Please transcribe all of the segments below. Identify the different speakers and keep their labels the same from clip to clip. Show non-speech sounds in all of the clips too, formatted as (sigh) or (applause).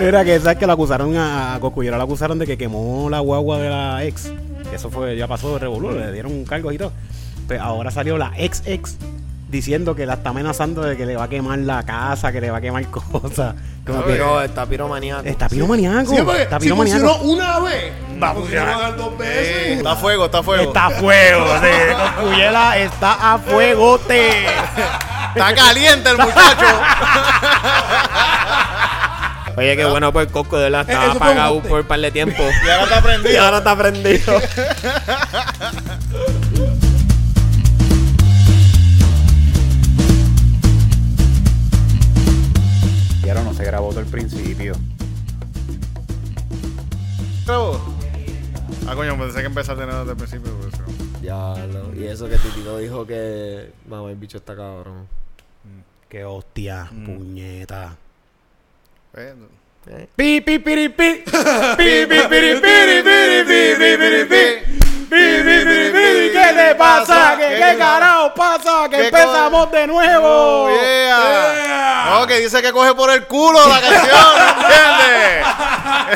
Speaker 1: Era que sabes que lo acusaron a, a Coscullera, lo acusaron de que quemó la guagua de la ex. Eso fue, ya pasó de revolú, le dieron cargos y todo. Pero ahora salió la ex ex diciendo que la está amenazando de que le va a quemar la casa, que le va a quemar (laughs) cosas. Como
Speaker 2: Está
Speaker 1: que-
Speaker 2: piro- está piromaniaco.
Speaker 1: está piromaniaco.
Speaker 3: Sí, porque
Speaker 1: está
Speaker 3: si
Speaker 1: piromaniaco.
Speaker 3: funcionó una vez, va a funcionar dos
Speaker 2: Eh,
Speaker 3: veces.
Speaker 2: Está a fuego, está a fuego.
Speaker 1: Está a fuego, sí. Coscullera está a fuegote.
Speaker 2: Está caliente el
Speaker 1: (laughs)
Speaker 2: muchacho.
Speaker 4: Oye, qué bueno, pues Coco de la estaba
Speaker 3: Eh, eso fue un
Speaker 4: apagado
Speaker 3: bote.
Speaker 4: por un par de tiempo.
Speaker 2: y ahora está
Speaker 1: (laughs)
Speaker 4: y
Speaker 2: prendido.
Speaker 4: ahora está prendido.
Speaker 5: Y ahora no se grabó todo el principio.
Speaker 3: Bravo. Ah, coño, pensé que empezaste nada desde el principio. por eso.
Speaker 2: Ya, lo- y eso que Titito dijo que. Mamá, el bicho está cabrón.
Speaker 1: Qué hostia,
Speaker 3: Mm.
Speaker 1: puñeta.
Speaker 3: Eh,
Speaker 2: Eh.
Speaker 1: Pi, pi, piri,
Speaker 2: (laughs)
Speaker 1: pi. Pi, pi, piri, piri, piri, pi, pi, piri, pi. Pi, pi, piri, piri. ¿Qué te pasa? ¿Qué, qué carajo pasa? Que
Speaker 3: ¿Qué
Speaker 1: empezamos de nuevo.
Speaker 3: Oh, yeah. No, que dice que coge por el culo la (laughs) canción,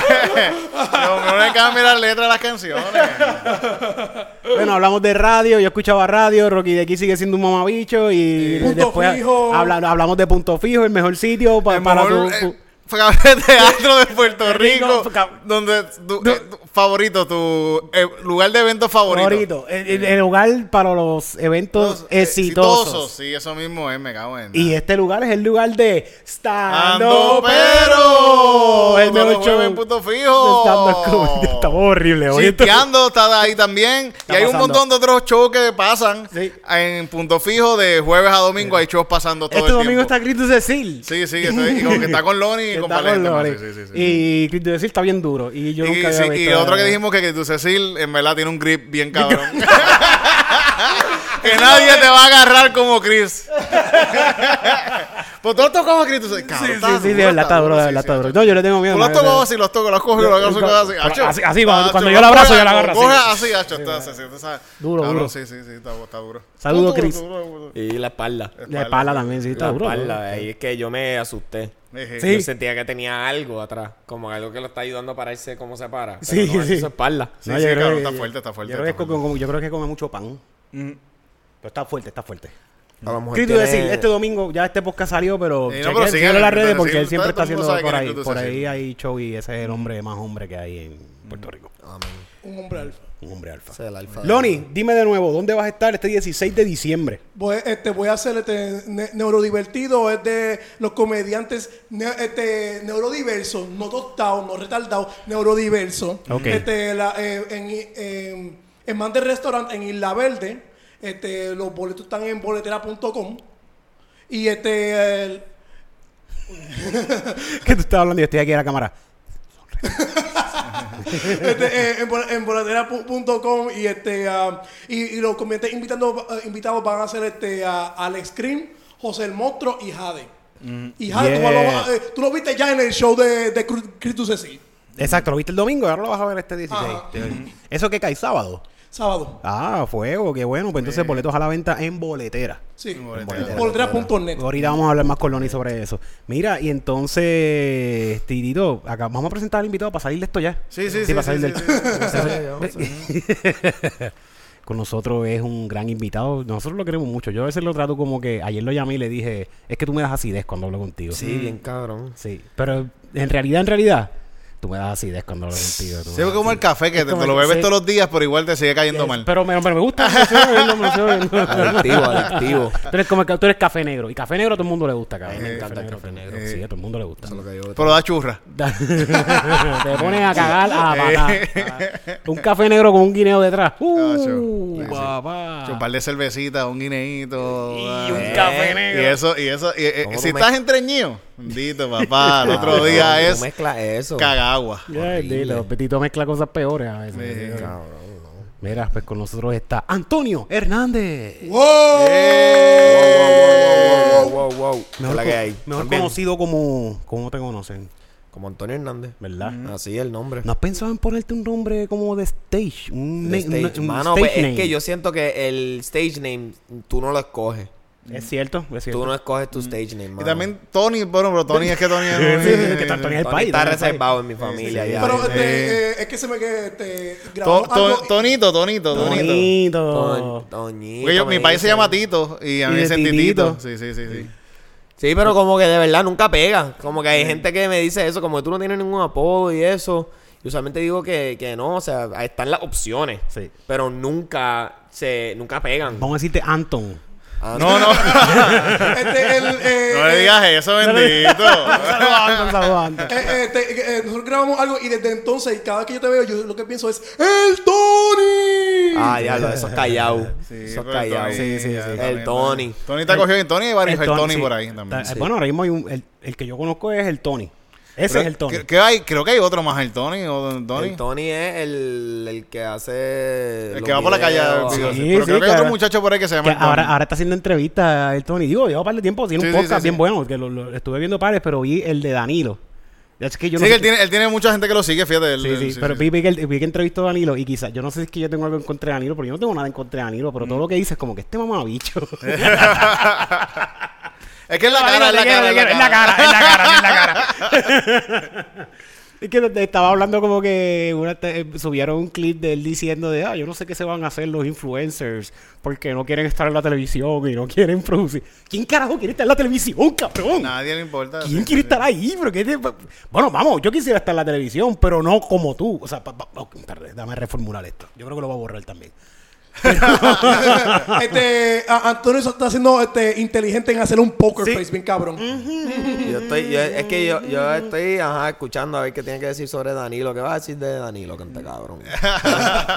Speaker 3: ¿entiendes? no, no le cambia la letra a las canciones.
Speaker 1: Bueno, hablamos de radio, yo escuchaba radio, Rocky de aquí sigue siendo un mamabicho y
Speaker 3: Punto
Speaker 1: después
Speaker 3: Fijo.
Speaker 1: habla- hablamos de punto fijo, el mejor sitio pa-
Speaker 3: El
Speaker 1: para
Speaker 3: mejor,
Speaker 1: tu- tu-
Speaker 3: eh, fue el teatro
Speaker 1: (laughs)
Speaker 3: de Puerto Rico,
Speaker 1: fue-
Speaker 3: donde tu, eh, tu favorito, tu eh, lugar de evento favorito.
Speaker 1: favorito, el, el- el lugar para los eventos
Speaker 3: Eh,
Speaker 1: exitosos.
Speaker 3: Sí, eso mismo es, me cago en.
Speaker 1: Y este lugar es el lugar de Stando
Speaker 3: Ando pero
Speaker 1: el
Speaker 3: de
Speaker 1: mejor
Speaker 3: los
Speaker 1: show
Speaker 3: jueves en punto
Speaker 1: de
Speaker 3: fijo.
Speaker 1: stand-up comedy. (laughs) Estamos horribles hoy.
Speaker 3: Chisteando está ahí también.
Speaker 1: este Está
Speaker 3: y hay un
Speaker 1: pasando.
Speaker 3: montón de otros shows que pasan
Speaker 1: Sí.
Speaker 3: en punto fijo de jueves a domingo. Hay shows pasando todo
Speaker 1: Este
Speaker 3: el
Speaker 1: domingo
Speaker 3: tiempo.
Speaker 1: está Cristo Cecil.
Speaker 3: Sí, sí, estoy, y como que está con Lonnie y
Speaker 1: que
Speaker 3: con
Speaker 1: (laughs) está con
Speaker 3: Valente. ¿no?
Speaker 1: Lore.
Speaker 3: Sí, sí, sí, sí.
Speaker 1: Y Cristo Cecil está bien duro. Y yo
Speaker 3: Y-
Speaker 1: nunca había
Speaker 3: sí, y
Speaker 1: visto.
Speaker 3: otro que dijimos que, que tu Cecil en verdad tiene un grip bien cabrón. (laughs) que nadie te va a agarrar
Speaker 1: (laughs)
Speaker 3: como Chris. pues tú lo has tocado a Chris. Tú, dices,
Speaker 1: Sí,
Speaker 3: cabrón,
Speaker 1: sí,
Speaker 3: está
Speaker 1: sí, de
Speaker 3: duro,
Speaker 1: verdad está duro, de
Speaker 3: sí,
Speaker 1: verdad
Speaker 3: sí.
Speaker 1: está duro. No, yo le tengo miedo.
Speaker 3: Tú lo has
Speaker 1: madre.
Speaker 3: tocado así, lo has tocado, lo has cogido, lo has
Speaker 1: Yo-
Speaker 3: cogido así.
Speaker 1: yo-
Speaker 3: Acho, Ah,
Speaker 1: así- así, cuando-
Speaker 3: acho,
Speaker 1: cuando yo lo abrazo,
Speaker 3: coge-
Speaker 1: yo la agarro así.
Speaker 3: Coge así, acho, está así, así, tú sabes.
Speaker 1: Duro,
Speaker 3: Cabrón,
Speaker 1: duro.
Speaker 3: Sí, sí, sí, está, está duro.
Speaker 1: Saludo,
Speaker 3: Está duro,
Speaker 1: Chris.
Speaker 3: está duro, duro.
Speaker 4: y la espalda.
Speaker 1: La espalda también, sí, está
Speaker 4: la
Speaker 1: duro.
Speaker 4: espalda. Ahí es que yo me asusté.
Speaker 3: Eje.
Speaker 1: Sí.
Speaker 4: Yo sentía que tenía algo atrás, como algo que lo está ayudando a pararse como se para. Pero
Speaker 1: Sí,
Speaker 4: no,
Speaker 1: sí.
Speaker 4: es su espalda.
Speaker 3: Sí, sí, cabrón, está fuerte, está fuerte,
Speaker 1: Yo creo, que
Speaker 3: está
Speaker 1: es como- yo creo que come mucho pan. Pero está fuerte, está fuerte.
Speaker 2: A lo mejor
Speaker 1: Cristo
Speaker 2: tiene-
Speaker 1: decir, este domingo ya este podcast salió, pero,
Speaker 3: Sí, no,
Speaker 1: chequen-
Speaker 3: pero sigue
Speaker 1: síguelo en las
Speaker 3: el
Speaker 1: redes
Speaker 3: Cristo
Speaker 1: porque
Speaker 3: Cecil,
Speaker 1: él siempre está
Speaker 3: todo el
Speaker 1: haciendo
Speaker 3: mundo sabe
Speaker 1: por
Speaker 3: quién es
Speaker 1: ahí.
Speaker 3: Cristo
Speaker 1: Por ahí
Speaker 3: Cecil.
Speaker 1: hay show y ese es el hombre más hombre que hay en Puerto Rico.
Speaker 6: Un hombre alfa.
Speaker 1: Un hombre alfa.
Speaker 2: Ese es el alfa.
Speaker 1: Loni, dime de nuevo, ¿dónde vas a estar este 16 de diciembre?
Speaker 6: Voy, este, voy a hacer este ne- neurodivertido, es de los comediantes ne- este, neurodiversos, no tostados, no retardados, neurodiversos.
Speaker 1: Ok.
Speaker 6: Este, la, eh, en, en, en Man del Restaurant, en Isla Verde, este, los boletos están en boletera.com. Y este, el-
Speaker 1: que tú estás hablando y yo estoy aquí en la cámara.
Speaker 6: Este, eh, en, bol- en boladera.com y este ah, y, y los comediantes invitando, eh, invitados van a ser este a Alex Cream, José el Monstruo y Jade. Y Jade, tú,
Speaker 1: Yeah.
Speaker 6: lo, eh, tú lo viste ya en el show de, de Cru- Cristo Cecil,
Speaker 1: Exacto, lo viste el domingo, ahora lo vas a ver este 16.
Speaker 6: Ajá.
Speaker 1: ¿Eso que cae sábado?
Speaker 6: sábado.
Speaker 1: Ah, fuego, qué bueno. Pues entonces boletos a la venta en boletera.
Speaker 6: Sí,
Speaker 1: boletera.
Speaker 6: boladera.net.
Speaker 1: Ahorita vamos a hablar más con Loni sobre eso. Mira, y entonces, Tirito, acá vamos a presentar al invitado para salir de esto ya.
Speaker 3: Sí, sí, sí,
Speaker 1: para
Speaker 3: sí,
Speaker 1: salir
Speaker 3: sí,
Speaker 1: del-
Speaker 3: sí,
Speaker 1: (laughs)
Speaker 3: sí.
Speaker 1: Con nosotros es un gran invitado. Nosotros lo queremos mucho. Yo a veces lo trato como que ayer lo llamé y le dije, es que tú me das acidez cuando hablo contigo.
Speaker 2: Sí, bien cabrón.
Speaker 1: Sí, pero en realidad, en realidad, tú me das acidez cuando hablo contigo. tú me
Speaker 3: Sí,
Speaker 1: das
Speaker 3: porque como el café que te, te lo bebes
Speaker 1: Sí.
Speaker 3: todos los días, pero igual te sigue cayendo
Speaker 1: acidez.
Speaker 3: mal.
Speaker 1: Pero me, pero me gusta. me sigo bebiendo, me sigo bebiendo.
Speaker 2: Adictivo, adictivo.
Speaker 1: Tú eres, como, el ca- tú eres café negro. Y café negro a todo el mundo le gusta, cabrón.
Speaker 2: A mí me encanta el café negro.
Speaker 1: Sí, a todo el mundo le gusta.
Speaker 2: Eso es lo que yo-
Speaker 3: Pero da churra.
Speaker 1: (laughs) Te pones a cagar
Speaker 2: (laughs)
Speaker 1: a patar. Un café negro con un guineo detrás. ¡Uh,
Speaker 3: Ah, sí.
Speaker 1: papá!
Speaker 3: Un par de cervecitas, un guineíto. Y
Speaker 1: un
Speaker 2: eh,
Speaker 1: café negro.
Speaker 3: Y eso, y eso. y, eh,
Speaker 2: ¿Cómo tú
Speaker 3: si
Speaker 2: me-
Speaker 3: estás entreñido, bendito papá, el otro día
Speaker 2: Cabrón,
Speaker 3: es
Speaker 2: tú mezclas eso.
Speaker 3: cagagua.
Speaker 1: Ya, Tito, Tito mezcla cosas peores a veces. Mira, pues con nosotros está Antonio Hernández.
Speaker 6: ¡Wow!
Speaker 2: Wow, wow, wow, wow.
Speaker 1: Mejor,
Speaker 2: la
Speaker 1: co-
Speaker 2: que hay.
Speaker 1: mejor
Speaker 2: También,
Speaker 1: conocido como... ¿Cómo te conocen?
Speaker 2: Como Antonio Hernández. Mm.
Speaker 1: ¿Verdad?
Speaker 2: Así es el nombre.
Speaker 1: ¿No has pensado en ponerte un nombre como de stage? Un, na-
Speaker 2: De stage.
Speaker 1: un- un
Speaker 2: Mano,
Speaker 1: stage
Speaker 2: pues, es
Speaker 1: name?
Speaker 2: que yo siento que el stage name tú no lo escoges.
Speaker 1: Es cierto, es cierto.
Speaker 4: Tú no escoges tu stage name,
Speaker 3: Y
Speaker 4: mano.
Speaker 3: también Tony, bueno, pero Tony es que Tony es.
Speaker 1: Sí, sí, que Tony es el país.
Speaker 4: Tony está
Speaker 1: Tony es el país.
Speaker 4: reservado en mi familia. ya.
Speaker 6: Pero
Speaker 3: sí.
Speaker 6: este, eh, es que se me que este,
Speaker 3: To-
Speaker 6: grabamos
Speaker 3: to-
Speaker 6: algo y-
Speaker 3: Tonito, Tonito, Tonito.
Speaker 1: Bonito.
Speaker 4: Toñ- Toñito,
Speaker 3: Porque yo- mi
Speaker 4: me
Speaker 3: país se llama
Speaker 4: dicen.
Speaker 3: Tito y a
Speaker 1: Y
Speaker 3: mí me
Speaker 1: de
Speaker 3: dicen
Speaker 1: Titito.
Speaker 3: Titito. Sí, sí, sí, sí.
Speaker 4: Sí, pero
Speaker 1: Pues
Speaker 4: como que de verdad nunca pega. Como que hay gente que me dice eso, como que tú no tienes ningún apodo y eso. Y usualmente digo que, que no, o sea, ahí están las opciones.
Speaker 1: Sí.
Speaker 4: Pero nunca se, nunca pegan.
Speaker 1: Vamos a decirte
Speaker 3: (laughs)
Speaker 1: Anton.
Speaker 4: Ah, (laughs)
Speaker 3: No, no,
Speaker 6: Este, el, eh,
Speaker 3: no le
Speaker 6: eh,
Speaker 3: digas eso, bendito.
Speaker 1: Saludos, Anton, saludos, Anton.
Speaker 6: Eh, eh, te- eh, eh, nosotros grabamos algo y desde entonces, cada vez que yo te veo, yo lo que pienso es ¡El Tony!
Speaker 4: Ah, ya, lo, eso es callado. eso es
Speaker 3: pero el
Speaker 4: callado.
Speaker 3: Tony,
Speaker 1: Sí, sí,
Speaker 3: ya,
Speaker 1: sí.
Speaker 4: El
Speaker 3: también,
Speaker 4: Tony.
Speaker 3: Tony está cogido en Tony y varios el Tony
Speaker 1: sí.
Speaker 3: por ahí
Speaker 1: Ta-
Speaker 3: también.
Speaker 1: eh, Bueno, ahora mismo hay un- el, el que yo conozco es el Tony. Ese es el Tony.
Speaker 3: ¿Qué- qué hay? Creo que hay otro más, el Tony o el Tony.
Speaker 4: El Tony es el, el que hace.
Speaker 3: El
Speaker 4: los
Speaker 3: que va por la calle.
Speaker 4: videos.
Speaker 3: digo,
Speaker 1: Sí,
Speaker 3: sí. Pero
Speaker 1: sí,
Speaker 3: creo que hay
Speaker 1: claro.
Speaker 3: otro muchacho por ahí que se llama
Speaker 1: Que
Speaker 3: el Tony.
Speaker 1: ahora, ah, ahora está haciendo entrevistas el Tony. Digo, lleva un par de tiempo, tiene
Speaker 3: Sí,
Speaker 1: un
Speaker 3: sí,
Speaker 1: podcast
Speaker 3: sí,
Speaker 1: bien
Speaker 3: sí.
Speaker 1: bueno, porque lo, lo- estuve viendo pares, pero vi el de Danilo. Es que yo
Speaker 3: Sí,
Speaker 1: no
Speaker 3: que
Speaker 1: sé
Speaker 3: él tiene, él tiene mucha gente que lo sigue, fíjate. él-
Speaker 1: Sí,
Speaker 3: él-
Speaker 1: sí, pero vi, vi que, el- vi que entrevistó a Danilo y quizás, yo no sé si es que yo tengo algo en contra de Danilo, porque yo no tengo nada en contra de Danilo, pero todo lo que dice es como que este mamabicho. (laughs)
Speaker 3: Es que
Speaker 1: Ah,
Speaker 3: es la cara, es la cara.
Speaker 1: Es la cara, es la cara,
Speaker 3: (laughs)
Speaker 1: es la cara. Es que te- te estaba hablando como que una te- eh, subieron un clip de él diciendo de, ah, yo no sé qué se van a hacer los influencers porque no quieren estar en la televisión y no quieren producir. ¿Quién carajo quiere estar en la televisión, cabrón?
Speaker 3: Nadie le importa.
Speaker 1: ¿Quién
Speaker 3: sí,
Speaker 1: quiere
Speaker 3: sí,
Speaker 1: estar ahí? Pero qué te- Bueno, vamos, yo quisiera estar en la televisión, pero no como tú. O sea, pa- pa- ok, espérate, dame reformular esto. Yo creo que lo voy a borrar también.
Speaker 6: (laughs) este, a- Antonio se está siendo este, inteligente en hacer un poker face, bien cabrón.
Speaker 4: Yo estoy, yo- es que yo, yo estoy ajá, escuchando a ver qué tiene que decir sobre Danilo. ¿Qué vas a decir de Danilo, canta
Speaker 3: (laughs)
Speaker 4: cabrón?
Speaker 1: (laughs)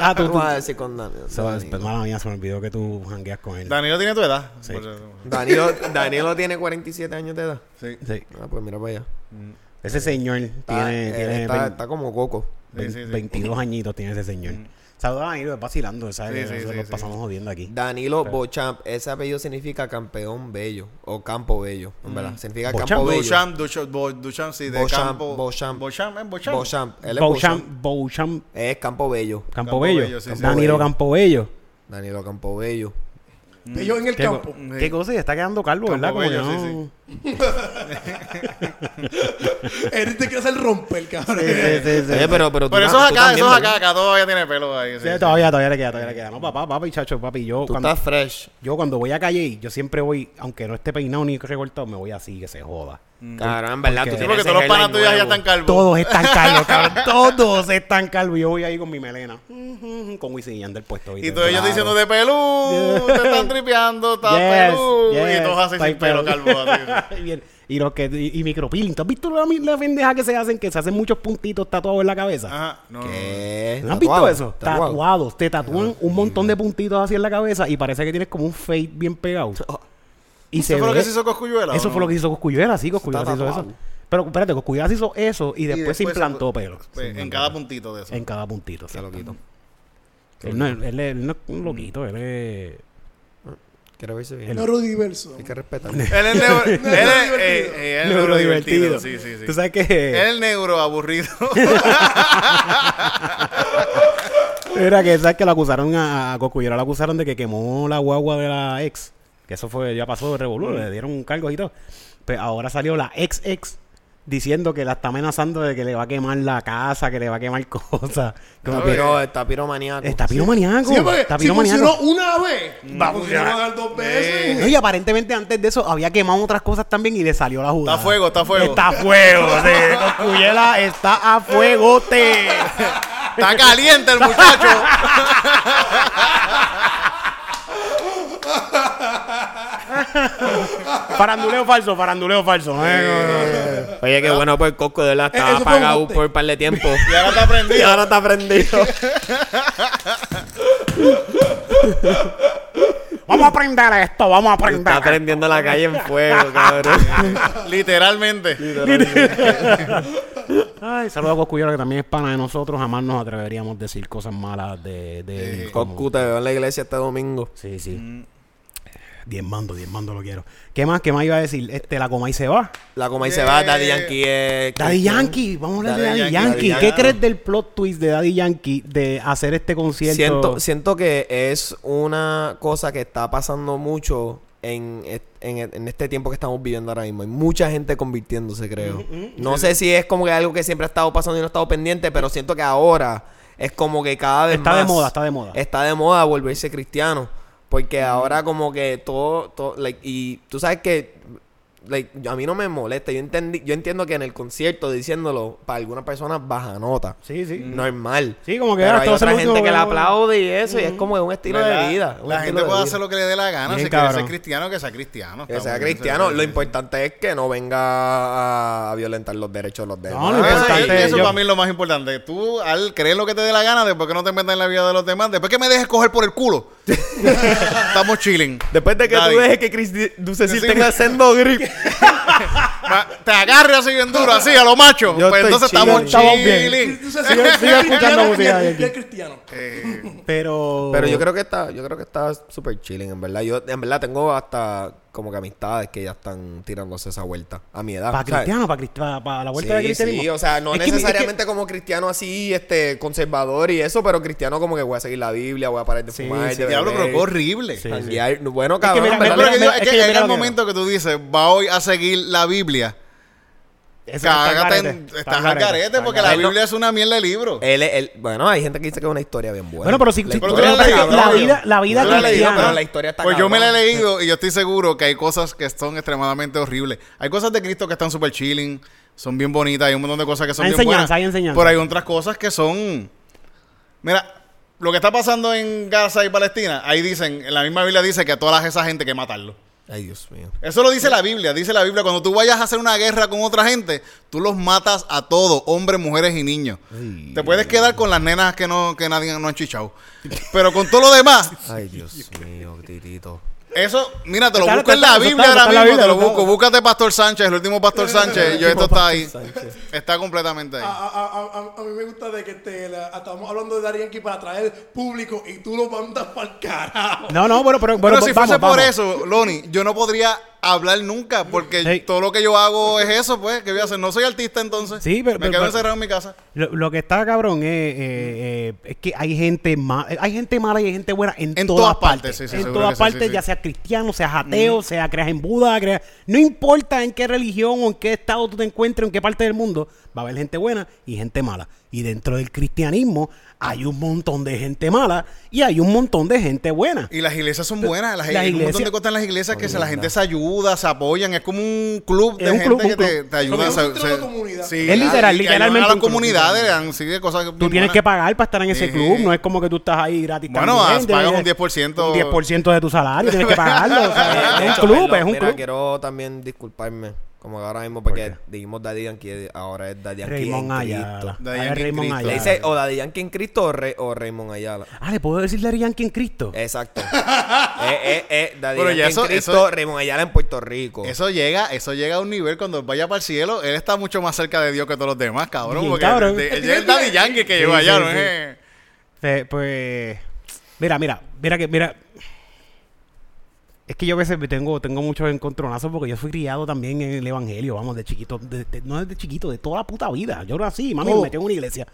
Speaker 1: Ah, tú,
Speaker 4: ¿Qué
Speaker 1: tú-
Speaker 4: vas a decir con Dan-
Speaker 1: Se va-
Speaker 4: Danilo?
Speaker 1: mala mía, se me olvidó que tú jangueas con él.
Speaker 3: sí. Danilo tiene tu edad.
Speaker 1: Sí.
Speaker 3: por eso.
Speaker 4: Danilo, Danilo tiene 47 años de edad.
Speaker 3: Sí.
Speaker 1: Sí.
Speaker 4: Ah, pues mira para allá.
Speaker 1: Ese señor
Speaker 4: Está,
Speaker 1: tiene,
Speaker 4: él
Speaker 1: tiene
Speaker 4: está,
Speaker 1: vein-
Speaker 4: está como coco.
Speaker 1: vein-
Speaker 3: eh, Sí, sí, sí.
Speaker 1: 22 añitos, tiene ese señor. Saludos a Danilo, vacilando, ¿sabes?
Speaker 3: Sí, sí,
Speaker 1: Nosotros
Speaker 3: sí,
Speaker 1: nos
Speaker 3: sí.
Speaker 1: pasamos jodiendo aquí.
Speaker 4: Danilo Bochamp, ese apellido significa campeón bello o campo bello, en verdad. Significa
Speaker 1: Beauchamp.
Speaker 4: campo bello.
Speaker 3: Duchamp, Duchamp, Bo- Duchamp, sí, de
Speaker 4: Beauchamp,
Speaker 3: campo.
Speaker 4: Beauchamp.
Speaker 3: Beauchamp, ¿es Beauchamp?
Speaker 4: Beauchamp, él es Beauchamp.
Speaker 1: Beauchamp, Beauchamp
Speaker 4: Es campo bello.
Speaker 1: Campobello.
Speaker 3: Campobello, sí, sí.
Speaker 1: Danilo Campobello.
Speaker 4: Danilo campo bello.
Speaker 6: Mm, Ellos en el
Speaker 1: ¿Qué,
Speaker 6: campo.
Speaker 1: co- qué cosa? Y está quedando calvo, ¿verdad? Como que
Speaker 3: Campobello, sí,
Speaker 1: no-
Speaker 6: (laughs) Él te quiere hacer romper, cabrón.
Speaker 4: Oye, pero, pero, tú
Speaker 3: Pero
Speaker 4: na-
Speaker 3: eso es
Speaker 4: tú
Speaker 3: acá,
Speaker 4: también,
Speaker 3: eso es
Speaker 4: ¿verdad?
Speaker 3: acá, acá todavía tiene pelo ahí. sí,
Speaker 1: Sí,
Speaker 3: sí.
Speaker 1: todavía, todavía le queda, todavía le queda. No, papá, papi, chacho, papi, yo
Speaker 4: Tú
Speaker 1: cuando,
Speaker 4: estás fresh.
Speaker 1: yo cuando voy a calle, yo siempre voy, aunque no esté peinado ni recortado, me voy así, que se joda.
Speaker 4: Cabrón, en verdad, tú
Speaker 1: Porque-
Speaker 4: tienes
Speaker 3: Sí, porque
Speaker 4: ese
Speaker 3: todos los panas
Speaker 4: hairline
Speaker 3: tuyos ya
Speaker 4: nuevo.
Speaker 3: están calvos.
Speaker 1: Todos están calvos, cabrón. Todos están calvos. Yo voy ahí con mi melena. ujú, Con Wisin y Yandel puesto.
Speaker 3: Y todos ellos diciendo
Speaker 1: (laughs)
Speaker 3: de pelú, te están tripeando, estás
Speaker 1: Yes,
Speaker 3: pelú.
Speaker 1: yes,
Speaker 3: y todos así
Speaker 1: estoy
Speaker 3: sin pelo,
Speaker 1: pelú.
Speaker 3: calvo.
Speaker 1: (laughs)
Speaker 3: así.
Speaker 1: Y bien, Y los que, y, y micropilling. ¿Tú has visto la, la pendeja que se hacen? Que se hacen muchos puntitos tatuados en la cabeza.
Speaker 3: Ajá, no.
Speaker 4: ¿Qué?
Speaker 1: ¿No has
Speaker 4: ¿Tatuado?
Speaker 1: visto eso?
Speaker 4: ¿Tatuado?
Speaker 1: Tatuados. Te tatúan un montón de puntitos así en la cabeza y parece que tienes como un fade bien
Speaker 3: (laughs)
Speaker 1: pegado. Y
Speaker 3: Oh. ¿Eso
Speaker 1: se
Speaker 3: fue lo
Speaker 1: ve-
Speaker 3: que se hizo Coscuyuela?
Speaker 1: Eso
Speaker 3: o
Speaker 1: fue
Speaker 3: no?
Speaker 1: lo que hizo Cosculluela, sí, Cosculluela
Speaker 4: Está
Speaker 1: se hizo eso.
Speaker 4: tatuado.
Speaker 1: Pero espérate, Cosculluela se hizo eso y
Speaker 3: Y
Speaker 1: después se implantó pelo.
Speaker 3: pues,
Speaker 1: Se
Speaker 3: en
Speaker 1: implantó
Speaker 3: cada
Speaker 1: pelo.
Speaker 3: puntito de eso.
Speaker 1: En cada puntito.
Speaker 4: Se lo
Speaker 1: exacto.
Speaker 4: quito.
Speaker 1: Él no, él, él no es un loquito, él es.
Speaker 4: Quiero verse
Speaker 6: (laughs)
Speaker 4: bien.
Speaker 6: Neurodiverso.
Speaker 4: Hay que respetar. (laughs)
Speaker 3: Él es neuro- él es-
Speaker 6: Neurodivertido.
Speaker 3: eh, eh, él es neurodivertido. Sí, sí, sí.
Speaker 1: Tú sabes que.
Speaker 3: El neuro
Speaker 4: (laughs)
Speaker 3: aburrido.
Speaker 1: Era que, ¿sabes que lo acusaron a, a Cosculluela lo acusaron de que quemó la guagua de la ex. Que eso fue, ya pasó de revolú, le dieron cargos y todo. Pero ahora salió la ex ex diciendo que la está amenazando de que le va a quemar la casa, que le va a quemar (laughs) cosas. Como
Speaker 4: Está
Speaker 1: que-
Speaker 4: piro- está piromaníaco.
Speaker 1: Está piromaniaco.
Speaker 6: Sí, porque
Speaker 1: está Mm,
Speaker 6: si funcionó
Speaker 1: piromaniaco.
Speaker 6: una vez, va a funcionar dos veces.
Speaker 1: Eh, No, y aparentemente antes de eso había quemado otras cosas también y le salió la jugada.
Speaker 3: Está a fuego, está a fuego.
Speaker 1: Está a fuego. sí. Cosculluela está a fuegote.
Speaker 3: Está caliente el muchacho.
Speaker 1: Faranduleo falso, faranduleo falso. Eh,
Speaker 4: Oye, qué bueno, pues Coco de la estaba
Speaker 6: eso fue un
Speaker 4: apagado
Speaker 6: bote.
Speaker 4: por un par
Speaker 1: (laughs)
Speaker 4: de tiempo.
Speaker 3: Y ahora está
Speaker 4: y
Speaker 3: prendido.
Speaker 4: ahora está prendido.
Speaker 1: Vamos a aprender esto, vamos a aprender.
Speaker 4: está prendiendo la calle en
Speaker 1: (laughs)
Speaker 4: fuego, cabrón.
Speaker 3: (laughs) Literalmente.
Speaker 1: Ay, saludos a Cosculluela que también es pana de nosotros. Jamás nos atreveríamos a decir cosas malas de... de como-
Speaker 4: Coco, te veo en la iglesia este domingo.
Speaker 1: Sí, sí. Diezmando, diezmando lo quiero. ¿Qué más? ¿Qué más iba a decir? Este, la coma y se va.
Speaker 4: La coma y se
Speaker 3: Yeah.
Speaker 4: va, Daddy Yankee es...
Speaker 1: Daddy Yankee, vamos a hablar de
Speaker 3: Daddy
Speaker 1: Daddy Yankee.
Speaker 3: Yankee,
Speaker 1: ¿Qué
Speaker 3: Daddy Yankee.
Speaker 1: crees del plot twist de Daddy Yankee de hacer este concierto?
Speaker 4: Siento, siento que es una cosa que está pasando mucho en, est- en- en este tiempo que estamos viviendo ahora mismo. Hay mucha gente convirtiéndose, creo.
Speaker 1: Mm,
Speaker 4: No sé si es como que algo que siempre ha estado pasando y no he estado pendiente, pero siento que ahora es como que cada vez
Speaker 1: Está
Speaker 4: más...
Speaker 1: de moda, está de moda. Mm.
Speaker 4: Está de moda volverse cristiano. Porque ahora como que todo... todo like, y tú sabes que... like, yo- a mí no me molesta. Yo, entendí, yo entiendo que en el concierto, diciéndolo, para algunas personas baja nota.
Speaker 1: Sí, sí.
Speaker 4: Normal.
Speaker 1: Sí, como que
Speaker 4: Pero
Speaker 1: ahora
Speaker 4: hay
Speaker 1: todo
Speaker 4: otra
Speaker 1: se lo-
Speaker 4: gente que
Speaker 1: lo-
Speaker 4: la aplaude y eso, y es como que un estilo
Speaker 3: ¿Verdad?
Speaker 4: de vida. un
Speaker 3: La
Speaker 4: estilo
Speaker 3: gente
Speaker 4: de
Speaker 3: puede
Speaker 4: vida.
Speaker 3: hacer lo que le dé la gana.
Speaker 1: Bien,
Speaker 3: si quiere ser
Speaker 1: cabrón.
Speaker 3: cristiano, que sea cristiano.
Speaker 4: Que
Speaker 3: cabrón.
Speaker 4: sea
Speaker 3: Eso-
Speaker 4: cristiano.
Speaker 3: eso-
Speaker 4: Lo importante es que no venga a, a violentar los derechos de los demás.
Speaker 1: No, lo
Speaker 3: Ah,
Speaker 1: importante
Speaker 3: sí,
Speaker 1: es
Speaker 3: eso
Speaker 1: yo-
Speaker 3: para mí es lo más importante. Tú, al creer lo que te dé la gana, después que no te metas en la vida de los demás, después que me dejes coger por el culo,
Speaker 4: (laughs)
Speaker 3: estamos chilling.
Speaker 4: Después de que
Speaker 3: Daddy.
Speaker 4: tú dejes que Chris Di- Ducecil
Speaker 3: Sí.
Speaker 4: tenga sendo grip.
Speaker 3: (laughs) Ma- Te agarre así bien duro, así a lo macho.
Speaker 4: Yo
Speaker 3: Pues
Speaker 4: estoy
Speaker 3: entonces
Speaker 4: chilling.
Speaker 3: estamos
Speaker 1: Estamos
Speaker 3: chilling.
Speaker 1: bien.
Speaker 6: Entonces,
Speaker 1: Sigue- sigue
Speaker 6: si- si es
Speaker 1: escuchando
Speaker 6: cristiano,
Speaker 1: música
Speaker 6: si
Speaker 1: ahí.
Speaker 6: es- si es cristiano.
Speaker 1: Pero.
Speaker 4: Pero yo creo que está, yo creo que está súper chilling, en verdad. Yo, en verdad, tengo hasta como que amistades que ya están tirándose esa vuelta a mi edad.
Speaker 1: Para
Speaker 4: ¿sabes?
Speaker 1: cristiano, para, crist- para, para la vuelta
Speaker 4: sí,
Speaker 1: de cristianismo.
Speaker 4: sí, o sea, no
Speaker 1: Es que mi- es que-
Speaker 4: necesariamente como cristiano así, este, conservador y eso, pero cristiano como que voy a seguir la Biblia, voy a parar de
Speaker 1: Sí,
Speaker 4: fumar,
Speaker 1: sí,
Speaker 4: de
Speaker 3: Diablo, pero
Speaker 4: beber,
Speaker 3: qué horrible.
Speaker 1: Sí.
Speaker 4: janguear. Bueno, cabrón,
Speaker 1: mira,
Speaker 4: en
Speaker 3: No,
Speaker 1: mira,
Speaker 4: verdad,
Speaker 3: pero que
Speaker 1: mira, mira,
Speaker 3: yo- es que
Speaker 1: es que
Speaker 3: llega
Speaker 1: mira
Speaker 3: el
Speaker 1: lo que
Speaker 3: momento que tú dices, va hoy a seguir la Biblia.
Speaker 1: Eso está al
Speaker 3: Cágate,
Speaker 1: garete,
Speaker 3: en-
Speaker 1: está al
Speaker 3: estás al
Speaker 1: está
Speaker 3: carete
Speaker 1: al
Speaker 3: porque la
Speaker 1: garete.
Speaker 3: Biblia es una mierda de libro.
Speaker 4: Él, es- él- bueno, hay gente que dice que es una historia bien buena.
Speaker 1: Bueno, pero si-
Speaker 4: La
Speaker 1: si-
Speaker 3: Pero tú
Speaker 4: historia está
Speaker 3: la leíste,
Speaker 4: cabrona.
Speaker 1: la vida- la vida
Speaker 4: Tú la has leído,
Speaker 1: cristiana.
Speaker 4: pero la historia está
Speaker 3: Pues yo me la he
Speaker 4: cabrona.
Speaker 3: leído y yo estoy seguro que hay cosas que son extremadamente horribles. Hay cosas de Cristo que están súper chilling, son bien bonitas, hay un montón de cosas que son
Speaker 1: Hay
Speaker 3: bien
Speaker 1: enseñanza,
Speaker 3: buenas.
Speaker 1: hay enseñanza.
Speaker 3: Pero hay otras cosas que son... Mira, lo que está pasando en Gaza y Palestina, ahí dicen, en la misma Biblia dice que a todas esa gente hay que matarlo.
Speaker 4: Ay, Dios mío.
Speaker 3: Eso lo dice la Biblia, dice la Biblia, cuando tú vayas a hacer una guerra con otra gente, tú los matas a todos, hombres, mujeres y niños. Te puedes quedar con las nenas que no que nadie no han chichado. Pero con todo lo demás,
Speaker 4: Ay, Dios mío,
Speaker 1: (laughs)
Speaker 4: titito.
Speaker 3: eso, mira, te lo
Speaker 1: Está-
Speaker 3: busco en
Speaker 1: está-
Speaker 3: la
Speaker 1: está-
Speaker 3: Biblia
Speaker 1: está- está
Speaker 3: ahora
Speaker 1: en la
Speaker 3: mismo, te
Speaker 1: Biblia,
Speaker 3: lo
Speaker 1: lo
Speaker 3: busco.
Speaker 1: tengo.
Speaker 3: Búscate Pastor Sánchez, el
Speaker 1: (laughs)
Speaker 3: último Pastor Sánchez. Yo, esto está ahí. Está completamente
Speaker 6: A,
Speaker 1: Ah,
Speaker 3: ahí.
Speaker 6: a- a- a- a mí me gusta de que te, la- estamos hablando de Daddy Yankee para traer público y tú lo mandas para el carajo.
Speaker 1: No, no, bueno, pero.
Speaker 3: Pero
Speaker 1: bueno,
Speaker 3: si
Speaker 1: vamos,
Speaker 3: fuese por
Speaker 1: vamos.
Speaker 3: eso, Loni, yo no podría hablar nunca, porque
Speaker 1: Hey.
Speaker 3: todo lo que yo hago es eso, pues. ¿Qué voy a hacer? No soy artista entonces.
Speaker 1: Sí, pero-
Speaker 3: Me
Speaker 1: pero-
Speaker 3: quedo
Speaker 1: pero-
Speaker 3: encerrado en mi casa.
Speaker 1: Lo, lo que está cabrón es, eh, eh, es que hay gente ma- hay gente mala y hay gente buena en,
Speaker 3: Mm. En
Speaker 1: todas,
Speaker 3: todas partes,
Speaker 1: partes.
Speaker 3: sí, sí,
Speaker 1: en
Speaker 3: seguro que
Speaker 1: todas
Speaker 3: sí,
Speaker 1: partes,
Speaker 3: sí, Mm. sí.
Speaker 1: ya sea cristiano, sea ateo, sea creas en Buda, creas, no importa en qué religión o en qué estado tú te encuentres, en qué parte del mundo, va a haber gente buena y gente mala. Y dentro del cristianismo hay un montón de gente mala y hay un montón de gente buena.
Speaker 3: Y las iglesias son buenas.
Speaker 1: Las
Speaker 3: Las, hay un montón
Speaker 1: iglesias-
Speaker 3: de cosas en las iglesias que se, la gente se ayuda, se apoyan. Es como un club de
Speaker 1: Es un
Speaker 3: gente
Speaker 1: club,
Speaker 3: que
Speaker 1: un
Speaker 3: te,
Speaker 1: club.
Speaker 3: te ayuda.
Speaker 6: Como
Speaker 3: se-
Speaker 6: un club de
Speaker 3: se-
Speaker 6: comunidad.
Speaker 3: sí,
Speaker 1: Es
Speaker 3: que
Speaker 1: literal,
Speaker 3: ayudan
Speaker 1: literalmente
Speaker 3: A las
Speaker 1: un club.
Speaker 3: comunidades, dan- sí, de cosas
Speaker 1: Tú
Speaker 3: bien
Speaker 1: tienes
Speaker 3: buenas.
Speaker 1: que pagar para estar en ese
Speaker 3: Sí.
Speaker 1: club, no es como que tú estás ahí gratis.
Speaker 3: Bueno,
Speaker 1: también,
Speaker 3: haz- pagas un
Speaker 1: de-
Speaker 3: 10%.
Speaker 1: un 10% de tu salario, tienes
Speaker 3: (laughs)
Speaker 1: que pagarlo. o sea,
Speaker 4: De
Speaker 1: es
Speaker 4: hecho,
Speaker 1: un club,
Speaker 4: perdón,
Speaker 1: es un
Speaker 4: mira,
Speaker 1: club.
Speaker 4: quiero también disculparme. Como que ahora mismo,
Speaker 1: qué?
Speaker 4: porque dijimos Daddy Yankee, ahora es Daddy Yankee
Speaker 1: Raymond
Speaker 4: en
Speaker 1: Ayala.
Speaker 4: Cristo.
Speaker 3: Daddy
Speaker 1: Ahora es
Speaker 3: Yankee en
Speaker 1: Raymond
Speaker 3: Cristo.
Speaker 4: Le
Speaker 1: Ayala.
Speaker 4: dice o Daddy Yankee en Cristo o, Re- o Raymond Ayala.
Speaker 1: Ah, ¿le puedo decir Daddy Yankee en Cristo?
Speaker 4: Exacto. eh, eh, eh, Daddy
Speaker 3: Pero ya
Speaker 4: Yankee
Speaker 3: eso-
Speaker 4: en Cristo,
Speaker 3: eso-
Speaker 4: Raymond Ayala en Puerto Rico.
Speaker 3: Eso llega, eso llega a un nivel cuando vaya para el cielo, él está mucho más cerca de Dios que todos los demás, cabrón.
Speaker 1: Bien,
Speaker 3: porque
Speaker 1: cabrón. (laughs)
Speaker 3: de- de- él es el Daddy Yankee que llegó
Speaker 1: Sí,
Speaker 3: allá,
Speaker 1: sí,
Speaker 3: ¿no Eh,
Speaker 1: sí.
Speaker 3: es?
Speaker 1: Fe- pues. Mira, mira, mira que, mira. Es que yo a veces me tengo, tengo muchos encontronazos porque yo fui criado también en el evangelio, vamos, de chiquito, de- de- no desde chiquito, de toda la puta vida. Yo nací, mami, me
Speaker 3: Oh.
Speaker 1: metí en una iglesia.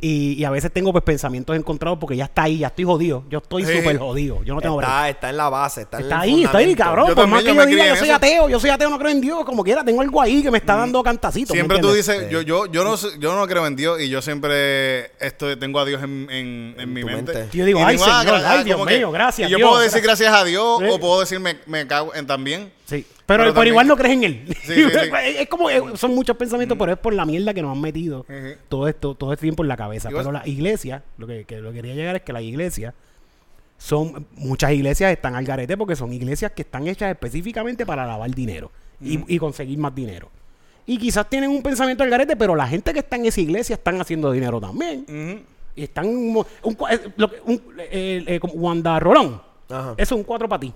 Speaker 1: Y, y a veces tengo pues pensamientos encontrados porque ya está ahí, ya estoy jodido. Yo estoy
Speaker 3: Sí.
Speaker 1: súper jodido. Yo no tengo break.
Speaker 4: está, está en la base, está, en
Speaker 1: Está
Speaker 4: el
Speaker 1: ahí, está ahí,
Speaker 4: fundamento.
Speaker 1: cabrón.
Speaker 3: Yo
Speaker 1: por más
Speaker 3: también,
Speaker 1: que yo
Speaker 3: yo me
Speaker 1: diga,
Speaker 3: crié
Speaker 1: yo
Speaker 3: en
Speaker 1: soy
Speaker 3: eso. Mm.
Speaker 1: ateo, yo soy ateo, no creo en Dios, como quiera, tengo algo ahí que me está dando cantacitos. ¿me
Speaker 3: Siempre tú
Speaker 1: entiendes?
Speaker 3: dices, yo, yo, yo no sé- yo no creo en Dios y yo siempre estoy, tengo a Dios en, en- en mi
Speaker 4: tu
Speaker 3: mente.
Speaker 4: mente.
Speaker 1: Yo digo,
Speaker 3: Y
Speaker 1: ay,
Speaker 3: ah,
Speaker 1: Señor,
Speaker 3: gra- ah,
Speaker 1: ay, Dios
Speaker 3: como que-
Speaker 1: mío, gracias,
Speaker 3: Y yo
Speaker 1: Dios, ¿Eh?
Speaker 3: puedo decir gracias
Speaker 1: (laughs)
Speaker 3: a Dios
Speaker 1: Sí.
Speaker 3: o puedo decir me, me cago en también.
Speaker 1: Sí. Pero,
Speaker 3: Pero
Speaker 1: pero
Speaker 3: también-
Speaker 1: igual no crees en él.
Speaker 3: Sí, sí, sí.
Speaker 1: (laughs) es como, eh, son muchos pensamientos, pero es por la mierda que nos han metido
Speaker 3: Ujú.
Speaker 1: todo esto, todo este tiempo en la cabeza.
Speaker 3: Igual-
Speaker 1: Pero la iglesia, lo que, que lo que quería llegar es que la iglesia son, muchas iglesias están al garete porque son iglesias que están hechas específicamente para lavar dinero y-
Speaker 3: Mm.
Speaker 1: y, conseguir más dinero. Y quizás tienen un pensamiento al garete, pero la gente que está en esa iglesia están haciendo dinero también. Y están un, mo- un cua- eh, lo que- un- eh, eh, como Wanda Rolón.
Speaker 4: Ajá.
Speaker 1: Eso es un cuatro para ti.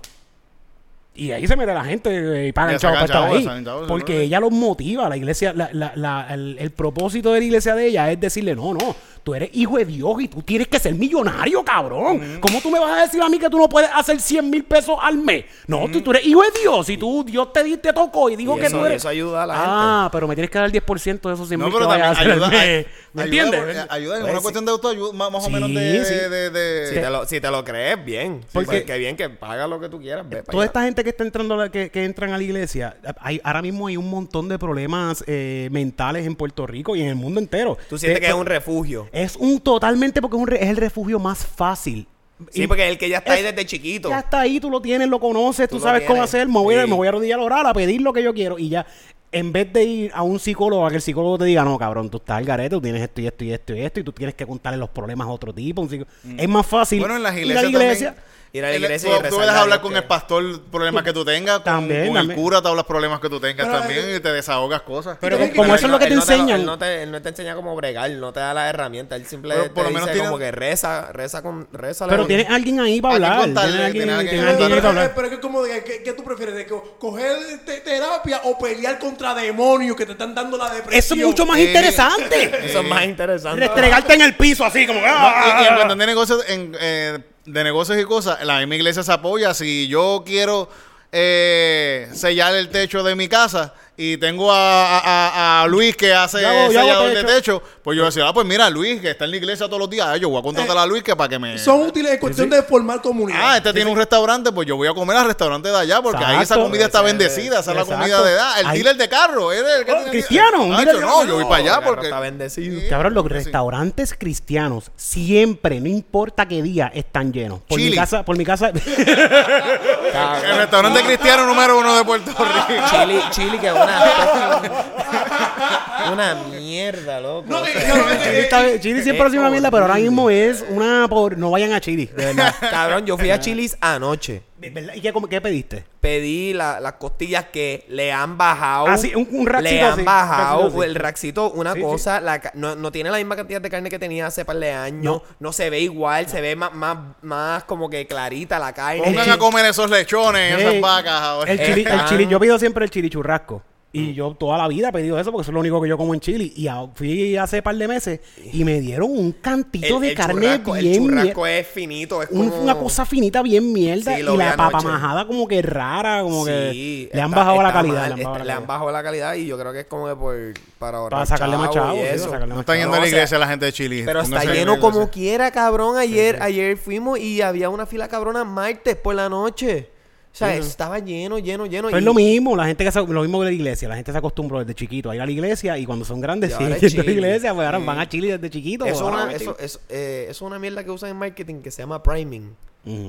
Speaker 1: Y ahí se mete la gente eh, y pagan
Speaker 3: Ya
Speaker 1: chavos
Speaker 3: sacan
Speaker 1: para estar
Speaker 3: chavos,
Speaker 1: ahí.
Speaker 3: sacan chavos,
Speaker 1: porque
Speaker 3: seguro.
Speaker 1: ella los motiva. La iglesia, la- la- la- el, el propósito de la iglesia de ella es decirle, no, no, tú eres hijo de Dios y tú tienes que ser millonario, cabrón. ¿Cómo tú me vas a decir a mí que tú no puedes hacer 100 mil pesos al mes? No, tú, tú eres hijo de Dios y tú, Dios te, di- te tocó y dijo
Speaker 4: Y
Speaker 1: que
Speaker 4: eso-
Speaker 1: tú eres.
Speaker 4: eso ayuda a la
Speaker 1: ah, pero me tienes que dar el 10% de esos 100 mil
Speaker 3: No, pero
Speaker 1: que vayas a
Speaker 3: también
Speaker 1: hacer
Speaker 3: ayuda.
Speaker 1: al mes. ¿Me entiendes?
Speaker 3: Ayuda, eh, ayuda es
Speaker 4: Pues
Speaker 3: una
Speaker 4: sí.
Speaker 3: cuestión de autoayuda, más, más o
Speaker 1: Sí,
Speaker 3: menos de.
Speaker 1: sí.
Speaker 3: de- de- de-
Speaker 4: Si te, lo, si te lo crees, bien.
Speaker 1: Porque-
Speaker 4: Porque bien que paga lo que tú quieras. ve pa'
Speaker 1: Toda
Speaker 4: allá.
Speaker 1: esta gente que está entrando, a la- que, que entran a la iglesia, hay, ahora mismo hay un montón de problemas eh, mentales en Puerto Rico y en el mundo entero.
Speaker 4: Tú sientes que es
Speaker 1: Esto-
Speaker 4: un refugio.
Speaker 1: Es un totalmente porque es, un re- es el refugio más fácil.
Speaker 4: Sí,
Speaker 1: Y-
Speaker 4: porque el que ya está ahí
Speaker 1: es-
Speaker 4: desde chiquito.
Speaker 1: Ya está ahí, tú lo tienes, lo conoces, tú,
Speaker 4: Tú lo
Speaker 1: sabes cómo
Speaker 4: tienes.
Speaker 1: hacer, me voy, a-
Speaker 4: Sí.
Speaker 1: me voy a arrodillar a orar, a pedir lo que yo quiero y ya. En vez de ir a un psicólogo, a que el psicólogo te diga, no, cabrón, tú estás al garete, tú tienes esto y esto y esto y esto, y tú tienes que contarle los problemas a otro tipo. un psico-
Speaker 4: Mm.
Speaker 1: Es más fácil
Speaker 3: Bueno, en las
Speaker 1: ir a
Speaker 3: iglesias.
Speaker 1: la iglesia. Pues,
Speaker 3: también,
Speaker 4: Ir a la
Speaker 3: el-
Speaker 4: iglesia y
Speaker 3: tú- Tú
Speaker 4: rezarle
Speaker 3: puedes
Speaker 4: a
Speaker 3: hablar
Speaker 4: Dios
Speaker 3: con
Speaker 4: que-
Speaker 3: el pastor, problemas que tú tengas. Con,
Speaker 1: También,
Speaker 3: con el
Speaker 1: también. eh,
Speaker 3: cura te hablas problemas que tú tengas
Speaker 6: Pero,
Speaker 3: también y te desahogas cosas.
Speaker 1: Pero
Speaker 6: Pero
Speaker 1: como eso
Speaker 4: Pero él
Speaker 1: es lo
Speaker 4: no-
Speaker 1: que te
Speaker 4: él no lo-
Speaker 1: enseñan.
Speaker 4: él, no te, él no te enseña cómo bregar, no te da las herramientas. Él simplemente
Speaker 3: Pero por lo
Speaker 4: te
Speaker 3: menos
Speaker 4: dice
Speaker 3: tiene-
Speaker 4: como que reza, reza con... Reza
Speaker 1: Pero tienes alguien ahí para
Speaker 3: Hay que
Speaker 1: hablar.
Speaker 3: contarle,
Speaker 1: Tienes alguien,
Speaker 3: tienes alguien
Speaker 1: tienes alguien
Speaker 3: que
Speaker 1: ahí
Speaker 6: Pero,
Speaker 1: para
Speaker 3: contarle.
Speaker 1: hablar.
Speaker 6: pero es que como de, ¿qué, qué tú prefieres? ¿De co- coger te- terapia o pelear contra demonios que te están dando la
Speaker 1: Eso
Speaker 6: depresión?
Speaker 1: es mucho más
Speaker 3: Eh, (laughs)
Speaker 1: interesante.
Speaker 4: Eso es más interesante.
Speaker 1: Restregarte en el piso así como...
Speaker 3: No, y, y en
Speaker 1: "Ah".
Speaker 3: cuestión de negocios, en, eh, de negocios y cosas, la misma iglesia se apoya. Si yo quiero eh, sellar el techo de mi casa y tengo a, a- a- a Luis que hace
Speaker 1: Yo hago- yo hago
Speaker 3: sellador de
Speaker 1: techo.
Speaker 3: techo, pues yo voy a decir, ah, pues mira, Luis que está en la iglesia todos los días, ah, yo voy a contratar
Speaker 1: Eh,
Speaker 3: a Luis que para que me...
Speaker 6: Eh, Son útiles en cuestión de formar comunidad.
Speaker 3: Ah, este tiene un restaurante, pues yo voy a comer al restaurante de allá porque ahí esa
Speaker 1: Exacto.
Speaker 3: comida está bendecida, esa es la
Speaker 1: Exacto.
Speaker 3: comida de edad. El
Speaker 1: Ahí-
Speaker 3: dealer de carro, él es el que
Speaker 1: Oh,
Speaker 3: tiene-
Speaker 1: cristiano, un
Speaker 3: Ah,
Speaker 1: dealer
Speaker 3: yo
Speaker 1: de
Speaker 3: no,
Speaker 1: carro.
Speaker 3: yo voy para allá
Speaker 4: El carro
Speaker 3: porque...
Speaker 4: Está bendecido.
Speaker 1: Cabrón, los
Speaker 3: Sí.
Speaker 1: restaurantes cristianos siempre, no importa qué día, están llenos. Por mi
Speaker 3: Chili.
Speaker 1: casa, por mi
Speaker 3: (laughs)
Speaker 1: casa.
Speaker 3: El restaurante cristiano número uno de Puerto Rico.
Speaker 4: Chili, Chili, que es una... (laughs) una mierda, loco.
Speaker 6: No,
Speaker 4: O
Speaker 6: y-
Speaker 4: sea,
Speaker 6: y-
Speaker 1: Chili, está- Chili siempre ha sido una mierda, pero
Speaker 3: Eh,
Speaker 1: ahora mismo es una por. No vayan a Chili, de verdad.
Speaker 4: Cabrón, yo fui a Chili's anoche.
Speaker 1: De verdad, ¿Y qué, com- qué pediste?
Speaker 4: Pedí la- las costillas que le han bajado.
Speaker 1: Así, Ah, un- un raxito
Speaker 4: Le han
Speaker 1: así,
Speaker 4: bajado.
Speaker 1: raxito así.
Speaker 4: El raxito, una cosa. la ca- no, no tiene la misma cantidad de carne que tenía hace par de años. No, se ve igual. Se ve más, más, más como que clarita la carne.
Speaker 3: Pongan a comer esos lechones,
Speaker 1: Ey,
Speaker 3: esas vacas ahora.
Speaker 1: Eh,
Speaker 3: Eh, Ah.
Speaker 1: El chili, el
Speaker 4: Están-
Speaker 1: chili- yo pido siempre el chili churrasco. Y yo toda la vida he pedido eso porque eso es lo único que yo como en Chile. Y a- fui hace par de meses y me dieron un cantito de carne
Speaker 4: churrasco, el
Speaker 1: bien eh,
Speaker 4: churrasco
Speaker 1: mier-
Speaker 4: es finito. Es
Speaker 1: un-
Speaker 4: como...
Speaker 1: Una cosa finita bien mierda
Speaker 4: Sí,
Speaker 1: y
Speaker 4: lo vi
Speaker 1: la
Speaker 4: anoche.
Speaker 1: papa majada como que rara, como
Speaker 4: Sí,
Speaker 1: que le han
Speaker 4: está-
Speaker 1: bajado la
Speaker 4: está
Speaker 1: calidad.
Speaker 4: mal,
Speaker 1: le han bajado
Speaker 4: está-
Speaker 1: la
Speaker 4: le
Speaker 1: calidad.
Speaker 4: han bajado la calidad y yo creo que es como que por, para,
Speaker 1: Para
Speaker 4: ahorrar
Speaker 1: sacarle más
Speaker 4: chavo
Speaker 1: chavos.
Speaker 4: y
Speaker 1: sí,
Speaker 4: eso.
Speaker 1: sacarle
Speaker 3: No
Speaker 1: más
Speaker 3: están yendo
Speaker 1: chavos.
Speaker 4: No,
Speaker 3: a
Speaker 4: o
Speaker 3: la
Speaker 4: sea,
Speaker 3: iglesia la gente de Chile.
Speaker 4: Pero está
Speaker 3: Pónganse en
Speaker 4: lleno
Speaker 3: la
Speaker 4: como
Speaker 3: iglesia.
Speaker 4: quiera, cabrón. Ayer, ayer fuimos y había una fila cabrona martes por la noche. O sea, estaba lleno, lleno,
Speaker 1: Pero
Speaker 4: lleno. y-
Speaker 1: es Pues lo mismo, la gente que se- lo mismo que la iglesia, la gente se acostumbró desde chiquito a ir a la iglesia y cuando son grandes
Speaker 4: Y
Speaker 1: siguen
Speaker 4: ahora
Speaker 1: (laughs)
Speaker 4: es
Speaker 1: yendo a la
Speaker 4: Chile.
Speaker 1: iglesia, pues ahora van a Chile desde chiquito. pues
Speaker 4: Eso es
Speaker 1: ahora
Speaker 4: una,
Speaker 1: van a
Speaker 4: eso-
Speaker 1: Chile.
Speaker 4: eso- eh, eso es una mierda que usan en marketing que se llama priming.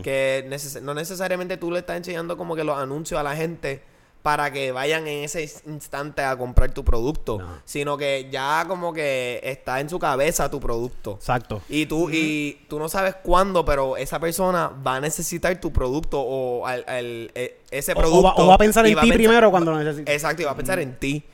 Speaker 4: Que neces- no necesariamente tú le estás enseñando como que los anuncios a la gente para que vayan en ese ins- instante a comprar tu producto.
Speaker 1: No.
Speaker 4: Sino que ya como que está en su cabeza tu producto.
Speaker 1: Exacto.
Speaker 4: Y tú, y tú no sabes cuándo, pero esa persona va a necesitar tu producto o al, al- e- ese
Speaker 1: O- o
Speaker 4: producto.
Speaker 1: va- o va a pensar
Speaker 4: y
Speaker 1: en
Speaker 4: va a
Speaker 1: ti
Speaker 4: pensar-
Speaker 1: primero cuando lo necesites.
Speaker 4: Exacto, y va a pensar en ti.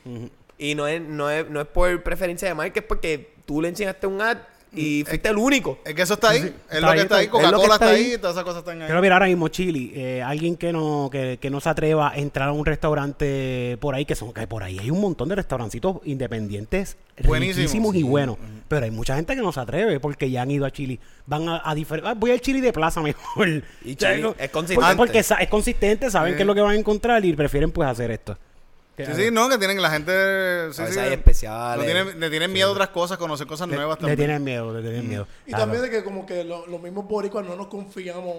Speaker 4: Y no es, no, es, no es por preferencia de marca, es porque tú le enseñaste un ad y fuiste el único.
Speaker 3: Es que eso está ahí. Es
Speaker 1: Está
Speaker 3: lo
Speaker 1: ahí,
Speaker 3: que está ahí.
Speaker 1: está ahí. Es lo que
Speaker 3: Coca-Cola
Speaker 1: está
Speaker 3: está
Speaker 1: ahí.
Speaker 3: ahí. Todas esas cosas están
Speaker 1: Quiero
Speaker 3: ahí.
Speaker 1: ver ahora mismo Chili, eh, alguien que no, que, que no se atreva a entrar a un restaurante por ahí, que son, que por ahí hay un montón de restaurancitos independientes
Speaker 3: Buenísimos.
Speaker 1: riquísimos y
Speaker 3: Sí.
Speaker 1: buenos. Pero hay mucha gente que no se atreve porque ya han ido a Chili. Van a, a difer- ah, voy al Chili de plaza (laughs) mejor.
Speaker 4: Y
Speaker 1: O sea,
Speaker 4: Chili
Speaker 1: no- Porque,
Speaker 4: es consistente.
Speaker 1: porque sa- es consistente, saben qué es lo que van a encontrar y prefieren pues hacer esto.
Speaker 3: Sí, sí, no, que tienen la gente. Sí,
Speaker 4: A veces
Speaker 3: sí,
Speaker 4: hay
Speaker 3: no
Speaker 4: especiales.
Speaker 3: tienen- le tienen miedo a otras cosas, conocer cosas
Speaker 1: Le,
Speaker 3: nuevas
Speaker 1: le
Speaker 3: también.
Speaker 1: tienen miedo, le tienen miedo.
Speaker 6: Y
Speaker 1: Claro.
Speaker 6: también de que como que lo- los mismos boricuas no nos confiamos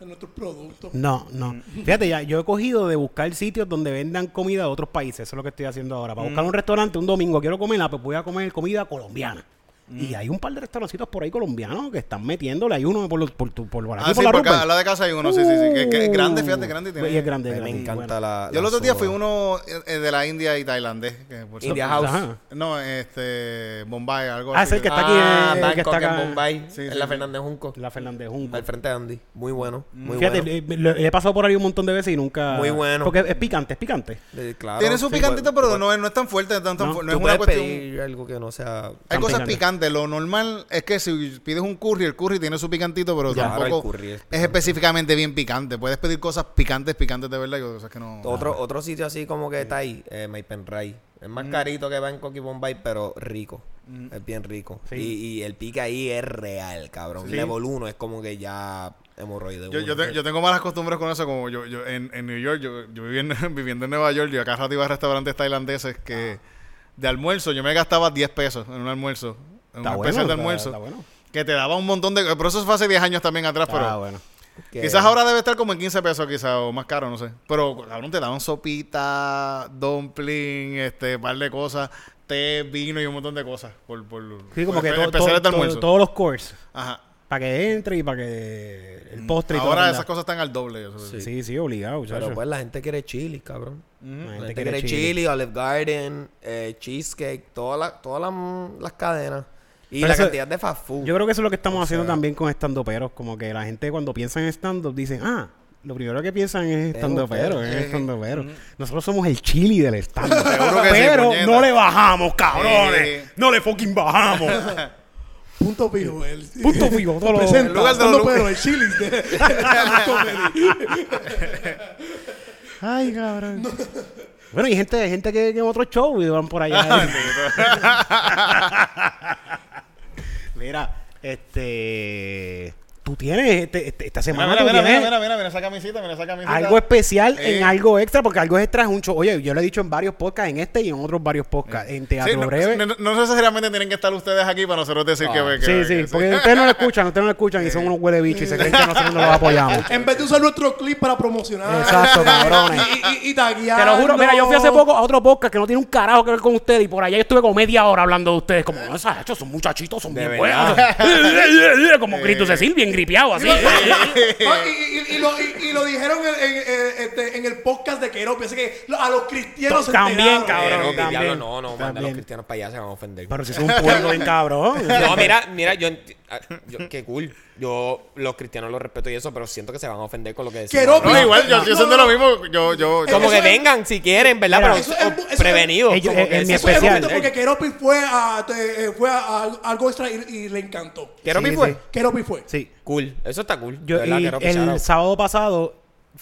Speaker 6: en nuestros productos.
Speaker 1: No, no. Fíjate, ya, yo he cogido de buscar sitios donde vendan comida de otros países. Eso es lo que estoy haciendo ahora. Para buscar un restaurante un domingo, quiero comerla, pues voy a comer comida colombiana. Y hay un par de restaurancitos por ahí colombianos que están metiéndole. Hay uno por, los- por, tu- por, por aquí,
Speaker 3: Ah, sí,
Speaker 1: por la
Speaker 3: porque
Speaker 1: Rupert.
Speaker 3: a la de casa hay uno. Sí, sí, sí. Que, que es grande,
Speaker 1: Uh,
Speaker 3: fíjate, grande. y tiene-
Speaker 1: Y es grande, es
Speaker 4: me
Speaker 1: grande, y
Speaker 4: encanta
Speaker 1: bueno.
Speaker 4: la,
Speaker 3: Yo el otro día fui uno eh, eh, de la India y tailandés. que por
Speaker 4: India
Speaker 3: cierto-
Speaker 4: House.
Speaker 1: Ajá.
Speaker 3: No, este. Bombay, algo
Speaker 1: Ah,
Speaker 3: así.
Speaker 1: es el que
Speaker 3: que-
Speaker 1: está aquí, eh, que
Speaker 4: Bangkok,
Speaker 1: está acá.
Speaker 4: en Bombay.
Speaker 3: Sí,
Speaker 4: en
Speaker 3: sí,
Speaker 4: la
Speaker 3: sí. Mm.
Speaker 4: Fernández Junco.
Speaker 1: La Fernández Junco.
Speaker 4: Al frente de Andy. Muy bueno. Muy
Speaker 1: Fíjate,
Speaker 4: bueno.
Speaker 1: eh, lo- le he pasado por ahí un montón de veces y nunca.
Speaker 4: Muy bueno.
Speaker 1: Porque es picante, es picante.
Speaker 4: Eh, claro,
Speaker 3: Tiene su
Speaker 4: sí,
Speaker 3: picantito,
Speaker 4: bueno,
Speaker 3: pero
Speaker 4: tú
Speaker 3: no es no es tan fuerte. No es tan
Speaker 1: No,
Speaker 3: fu- no
Speaker 4: puedes-
Speaker 3: es
Speaker 4: tú puedes
Speaker 3: una cuestión.
Speaker 4: pedir algo que no sea...
Speaker 3: Hay
Speaker 1: Tan
Speaker 3: cosas
Speaker 1: picante.
Speaker 3: picantes. Lo normal es que si pides un curry, el curry tiene su picantito, pero
Speaker 4: Ya, ahora el
Speaker 3: tampoco
Speaker 4: curry es
Speaker 3: es, específicamente bien picante. Puedes pedir cosas picantes, picantes de verdad. y cosas que no.
Speaker 4: Otro,
Speaker 3: Mm.
Speaker 4: otro sitio así como que está ahí, eh, My Penray. Es más carito que Bangkok y Bombay, pero rico. Es bien rico.
Speaker 1: Sí.
Speaker 4: Y, y el pique ahí es real, cabrón.
Speaker 1: Sí.
Speaker 4: Level 1 es como que ya hemorroide.
Speaker 3: Yo, yo,
Speaker 4: uno.
Speaker 3: te- yo tengo malas costumbres con eso, como yo, yo en, en New York, yo, yo viví en- (laughs) viviendo en Nueva York, yo acá rato iba a restaurantes tailandeses que de almuerzo, yo me gastaba 10 pesos en un almuerzo, en un
Speaker 1: Está bueno,
Speaker 3: especial de
Speaker 1: está-
Speaker 3: almuerzo,
Speaker 1: está bueno.
Speaker 3: que te daba un montón de... Pero eso fue hace 10 años también atrás, pero...
Speaker 1: Ah, bueno.
Speaker 4: Que-
Speaker 3: Quizás ahora debe estar como en 15 pesos, quizás, o más caro, no sé. Pero, cabrón, te daban sopita, dumpling, este, par de cosas, té, vino y un montón de cosas. Por, por,
Speaker 1: Sí, como
Speaker 3: por
Speaker 1: que
Speaker 3: espe-
Speaker 1: todo-
Speaker 3: especiales de
Speaker 1: todo-
Speaker 3: almuerzo.
Speaker 1: todos los cores.
Speaker 3: Ajá.
Speaker 1: Para que entre y para que el postre y todo.
Speaker 3: Mm, Ahora
Speaker 1: lo
Speaker 3: esas
Speaker 1: demás.
Speaker 3: cosas están al doble. eso sí.
Speaker 1: Sí, sí, obligado,
Speaker 4: Pero
Speaker 1: muchachos.
Speaker 4: pues la gente quiere chili, cabrón.
Speaker 1: Mm, La
Speaker 4: La
Speaker 1: gente
Speaker 4: gente
Speaker 1: quiere
Speaker 4: quiere
Speaker 1: chili.
Speaker 4: chili, Olive Garden, eh, Cheesecake, todas las todas mm, las- las cadenas. Y
Speaker 1: Pero
Speaker 4: la
Speaker 1: eso-
Speaker 4: cantidad de fast food.
Speaker 1: Yo creo que eso es lo que estamos haciendo también con stand-uperos. Como que la gente cuando piensa en stand-up dicen, ah, lo primero que piensan es stand-upero, es stand-upero. Nosotros somos el chili del stand-up.
Speaker 3: Mm. (laughs) Seguro que sí,
Speaker 1: pero
Speaker 3: puñeta.
Speaker 1: no le bajamos, cabrones.
Speaker 3: Eh.
Speaker 1: No le fucking
Speaker 3: (laughs)
Speaker 1: bajamos.
Speaker 6: Punto fijo. El,
Speaker 1: Punto fijo, todo lo-
Speaker 6: presenta,
Speaker 3: En lugar de
Speaker 6: Fernando
Speaker 3: los-
Speaker 6: Pedro, el chili. de- (laughs) de la comedy.
Speaker 1: Ay, cabrón. Bueno, y gente, gente que, que en otro show y van por
Speaker 3: (laughs)
Speaker 1: allá. (laughs) Mira, este. Tú tienes este- este- esta
Speaker 3: Mira,
Speaker 1: semana.
Speaker 3: mira,
Speaker 1: tú
Speaker 3: mira, mira,
Speaker 1: tienes
Speaker 3: mira, mira, mira esa camisita, mira esa camisita.
Speaker 1: Algo especial en
Speaker 3: Eh.
Speaker 1: algo extra, porque algo extra es un show. Oye, yo lo he dicho en varios podcasts, en este y en otros varios podcasts, en Teatro
Speaker 3: Sí, no,
Speaker 1: Breve.
Speaker 3: no- no necesariamente tienen que estar ustedes aquí para nosotros decir que, que-
Speaker 1: sí,
Speaker 3: que-
Speaker 1: sí,
Speaker 3: que- (laughs)
Speaker 1: porque ustedes no lo escuchan, ustedes no lo escuchan y
Speaker 3: Eh.
Speaker 1: son unos huele bichos y se creen que nosotros no
Speaker 3: (laughs)
Speaker 1: los apoyamos.
Speaker 6: En vez de usar nuestro clip para promocionar.
Speaker 1: Exacto, cabrones.
Speaker 6: Y, y, y taguear.
Speaker 1: Te lo juro, mira, yo fui hace poco a otro podcast que no tiene un carajo que ver con ustedes y por allá yo estuve como media hora hablando de ustedes. Como, no, esas hechos son muchachitos, son bien buenos. (laughs) como Cristo Cecil, bien gripeado así.
Speaker 6: (laughs) Ah, y, y- y- y lo, y- y lo dijeron en, en- en- este, en el podcast de Quero. Pensé que lo- a los cristianos se
Speaker 1: También,
Speaker 6: enteraron.
Speaker 1: cabrón,
Speaker 4: Pero, que
Speaker 1: también.
Speaker 4: diablo, no, no, manda a los
Speaker 1: También.
Speaker 4: cristianos para allá, se van a ofender.
Speaker 1: (laughs) Pero si es un pueblo bien cabrón. (laughs)
Speaker 4: No, mira, mira, yo, enti- ah, yo- Qué cool. Yo los cristianos los respeto y eso, pero siento que se van a ofender con lo que decimos.
Speaker 6: Quiero-
Speaker 3: No, igual, yo,
Speaker 6: No,
Speaker 3: yo
Speaker 6: no,
Speaker 3: soy de
Speaker 6: no.
Speaker 3: lo mismo. Yo, yo,
Speaker 6: Eso
Speaker 4: Como que
Speaker 6: es-
Speaker 4: vengan si quieren, ¿verdad?
Speaker 1: Mira,
Speaker 4: Pero
Speaker 6: eso es- eso es-
Speaker 4: prevenidos.
Speaker 1: Ellos-
Speaker 4: como
Speaker 1: en-
Speaker 4: que
Speaker 1: en mi
Speaker 4: se
Speaker 6: Eso es
Speaker 1: especial. eh.
Speaker 6: bonito porque Keropi fue a, te- eh, fue a, a- algo extra y, y le encantó.
Speaker 4: Quiero
Speaker 1: Sí,
Speaker 4: mi fue.
Speaker 1: sí.
Speaker 6: Keropi fue.
Speaker 1: Sí.
Speaker 4: Cool. Eso está cool.
Speaker 1: Yo,
Speaker 4: de verdad,
Speaker 1: y
Speaker 4: quiero pisar a-
Speaker 1: el sábado pasado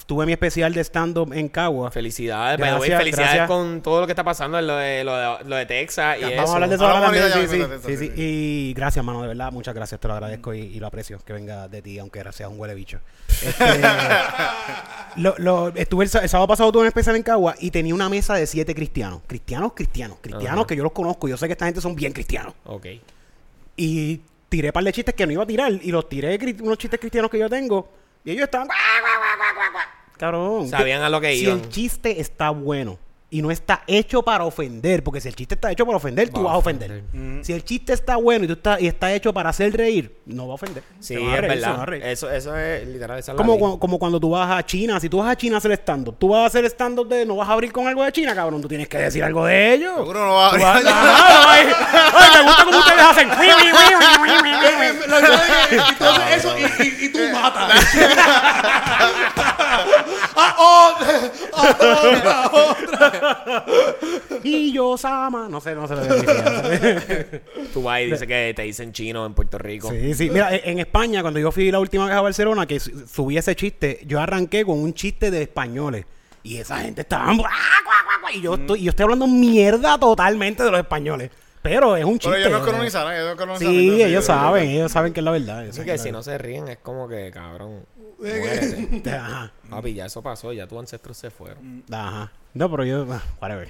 Speaker 1: tuve mi especial de stand-up en Cagua.
Speaker 4: Felicidades, by the way,
Speaker 1: Gracias,
Speaker 4: felicidades
Speaker 1: gracias.
Speaker 4: con todo lo que está pasando en lo de, lo de, lo de Texas y
Speaker 1: Vamos
Speaker 4: eso.
Speaker 1: a hablar de eso
Speaker 3: Ahora
Speaker 1: ahora
Speaker 3: vamos a
Speaker 1: también.
Speaker 3: hablar
Speaker 1: Sí,
Speaker 3: ya
Speaker 1: sí,
Speaker 3: mismo
Speaker 1: sí, sí.
Speaker 3: de eso,
Speaker 1: Y gracias, mano, de verdad. Muchas gracias. Te lo agradezco y, y lo aprecio que venga de ti, aunque seas un huele bicho. Este, (laughs) lo- lo- estuve el, sa- el sábado pasado tuve un especial en Cagua y tenía una mesa de siete cristianos. Cristianos, cristianos, cristianos que yo los conozco. Yo sé que esta gente son bien cristianos.
Speaker 4: Ok.
Speaker 1: Y tiré par de chistes que no iba a tirar. Y los tiré cri- unos chistes cristianos que yo tengo. Y ellos estaban. "Guau, guau, guau, guau, guau, guau". Cabrón.
Speaker 4: Sabían a lo que
Speaker 1: Si
Speaker 4: iban.
Speaker 1: el chiste está bueno y no está hecho para ofender, porque si el chiste está hecho para ofender, tú
Speaker 4: Va a
Speaker 1: vas a ofender. Si el chiste está bueno y, tú está, y está hecho para hacer reír, no va a ofender.
Speaker 4: Sí,
Speaker 1: Se van a
Speaker 4: es
Speaker 1: reír, se van a
Speaker 4: verdad.
Speaker 1: reír.
Speaker 4: Eso, eso es literal. Esa es la
Speaker 1: Como,
Speaker 4: ley.
Speaker 1: cu- como cuando tú vas a China, si tú vas a China a hacer stand-up, tú vas a hacer stand-up de no vas a abrir con algo de China, cabrón, tú tienes que decir algo de ellos.
Speaker 3: Seguro no va a
Speaker 1: Tú
Speaker 3: (laughs) abrir.
Speaker 1: vas- Ajá, ay, ay, me gusta como ustedes hacen.
Speaker 6: Lo que pasa es que- Entonces, eso, y, y, y tú
Speaker 1: (laughs)
Speaker 6: matas. (laughs) ah, oh, (laughs) ah, otra, otra.
Speaker 1: Y yo, Sama. No sé, no se lo decía.
Speaker 4: Tú vas y dices que te dicen chino en Puerto Rico.
Speaker 1: Sí, sí. Mira, e-, en en España, cuando yo fui la última vez a Barcelona, que su- subí ese chiste, yo arranqué con un chiste de españoles. Y esa gente estaba... ¡ah, guau, guau, guau! Y yo estoy, y yo estoy hablando mierda totalmente de los españoles. Pero es un chiste.
Speaker 3: Pero ellos no
Speaker 1: ¿no?
Speaker 3: colonizaron, ellos no colonizaron.
Speaker 1: Sí,
Speaker 3: entonces,
Speaker 1: ellos
Speaker 3: yo- yo-
Speaker 1: saben, ellos saben que es la verdad. ellos
Speaker 4: Así
Speaker 1: saben
Speaker 4: que
Speaker 1: que
Speaker 4: si no se ríen es como que,
Speaker 1: (laughs)
Speaker 4: cabrón, muérete.
Speaker 1: es la verdad. Ajá,
Speaker 4: Papi, ya eso pasó, ya tus ancestros se fueron.
Speaker 1: ajá. No, pero yo... ah, Whatever.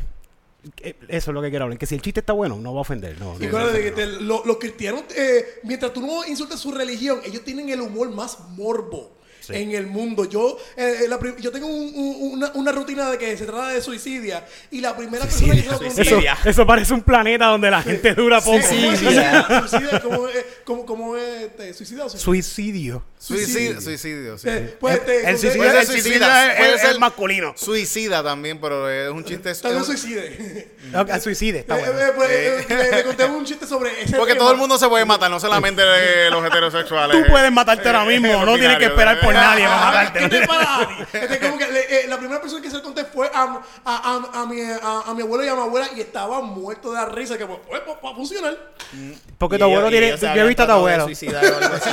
Speaker 1: Eh, Eso es lo que quiero hablar. Que si el chiste está bueno, no va a ofender. No,
Speaker 6: Y
Speaker 1: no,
Speaker 6: bueno,
Speaker 1: no,
Speaker 6: de-
Speaker 1: no.
Speaker 6: de- lo- los cristianos, eh, mientras tú no insultes su religión, ellos tienen el humor más morbo en el mundo. Yo eh, eh, la prim- yo tengo un- un- una, una rutina de que se trata de suicidia y la primera persona que se lo
Speaker 1: Eso, oh,
Speaker 6: conté-
Speaker 4: Suicidia.
Speaker 1: eso parece un planeta donde la gente dura poco.
Speaker 6: Suicidia. Suicidia, ¿cómo es? ¿Cómo- cómo es, este, suicida o suicidio?
Speaker 1: (laughs) Suicidio.
Speaker 3: Suicidio, suicidio. sí.
Speaker 6: Eh, pues, este,
Speaker 1: El
Speaker 6: donde-
Speaker 1: suicidio,
Speaker 3: Puede ser
Speaker 1: el suicidio
Speaker 3: suicida,
Speaker 1: es-
Speaker 3: puede
Speaker 1: es-
Speaker 3: ser-
Speaker 1: es masculino.
Speaker 3: Suicida también, pero es un chiste. es-
Speaker 6: Tal vez
Speaker 3: es un-
Speaker 6: suicide.
Speaker 1: Ok, al suicide, está
Speaker 6: (laughs) Eh,
Speaker 1: bueno.
Speaker 6: eh, pues, eh, le, le conté un chiste sobre ese
Speaker 3: Porque
Speaker 6: tema.
Speaker 3: todo el mundo se puede matar, no solamente eh, los heterosexuales.
Speaker 1: Tú
Speaker 3: eh.
Speaker 1: puedes matarte ahora
Speaker 3: eh,
Speaker 1: mismo, no
Speaker 3: ordinario,
Speaker 1: tienes que esperar por
Speaker 3: eh.
Speaker 1: nadie para
Speaker 6: Ah, ¿Qué
Speaker 1: matarte.
Speaker 6: te pasa? Este, como que le- eh, la primera persona que se lo conté fue a, a, a, a mi, a, a mi abuelo y a mi abuela y estaba muerto de la risa que pues, pues, pues, va a funcionar.
Speaker 1: Porque
Speaker 4: Y
Speaker 1: tu abuelo
Speaker 4: ellos- y
Speaker 1: tiene.
Speaker 4: ellos se
Speaker 1: Yo he visto a tu
Speaker 4: habían
Speaker 1: abuelo.
Speaker 4: tratado de suicidar o algo así.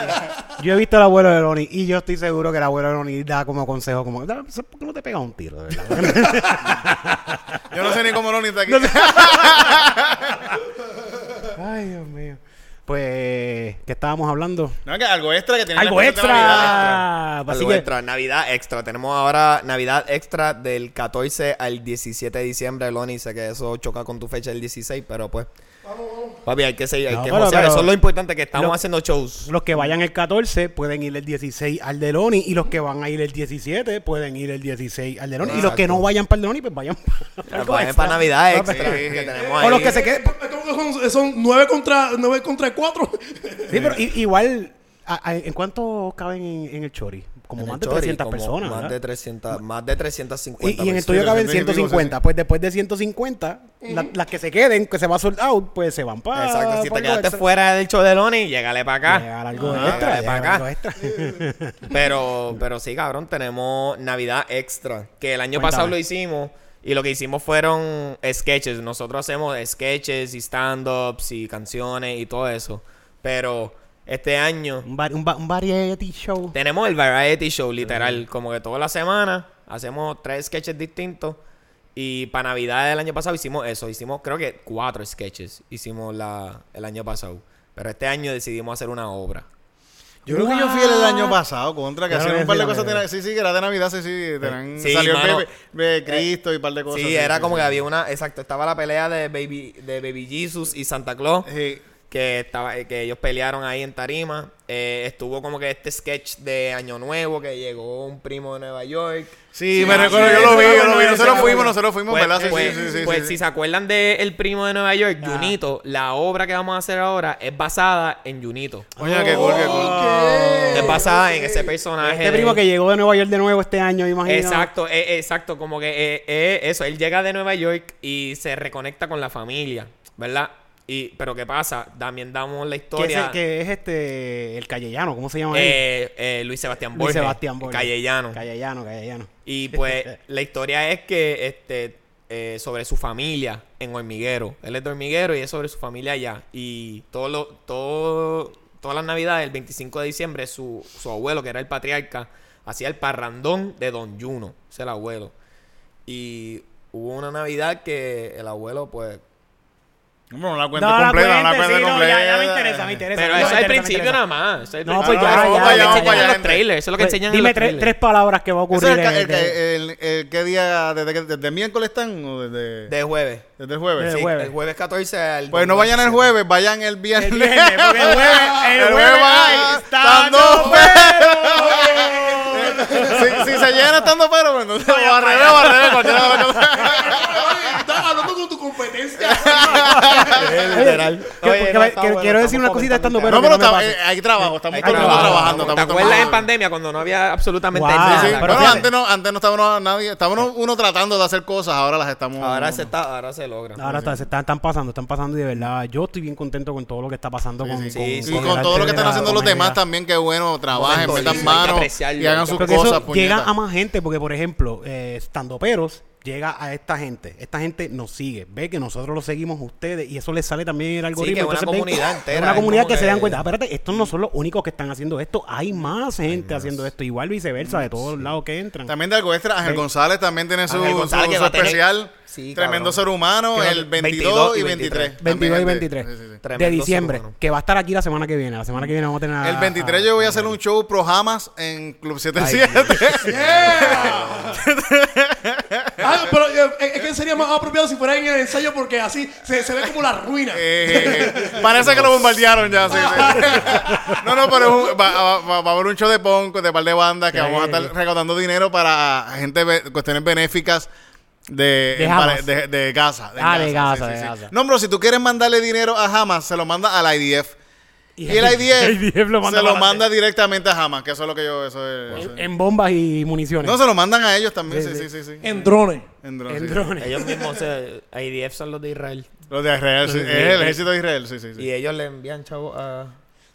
Speaker 1: Yo he visto al abuelo de Loni y yo estoy seguro que el abuelo de Loni da como consejo, como, "Da- ¿por qué no te pegas un tiro? De verdad? (laughs)
Speaker 3: Yo no sé ni cómo Loni está aquí.
Speaker 1: Ay, Ay, Dios mío. Pues, ¿qué estábamos hablando?
Speaker 3: No, que algo extra que tiene
Speaker 1: ¡Algo
Speaker 3: la
Speaker 1: extra!
Speaker 3: especial de Navidad.
Speaker 1: Así
Speaker 4: Algo
Speaker 1: Ah, pues que-
Speaker 4: extra, Navidad extra. Tenemos ahora Navidad extra del 14 al 17 de diciembre, Loni. Sé que eso choca con tu fecha del 16, pero pues. Papi, hay que seguir, hay
Speaker 1: No,
Speaker 4: que
Speaker 1: pero-
Speaker 4: josear.
Speaker 1: pero-
Speaker 4: Eso es lo importante que estamos
Speaker 1: lo-
Speaker 4: haciendo shows.
Speaker 1: Los que vayan el 14 pueden ir el 16 al Deloni y los que van a ir el 17 pueden ir el 16 al Deloni. Y los que no vayan para el Deloni, pues vayan (laughs) para, algo
Speaker 4: Para,
Speaker 1: extra.
Speaker 4: para Navidad
Speaker 1: Va-
Speaker 4: extra.
Speaker 3: sí,
Speaker 4: que
Speaker 3: sí.
Speaker 4: tenemos
Speaker 1: O los
Speaker 4: ahí.
Speaker 1: que se queden.
Speaker 6: Eh, pues, Son, son nueve contra nueve contra cuatro.
Speaker 4: eh,
Speaker 1: Sí, pero i- igual, a- a- ¿en cuánto caben en, en el Chori? Como
Speaker 4: En
Speaker 1: más
Speaker 4: el
Speaker 1: de
Speaker 4: Chori,
Speaker 1: 300
Speaker 4: como
Speaker 1: personas.
Speaker 4: Más
Speaker 1: ¿verdad?
Speaker 4: de, 300, más de
Speaker 1: Y,
Speaker 4: 350.
Speaker 1: y en el
Speaker 4: personas.
Speaker 1: tuyo caben
Speaker 3: 300 y pico,
Speaker 1: 150.
Speaker 3: sí.
Speaker 1: Pues después de 150, la- las que se queden, que se va sold out, pues se van para.
Speaker 4: Exacto, si te quedaste fuera del show de Loni, llégale para acá.
Speaker 1: algo
Speaker 4: Ah,
Speaker 1: extra,
Speaker 4: llégale para
Speaker 1: llegar algo
Speaker 4: acá.
Speaker 1: extra.
Speaker 4: (laughs) Pero, pero sí, cabrón, tenemos Navidad extra. Que el año
Speaker 1: Cuéntame.
Speaker 4: pasado lo hicimos. Y lo que hicimos fueron sketches. Nosotros hacemos sketches y stand-ups y canciones y todo eso. Pero este año
Speaker 1: un, vari- un va- un variety show.
Speaker 4: tenemos el variety show, literal. Como que toda la semana hacemos tres sketches distintos. Y para Navidad del año pasado hicimos eso. Hicimos, creo que cuatro sketches hicimos la, el año pasado. Pero este año decidimos hacer una obra.
Speaker 3: Yo creo que yo fui el año pasado contra que
Speaker 1: Ya
Speaker 3: hacían
Speaker 1: lo
Speaker 3: un par de
Speaker 1: decía,
Speaker 3: cosas. de
Speaker 1: mira.
Speaker 3: na- sí, sí, que era de Navidad, sí, sí. tenían-
Speaker 4: Sí,
Speaker 3: salió el
Speaker 4: mano.
Speaker 3: bebé, bebé Cristo y un par de cosas.
Speaker 4: Sí,
Speaker 3: así,
Speaker 4: era
Speaker 3: sí,
Speaker 4: como
Speaker 3: sí.
Speaker 4: que había una, exacto, estaba la pelea de Baby, de Baby Jesus y Santa Claus,
Speaker 3: Sí.
Speaker 4: que estaba, eh, que ellos pelearon ahí en Tarima. Eh, estuvo como que este sketch de Año Nuevo que llegó un primo de Nueva York.
Speaker 3: Sí,
Speaker 4: Sí,
Speaker 3: me
Speaker 4: sí,
Speaker 3: recuerdo,
Speaker 4: sí,
Speaker 3: yo
Speaker 4: sí,
Speaker 3: lo vi,
Speaker 4: sí,
Speaker 3: yo lo
Speaker 4: sí,
Speaker 3: vi.
Speaker 4: sí,
Speaker 3: Nosotros
Speaker 4: sí,
Speaker 3: fuimos,
Speaker 4: sí.
Speaker 3: nosotros fuimos,
Speaker 4: Pues,
Speaker 3: ¿verdad? Sí,
Speaker 4: pues,
Speaker 3: sí, sí, sí,
Speaker 4: pues,
Speaker 3: sí,
Speaker 4: si
Speaker 3: sí.
Speaker 4: se acuerdan de El Primo de Nueva York, Junito, la obra que vamos a hacer ahora es basada en Junito.
Speaker 3: Coño, qué cool, qué cool. Oh.
Speaker 4: Es basada en ese personaje.
Speaker 1: Este
Speaker 4: de-
Speaker 1: primo que llegó de Nueva York de nuevo este año, me imagino.
Speaker 4: Exacto, eh, eh, exacto, como que eh, eh, eso, él llega de Nueva York y se reconecta con la familia, ¿verdad? Y, pero ¿qué pasa? También damos la
Speaker 1: Que es,
Speaker 4: historia.
Speaker 1: que es este. El Callellano, ¿cómo se llama? él?
Speaker 4: eh, eh, Luis Sebastián
Speaker 1: Luis
Speaker 4: Borges,
Speaker 1: Sebastián Borges.
Speaker 4: Callellano.
Speaker 1: Callellano, Callellano.
Speaker 4: Y pues (laughs) la historia es que este eh, sobre su familia en Hormiguero. Él es de Hormiguero y es sobre su familia allá. Y todo lo, todo, todas las navidades, el 25 de diciembre, su, su abuelo, que era el patriarca, hacía el parrandón de Don Juno. Es el abuelo. Y hubo una navidad que el abuelo, pues...
Speaker 3: No, no la
Speaker 1: No,
Speaker 3: cuento
Speaker 1: la
Speaker 3: completa, no la
Speaker 1: cuente, sí,
Speaker 3: cuento
Speaker 1: no,
Speaker 3: completa.
Speaker 1: ya, ya me interesa, me interesa.
Speaker 4: Pero
Speaker 1: me
Speaker 4: eso es
Speaker 1: interesa,
Speaker 4: al
Speaker 1: me
Speaker 4: principio
Speaker 1: interesa.
Speaker 4: nada más. Eso es el
Speaker 1: No,
Speaker 4: principio.
Speaker 1: pues ya,
Speaker 4: Eso es
Speaker 1: ya,
Speaker 4: lo que
Speaker 1: ya,
Speaker 4: enseñan
Speaker 1: ya,
Speaker 4: en
Speaker 3: ya,
Speaker 4: los trailers. Eso es lo que
Speaker 1: Pues,
Speaker 4: enseñan en
Speaker 1: Dime
Speaker 4: los
Speaker 1: tres,
Speaker 4: trailers.
Speaker 1: tres palabras que va a
Speaker 3: Eso
Speaker 1: ocurrir.
Speaker 3: es el ca-
Speaker 1: en-
Speaker 3: el ca- el- el- ¿Qué día? ¿Desde que- desde el miércoles están o desde
Speaker 4: De jueves.
Speaker 3: desde el jueves?
Speaker 1: De
Speaker 4: Sí,
Speaker 1: jueves.
Speaker 4: El jueves 14 al
Speaker 3: Pues no
Speaker 4: domingo
Speaker 3: vayan el
Speaker 4: 17.
Speaker 3: jueves, vayan el viernes.
Speaker 1: El viernes, porque el
Speaker 3: (laughs)
Speaker 1: jueves- el jueves hay
Speaker 3: estando
Speaker 1: estando
Speaker 3: pero. (laughs) si, si se llegan estando pero, pues entonces barrera, barrera, cualquiera de las cosas.
Speaker 6: Estás hablando con tu competencia.
Speaker 4: Literal.
Speaker 1: Que-
Speaker 4: Oye,
Speaker 1: que-
Speaker 4: no,
Speaker 1: que-
Speaker 4: está
Speaker 1: que-
Speaker 4: bueno,
Speaker 1: quiero
Speaker 4: estamos
Speaker 1: decir una cosita estando
Speaker 4: fomentando
Speaker 1: pero
Speaker 3: No,
Speaker 1: que
Speaker 3: pero
Speaker 1: me pase.
Speaker 3: está- eh, hay trabajo, estamos
Speaker 1: Hay
Speaker 3: todo el mundo
Speaker 1: trabajo.
Speaker 3: trabajando.
Speaker 4: ¿Te
Speaker 3: estamos todo el
Speaker 4: acuerdas en
Speaker 3: mundo-
Speaker 4: pandemia cuando no había absolutamente
Speaker 1: Wow.
Speaker 3: Sí, sí.
Speaker 1: Ah,
Speaker 4: nada?
Speaker 1: pero
Speaker 3: Bueno,
Speaker 1: fíjate.
Speaker 3: antes no, antes no estábamos nadie, estábamos uno tratando de hacer cosas, ahora las estamos.
Speaker 4: Ahora se está, ahora se logra.
Speaker 1: Ahora está- se están, están pasando, están pasando y de verdad yo estoy bien contento con todo lo que está pasando con,
Speaker 4: sí, sí.
Speaker 3: Y
Speaker 4: con
Speaker 3: con
Speaker 1: el
Speaker 3: todo
Speaker 1: arte
Speaker 3: lo que
Speaker 1: de
Speaker 3: están
Speaker 1: la
Speaker 3: haciendo los
Speaker 1: humanidad.
Speaker 3: demás también, qué bueno, trabajen,
Speaker 4: Momentos,
Speaker 3: metan
Speaker 4: sí, hay que
Speaker 3: manos y
Speaker 4: apreciarlo.
Speaker 3: hagan sus
Speaker 1: Porque
Speaker 3: cosas,
Speaker 1: eso llega
Speaker 3: puñetas.
Speaker 1: a más gente, porque por ejemplo, eh, estandoperos llega a esta gente. Esta gente nos sigue, ve que nosotros lo seguimos a ustedes y eso les sale también en el algoritmo.
Speaker 4: que es una
Speaker 1: Entonces ven-
Speaker 4: comunidad
Speaker 1: es
Speaker 4: entera,
Speaker 1: Una
Speaker 4: es
Speaker 1: comunidad
Speaker 4: como
Speaker 1: que, se dan
Speaker 4: que-
Speaker 1: cuenta. Ah, espérate, estos no son los únicos que están haciendo esto. Hay más gente haciendo esto, igual viceversa, de todos lados que entran.
Speaker 3: También de algo extra, Ángel González también tiene su,
Speaker 4: Ángel González
Speaker 3: su-
Speaker 4: que
Speaker 3: su
Speaker 4: va a tener-
Speaker 3: especial.
Speaker 4: Sí,
Speaker 3: Tremendo
Speaker 4: cabrón.
Speaker 3: ser humano,
Speaker 4: Que va-
Speaker 3: el 22 y 23.
Speaker 1: 22 y
Speaker 3: También,
Speaker 1: 23
Speaker 3: sí, sí, sí.
Speaker 1: de
Speaker 4: Tremendo
Speaker 1: diciembre,
Speaker 4: ser humano.
Speaker 1: que va a estar aquí la semana que viene. La semana que viene vamos a tener a-
Speaker 3: El 23
Speaker 1: a-
Speaker 3: yo voy a hacer un show pro Hamas en Club 77.
Speaker 6: Yeah. Ah, pero eh, eh, es que sería más apropiado si fuera en el ensayo porque así se, se ve como la ruina.
Speaker 3: Eh, parece que lo bombardearon ya.
Speaker 1: (laughs)
Speaker 3: sí, sí. No, no, pero es un- va, va- va- va a haber un show de punk, de par de bandas que vamos a estar recaudando dinero para gente, be- cuestiones benéficas. De,
Speaker 1: De
Speaker 3: en
Speaker 1: Hamas.
Speaker 3: pare- de- de Gaza.
Speaker 1: Ah, de Gaza, de Gaza.
Speaker 3: No, pero si tú quieres mandarle dinero a Hamas, se lo manda al IDF. Y el
Speaker 1: (laughs)
Speaker 3: IDF,
Speaker 1: IDF lo manda
Speaker 3: se lo
Speaker 1: para
Speaker 3: manda directamente a Hamas, que eso es lo que yo... Eso es- eso es-
Speaker 1: en bombas y municiones.
Speaker 3: No, se lo mandan a ellos también, sí, sí, sí. sí.
Speaker 6: En drones.
Speaker 3: En drones,
Speaker 1: en
Speaker 3: sí.
Speaker 1: drones.
Speaker 4: Ellos mismos, se, IDF son los de Israel.
Speaker 3: Los de Israel, sí. Es el ejército de Israel, sí, sí, sí.
Speaker 4: Y ellos le envían chavo a...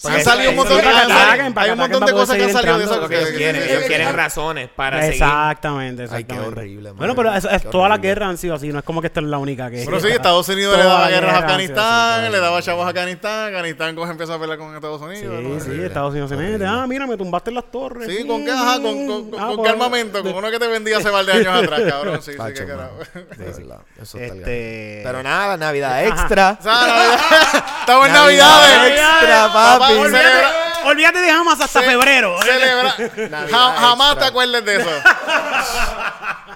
Speaker 3: han salido un montón de
Speaker 1: Para que
Speaker 3: cosas.
Speaker 1: ataquen, para
Speaker 3: Hay
Speaker 1: que
Speaker 3: un montón
Speaker 1: ataquen, para
Speaker 3: de cosas que han
Speaker 1: seguir
Speaker 3: salido de
Speaker 1: entrando,
Speaker 3: eso.
Speaker 1: porque
Speaker 3: que-
Speaker 4: Ellos
Speaker 3: que-
Speaker 4: quieren,
Speaker 3: que-
Speaker 4: ellos
Speaker 6: sí,
Speaker 4: quieren
Speaker 6: sí.
Speaker 4: razones para seguir.
Speaker 1: exactamente, exactamente.
Speaker 4: Ay, qué horrible, madre.
Speaker 1: Bueno, pero es- es-
Speaker 4: Qué
Speaker 1: todas las
Speaker 4: horrible.
Speaker 1: guerras han sido así, no es como que esta es la única que.
Speaker 3: Bueno, sí, Estados Unidos le
Speaker 1: Todas
Speaker 3: daba
Speaker 1: las
Speaker 3: guerras a
Speaker 1: guerras han sido así,
Speaker 3: Afganistán, le
Speaker 1: todas.
Speaker 3: daba chavos a Afganistán, Afganistán coge, empieza a pelear con Estados
Speaker 1: Sí,
Speaker 3: Unidos. ¿no?
Speaker 1: sí, Estados Unidos se mete. Ah, mira, me tumbaste en las torres.
Speaker 3: Sí, con qué, ajá, con, con- con-
Speaker 1: Ah,
Speaker 3: con
Speaker 1: pues,
Speaker 3: qué armamento, con uno que te vendía hace par de años atrás, cabrón. Sí, sí,
Speaker 4: Pacho,
Speaker 3: qué carajo. (laughs)
Speaker 4: mano. De verdad, eso está ligado.
Speaker 1: Este.
Speaker 4: Pero nada, Navidad extra.
Speaker 3: O sea, Navidad- Estamos en Navidades.
Speaker 4: extra,
Speaker 3: Papá,
Speaker 4: papi.
Speaker 3: olvídate. celebra-
Speaker 1: Olvídate de Hamas hasta febrero. ¿eh?
Speaker 3: Celebra. Ja-
Speaker 4: Navidad
Speaker 3: jamás
Speaker 4: extra.
Speaker 3: te acuerdes de eso.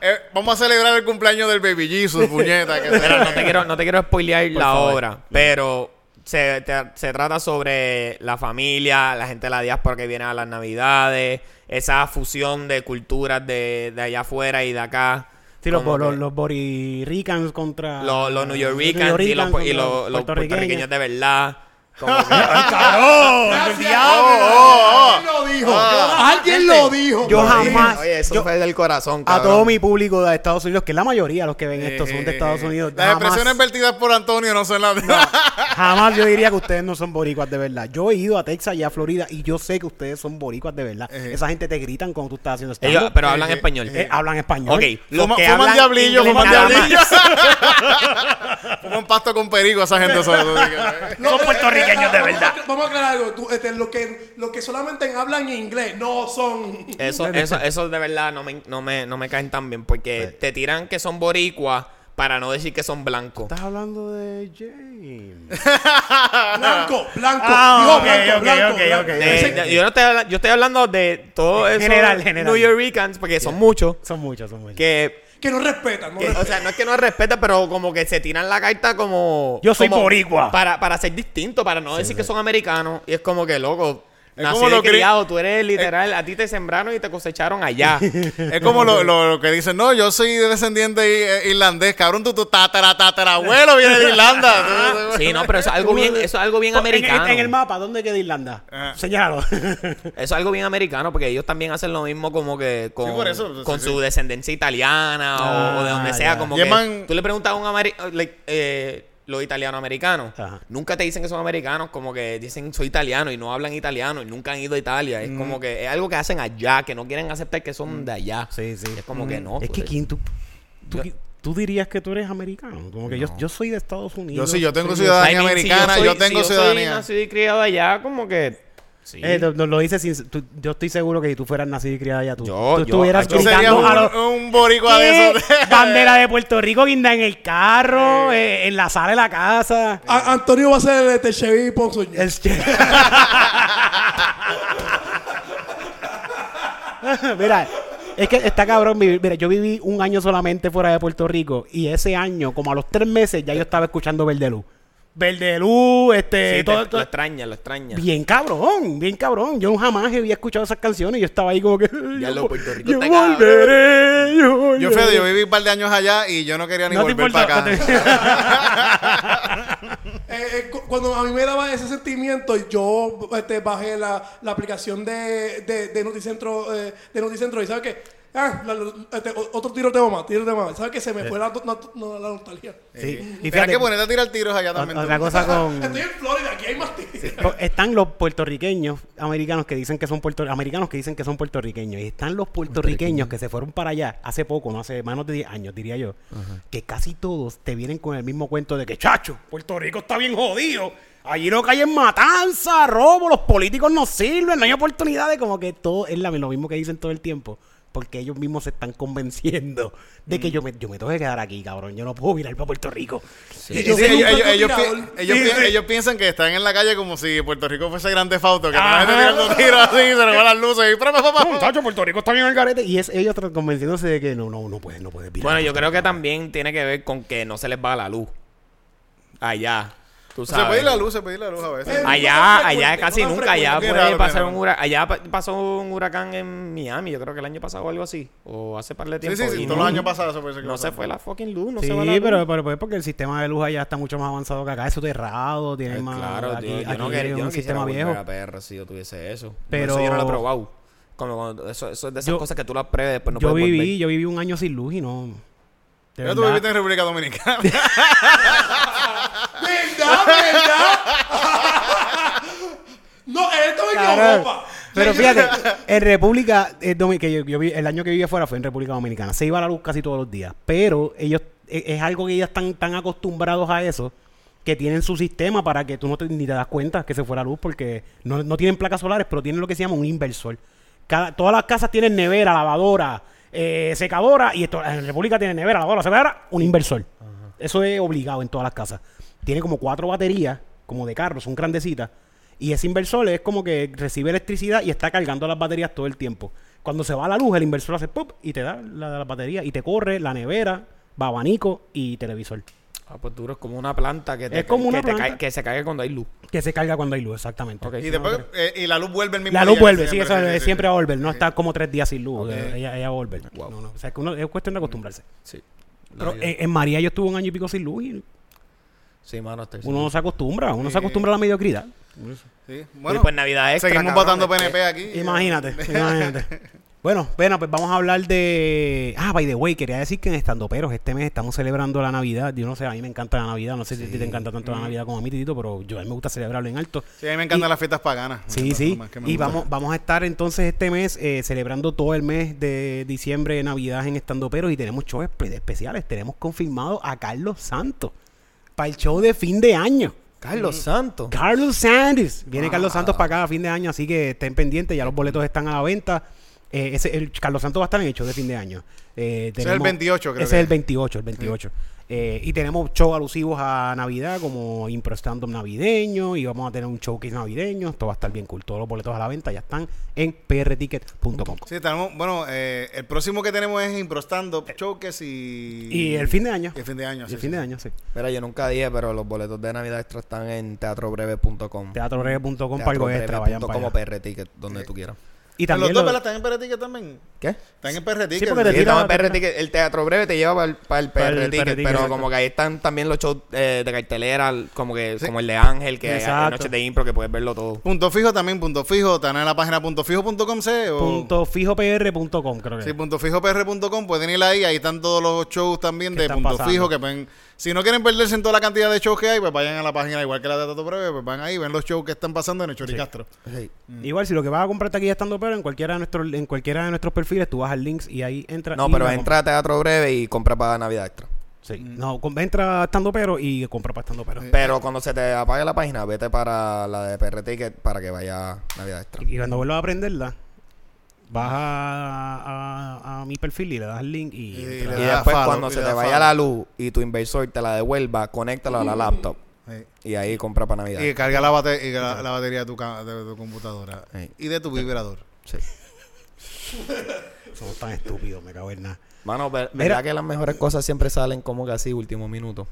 Speaker 3: Eh, vamos a celebrar el cumpleaños del Baby Jesus, puñeta. Que
Speaker 4: Pero no te (laughs) quiero, no te quiero spoilear la
Speaker 2: favor.
Speaker 4: obra, pero se, te- se trata sobre la familia, la gente de la diáspora que viene a las navidades, esa fusión de culturas de, de allá afuera y de acá.
Speaker 1: Sí, los,
Speaker 4: Como
Speaker 1: los,
Speaker 4: que
Speaker 1: los boriricans contra.
Speaker 4: los- los New
Speaker 1: New
Speaker 4: Yorkers y los,
Speaker 1: Yorkicans
Speaker 4: pu- y
Speaker 1: contra
Speaker 4: los- los puertorriqueños de verdad. Como que-
Speaker 6: Gracias, alguien lo dijo. Alguien lo dijo.
Speaker 1: Yo
Speaker 4: Oye,
Speaker 1: jamás-
Speaker 4: Oye, eso
Speaker 1: yo-
Speaker 4: fue del corazón,
Speaker 1: A
Speaker 4: cabrón.
Speaker 1: todo mi público de Estados Unidos, que la mayoría de los que ven esto son de
Speaker 3: Eh,
Speaker 1: Estados Unidos.
Speaker 3: Las
Speaker 1: jamás-
Speaker 3: expresiones vertidas por Antonio no son las (laughs) de.
Speaker 1: Jamás yo diría que ustedes no son boricuas de verdad. Yo he ido a Texas y a Florida y yo sé que ustedes son boricuas de verdad.
Speaker 3: Ejé.
Speaker 1: Esa gente te gritan cuando tú estás haciendo
Speaker 4: Ellos-
Speaker 1: stand-up.
Speaker 4: pero hablan español.
Speaker 1: Eh, hablan español.
Speaker 4: Ok, los
Speaker 3: Fuma-
Speaker 4: que
Speaker 3: fuman
Speaker 4: hablan
Speaker 3: diablillo,
Speaker 4: inglés
Speaker 3: fuman
Speaker 4: nada más.
Speaker 3: diablillo. fuman pasto con perigo esa gente. Sobre todo. eh.
Speaker 6: son puertorriqueños de verdad. eh, Vamos a aclarar algo. Tú, este, los, que, los que solamente hablan inglés no son.
Speaker 3: Eh.
Speaker 4: Eso, eso, eso de verdad no me, no me, no me caen tan bien porque te tiran que son boricuas para no decir que son blancos.
Speaker 1: Estás hablando de James.
Speaker 6: Blanco, blanco.
Speaker 1: Ah,
Speaker 6: Dijo
Speaker 1: ok, ok,
Speaker 6: blanco, blanco,
Speaker 1: ok,
Speaker 6: blanco.
Speaker 1: ok.
Speaker 4: De-
Speaker 1: Ese-
Speaker 4: de- yo, no estoy habla- yo estoy hablando de todo eso.
Speaker 1: General, general.
Speaker 4: New Yorkers, porque son muchos.
Speaker 1: Son muchos, son muchos. Pues,
Speaker 4: Que,
Speaker 6: Que no respetan. No
Speaker 3: Eh,
Speaker 4: que- o
Speaker 6: respetan.
Speaker 4: sea, no es que no respetan, pero como que se tiran la carta como.
Speaker 1: Yo soy
Speaker 4: como
Speaker 1: boricua.
Speaker 4: Para, para ser distinto, para no decir que son americanos. Y es como que, loco.
Speaker 3: Es
Speaker 4: Nací
Speaker 3: como
Speaker 4: de
Speaker 3: lo cri-
Speaker 4: criado, tú
Speaker 1: eh,
Speaker 4: eres literal, a ti te sembraron y te cosecharon
Speaker 1: (laughs)
Speaker 4: allá.
Speaker 3: Es como lo, lo- lo que dicen, no, yo soy descendiente i- eh, irlandés, cabrón, tu, tu tatara, tatarabuelo viene
Speaker 1: (laughs)
Speaker 3: de Irlanda.
Speaker 4: sí, no, pero eso es algo bien, eso es algo bien
Speaker 1: Pues, En-
Speaker 4: americano.
Speaker 1: En, en el mapa, ¿dónde queda Irlanda?
Speaker 4: (laughs)
Speaker 1: Señálalo.
Speaker 4: Eso es algo bien americano porque ellos también hacen lo mismo como que con,
Speaker 3: Sí, por eso, pues,
Speaker 4: con
Speaker 3: sí,
Speaker 4: su
Speaker 3: sí.
Speaker 4: descendencia italiana o- o de donde
Speaker 1: Ah,
Speaker 4: sea.
Speaker 1: ya.
Speaker 4: Como
Speaker 3: Yeman-
Speaker 4: que tú le preguntas a un americano, los italiano-americanos,
Speaker 1: Ajá.
Speaker 4: nunca te dicen que son americanos, como que dicen soy italiano y no hablan italiano y nunca han ido a Italia. Es
Speaker 1: Mm.
Speaker 4: como que es algo que hacen allá, que no quieren aceptar que son de allá.
Speaker 1: Sí, sí.
Speaker 4: Es como que no.
Speaker 1: es que
Speaker 4: pues,
Speaker 1: ¿quién tú, tú,
Speaker 4: Yo-
Speaker 1: tú dirías que tú eres americano? Como que yo, yo soy de Estados
Speaker 3: Yo
Speaker 1: Unidos.
Speaker 3: sí, yo tengo
Speaker 4: I
Speaker 3: ciudadanía
Speaker 4: mean, si
Speaker 3: americana,
Speaker 4: soy-
Speaker 3: yo tengo
Speaker 4: si Yo soy
Speaker 3: ciudadanía.
Speaker 4: nacido y criado allá, como que. Sí.
Speaker 1: Eh, nos nos lo dices sin- tú- yo estoy seguro que si tú fueras nacido y criada allá, tú,
Speaker 4: Yo-
Speaker 1: tú
Speaker 4: yo-
Speaker 1: estuvieras
Speaker 4: yo
Speaker 3: Tú serías
Speaker 1: gritando a los...
Speaker 3: un, un boricua de (laughs)
Speaker 1: ¿Qué?
Speaker 3: esos.
Speaker 1: Bandera de Puerto Rico guinda en el carro, eh, en la sala de la
Speaker 3: eh.
Speaker 1: casa.
Speaker 6: A- Antonio va a ser el este, Chevy Ponzoña.
Speaker 1: El- (laughs) Mira, es que está cabrón vivir. Mira, yo viví un año solamente fuera de Puerto Rico y ese año, como a los tres meses, ya yo estaba escuchando Verde Luz. Verde Luz,
Speaker 4: Sí,
Speaker 1: este,
Speaker 4: te-
Speaker 1: todo,
Speaker 4: Lo
Speaker 1: todo-
Speaker 4: extraña, lo extraña.
Speaker 1: Bien cabrón, bien cabrón. Yo jamás había escuchado esas canciones y yo estaba ahí como que.
Speaker 4: Ya
Speaker 1: yo
Speaker 4: lo, Puerto Rico
Speaker 1: yo
Speaker 4: está cabrón.
Speaker 1: volveré, yo volveré.
Speaker 3: Yo, Fede, yo viví un par de años allá y yo no quería ni
Speaker 1: No te
Speaker 3: volver
Speaker 1: importa,
Speaker 3: para acá.
Speaker 6: Eh, eh, cu- cuando a mí me daba ese sentimiento, yo este, bajé la, la aplicación de, de, de Noticentro, eh, de Noticentro y ¿sabes qué? Ah, la- la- este, o- otro tiroteo más, tiroteo más. ¿Sabes qué? Se
Speaker 3: Eh.
Speaker 6: me fue la, no- no- la nostalgia.
Speaker 3: (laughs)
Speaker 1: Sí. Y
Speaker 3: Tienes
Speaker 1: fíjate,
Speaker 3: que ponerte a tirar tiros allá también.
Speaker 1: otra
Speaker 3: tú.
Speaker 1: cosa con.
Speaker 6: Estoy en Florida, aquí hay más tiros.
Speaker 1: Co- Están los puertorriqueños americanos que dicen que son puertorriqueños, americanos que dicen que son puertorriqueños y están los puertorriqueños que se fueron para allá hace poco, no hace menos de 10 años, diría yo, que casi todos te vienen con el mismo cuento de que chacho, Puerto Rico está bien jodido. Allí no caen matanza, robo, los políticos no sirven, no hay oportunidades, como que todo es la- lo mismo que dicen todo el tiempo, porque ellos mismos se están convenciendo de que yo me, yo me tengo que quedar aquí, cabrón, yo no puedo mirar para Puerto Rico.
Speaker 6: Y
Speaker 3: Sí,
Speaker 6: fui un
Speaker 3: ellos, ellos- ellos pi-
Speaker 6: francotirador.
Speaker 3: ellos
Speaker 6: Sí,
Speaker 3: pi-
Speaker 6: sí.
Speaker 3: ellos piensan que están en la calle como si Puerto Rico fuese grande fauto, que la gente tirando tiros así, se le van las luces y pa, pa, pa,
Speaker 1: (laughs)
Speaker 3: pa.
Speaker 1: Muchachos, Puerto Rico está bien el garete. Y es ellos tra- convenciéndose de que no, no, no puede, no puede.
Speaker 4: Bueno, yo creo que también tiene que ver con que no se les va la luz. Allá. Tú
Speaker 3: Se puede
Speaker 4: sabes.
Speaker 3: ir pues, la luz, se puede ir la luz a veces.
Speaker 6: Eh,
Speaker 1: Ah,
Speaker 4: Allá,
Speaker 6: No tan
Speaker 4: allá
Speaker 6: frecuente,
Speaker 4: casi
Speaker 6: no tan
Speaker 4: nunca. Allá
Speaker 3: frecuente.
Speaker 4: puede
Speaker 3: Bien raro,
Speaker 4: pasar
Speaker 3: bien
Speaker 4: un huracán. Allá pa- pasó un huracán en Miami, yo creo que el año pasado o algo así. O hace par de
Speaker 3: Sí,
Speaker 4: tiempo.
Speaker 3: sí, sí,
Speaker 4: y
Speaker 3: todos
Speaker 4: no,
Speaker 3: los años pasados se puede ser que
Speaker 4: No se
Speaker 3: pasa.
Speaker 4: fue la fucking luz, no
Speaker 1: sí,
Speaker 4: se va la luz. Eh,
Speaker 1: pero, pero, pero porque el sistema de luz allá está mucho más avanzado que acá. Eso terrado, tiene
Speaker 4: Ay,
Speaker 1: más.
Speaker 4: claro,
Speaker 1: aquí,
Speaker 4: tío, yo,
Speaker 1: aquí
Speaker 4: no quería,
Speaker 1: es
Speaker 4: yo no
Speaker 1: un
Speaker 4: quisiera
Speaker 1: sistema
Speaker 4: volver
Speaker 1: viejo.
Speaker 4: a PR si yo tuviese eso.
Speaker 1: Pero-
Speaker 4: Eso yo no lo he probado. Como cuando- eso, eso es de esas
Speaker 1: Yo-
Speaker 4: cosas que tú las pruebas y después no
Speaker 1: yo
Speaker 4: puedes
Speaker 1: viví,
Speaker 4: volver.
Speaker 1: yo viví un año sin luz y no. de
Speaker 3: Pero tú
Speaker 1: verdad.
Speaker 3: viviste en República Dominicana.
Speaker 6: ¿Verdad? ¿Verdad?
Speaker 1: Pero fíjate, en República eh, Domi- que yo, yo vi- el año que viví afuera fue en República Dominicana. Se iba a la luz casi todos los días. Pero ellos, e- es, algo que ellos están tan acostumbrados a eso que tienen su sistema para que tú no te, ni te das cuenta que se fue la luz porque no, no tienen placas solares, pero tienen lo que se llama un inversor. Cada, todas las casas tienen nevera, lavadora, eh, secadora y esto, en República tienen nevera, lavadora, secadora, un inversor. Eso es obligado en todas las casas. Tiene como cuatro baterías, como de carro, son grandecitas. Y ese inversor es como que recibe electricidad y está cargando las baterías todo el tiempo. Cuando se va la luz, el inversor hace pop y te da la de las baterías y te corre la nevera, va abanico y televisor.
Speaker 4: Ah, pues duro, es como una planta que, te,
Speaker 1: Es como
Speaker 4: que
Speaker 1: una
Speaker 4: te
Speaker 1: planta.
Speaker 4: cae- que se caiga cuando hay luz.
Speaker 1: Que se carga cuando hay luz, exactamente.
Speaker 4: Ok.
Speaker 3: Y después, eh, y la luz vuelve el mismo
Speaker 1: La luz
Speaker 3: día,
Speaker 1: vuelve, sí, eso
Speaker 3: sí,
Speaker 1: eh,
Speaker 3: sí,
Speaker 1: siempre
Speaker 3: sí.
Speaker 1: va a volver. No está como tres días sin luz. eh, Ella, ella va a volver. No, no, O sea, que uno- es cuestión de acostumbrarse.
Speaker 4: Sí.
Speaker 1: Pero en, en María yo estuve un año y pico sin luz y
Speaker 4: Sí, mano, estoy
Speaker 1: uno no se acostumbra. Uno se acostumbra a la mediocridad.
Speaker 3: Sí.
Speaker 4: Bueno,
Speaker 3: Bueno,
Speaker 4: y pues Navidad extra,
Speaker 3: seguimos
Speaker 4: cabrón,
Speaker 3: votando
Speaker 4: es que-
Speaker 3: PNP aquí.
Speaker 1: Imagínate,
Speaker 3: (laughs)
Speaker 1: imagínate. Bueno, bueno, pues vamos a hablar de. Ah, by the way, quería decir que en Estando Peros este mes estamos celebrando la Navidad. Yo no sé, a mí me encanta la Navidad. No sé si a ti te encanta tanto la Navidad como a mí, Titito, pero yo a mí me gusta celebrarlo en alto.
Speaker 3: Sí, a mí me encantan
Speaker 1: Y-
Speaker 3: las fiestas paganas.
Speaker 1: Sí,
Speaker 3: Las
Speaker 1: sí.
Speaker 3: formas que me
Speaker 1: Y
Speaker 3: gustan.
Speaker 1: vamos, vamos a estar entonces este mes eh, celebrando todo el mes de diciembre, Navidad en Estando Peros y tenemos shows espe- especiales. Tenemos confirmado a Carlos Santos para el show de fin de año.
Speaker 4: Carlos
Speaker 3: Mm.
Speaker 4: Santos.
Speaker 1: Carlos Santos. Viene Carlos Santos
Speaker 3: Ah.
Speaker 1: para cada fin de año, así que estén pendientes. Ya los boletos están a la venta. Eh, ese- el Carlos Santos va a estar en el show de fin de año. Eh,
Speaker 3: es el
Speaker 1: tenemos-
Speaker 3: 28 creo
Speaker 1: Ese
Speaker 3: que
Speaker 1: es el
Speaker 3: es.
Speaker 1: 28, el 28. Eh, y tenemos shows alusivos a Navidad, como Impro Stand-Up navideño, y vamos a tener un showcase navideño. Esto va a estar bien cool. Todos los boletos a la venta ya están en prticket.com.
Speaker 3: Sí, tenemos, bueno, eh, el próximo que tenemos es Improstando, Choques y...
Speaker 1: Y el fin de año.
Speaker 3: Y el fin de año,
Speaker 1: Y
Speaker 3: sí,
Speaker 1: el fin
Speaker 3: sí.
Speaker 1: de año, sí.
Speaker 4: Mira, yo nunca dije, pero los boletos de Navidad extra están en teatrobreve.com.
Speaker 1: Teatroreve.com para algo extra, vayan para
Speaker 4: como
Speaker 1: allá.
Speaker 4: PR Ticket, donde tú quieras.
Speaker 1: Y
Speaker 3: Pero
Speaker 1: también
Speaker 3: los dos,
Speaker 1: lo-
Speaker 3: ¿verdad? ¿Están en PR Ticket también?
Speaker 4: ¿Qué?
Speaker 3: Están en PR Ticket.
Speaker 1: porque te
Speaker 4: Sí,
Speaker 1: tira-
Speaker 4: estamos en PR Ticket. El Teatro Breve te lleva para el, para el
Speaker 1: Para el
Speaker 4: PR Ticket,
Speaker 1: PR Ticket,
Speaker 4: pero
Speaker 1: exacto.
Speaker 4: como que ahí están también los shows eh, de cartelera, como que como el de Ángel, que hay- hay
Speaker 1: Exacto.
Speaker 4: noches de impro que puedes verlo todo.
Speaker 3: Punto fijo también, punto fijo. Están en la página puntofijo.com, ¿sí? O-
Speaker 1: punto fijopr.com, creo que.
Speaker 3: Sí,
Speaker 1: es.
Speaker 3: puntofijopr.com, pueden ir ahí, ahí están todos los shows también
Speaker 1: Que
Speaker 3: de
Speaker 1: están
Speaker 3: Punto
Speaker 1: pasando.
Speaker 3: Fijo, que pueden, si no quieren perderse en toda la cantidad de shows que hay, pues vayan a la página igual que la de Tato Breve, pues van ahí, ven los shows que están pasando en el Chori Castro.
Speaker 4: Mm.
Speaker 1: Igual, si lo que vas a comprarte aquí estando pero en cualquiera de nuestros, en cualquiera de nuestros perfiles, tú vas al links y ahí entra.
Speaker 4: No,
Speaker 1: y
Speaker 4: pero
Speaker 1: la
Speaker 4: entra Mm. a Teatro Breve y compra para Navidad extra.
Speaker 1: compras. Sí. No, com- entra estando pero y compra para estando pero.
Speaker 4: Pero cuando se te apague la página, vete para la de PR Ticket para que vaya Navidad extra.
Speaker 1: Y cuando vuelvas a aprenderla, vas a, a- a mi perfil y le das el link y.
Speaker 3: Y
Speaker 1: entra.
Speaker 3: le
Speaker 4: Y
Speaker 3: da
Speaker 4: después
Speaker 3: follow,
Speaker 4: cuando
Speaker 3: y
Speaker 4: se
Speaker 3: le
Speaker 4: te
Speaker 3: da
Speaker 4: vaya
Speaker 3: follow.
Speaker 4: la luz y tu inversor te la devuelva, conéctalo a
Speaker 3: Mm.
Speaker 4: la laptop
Speaker 3: Sí.
Speaker 4: y ahí compra para Navidad.
Speaker 3: Y carga la, bate- y la, la batería de tu, ca- de tu computadora
Speaker 4: Sí.
Speaker 3: y de tu vibrador.
Speaker 4: Sí.
Speaker 1: Somos tan estúpidos, me cago en nada.
Speaker 4: Mano, ver-
Speaker 1: Mira.
Speaker 4: ¿verdad que las mejores cosas siempre salen como que así, último minuto?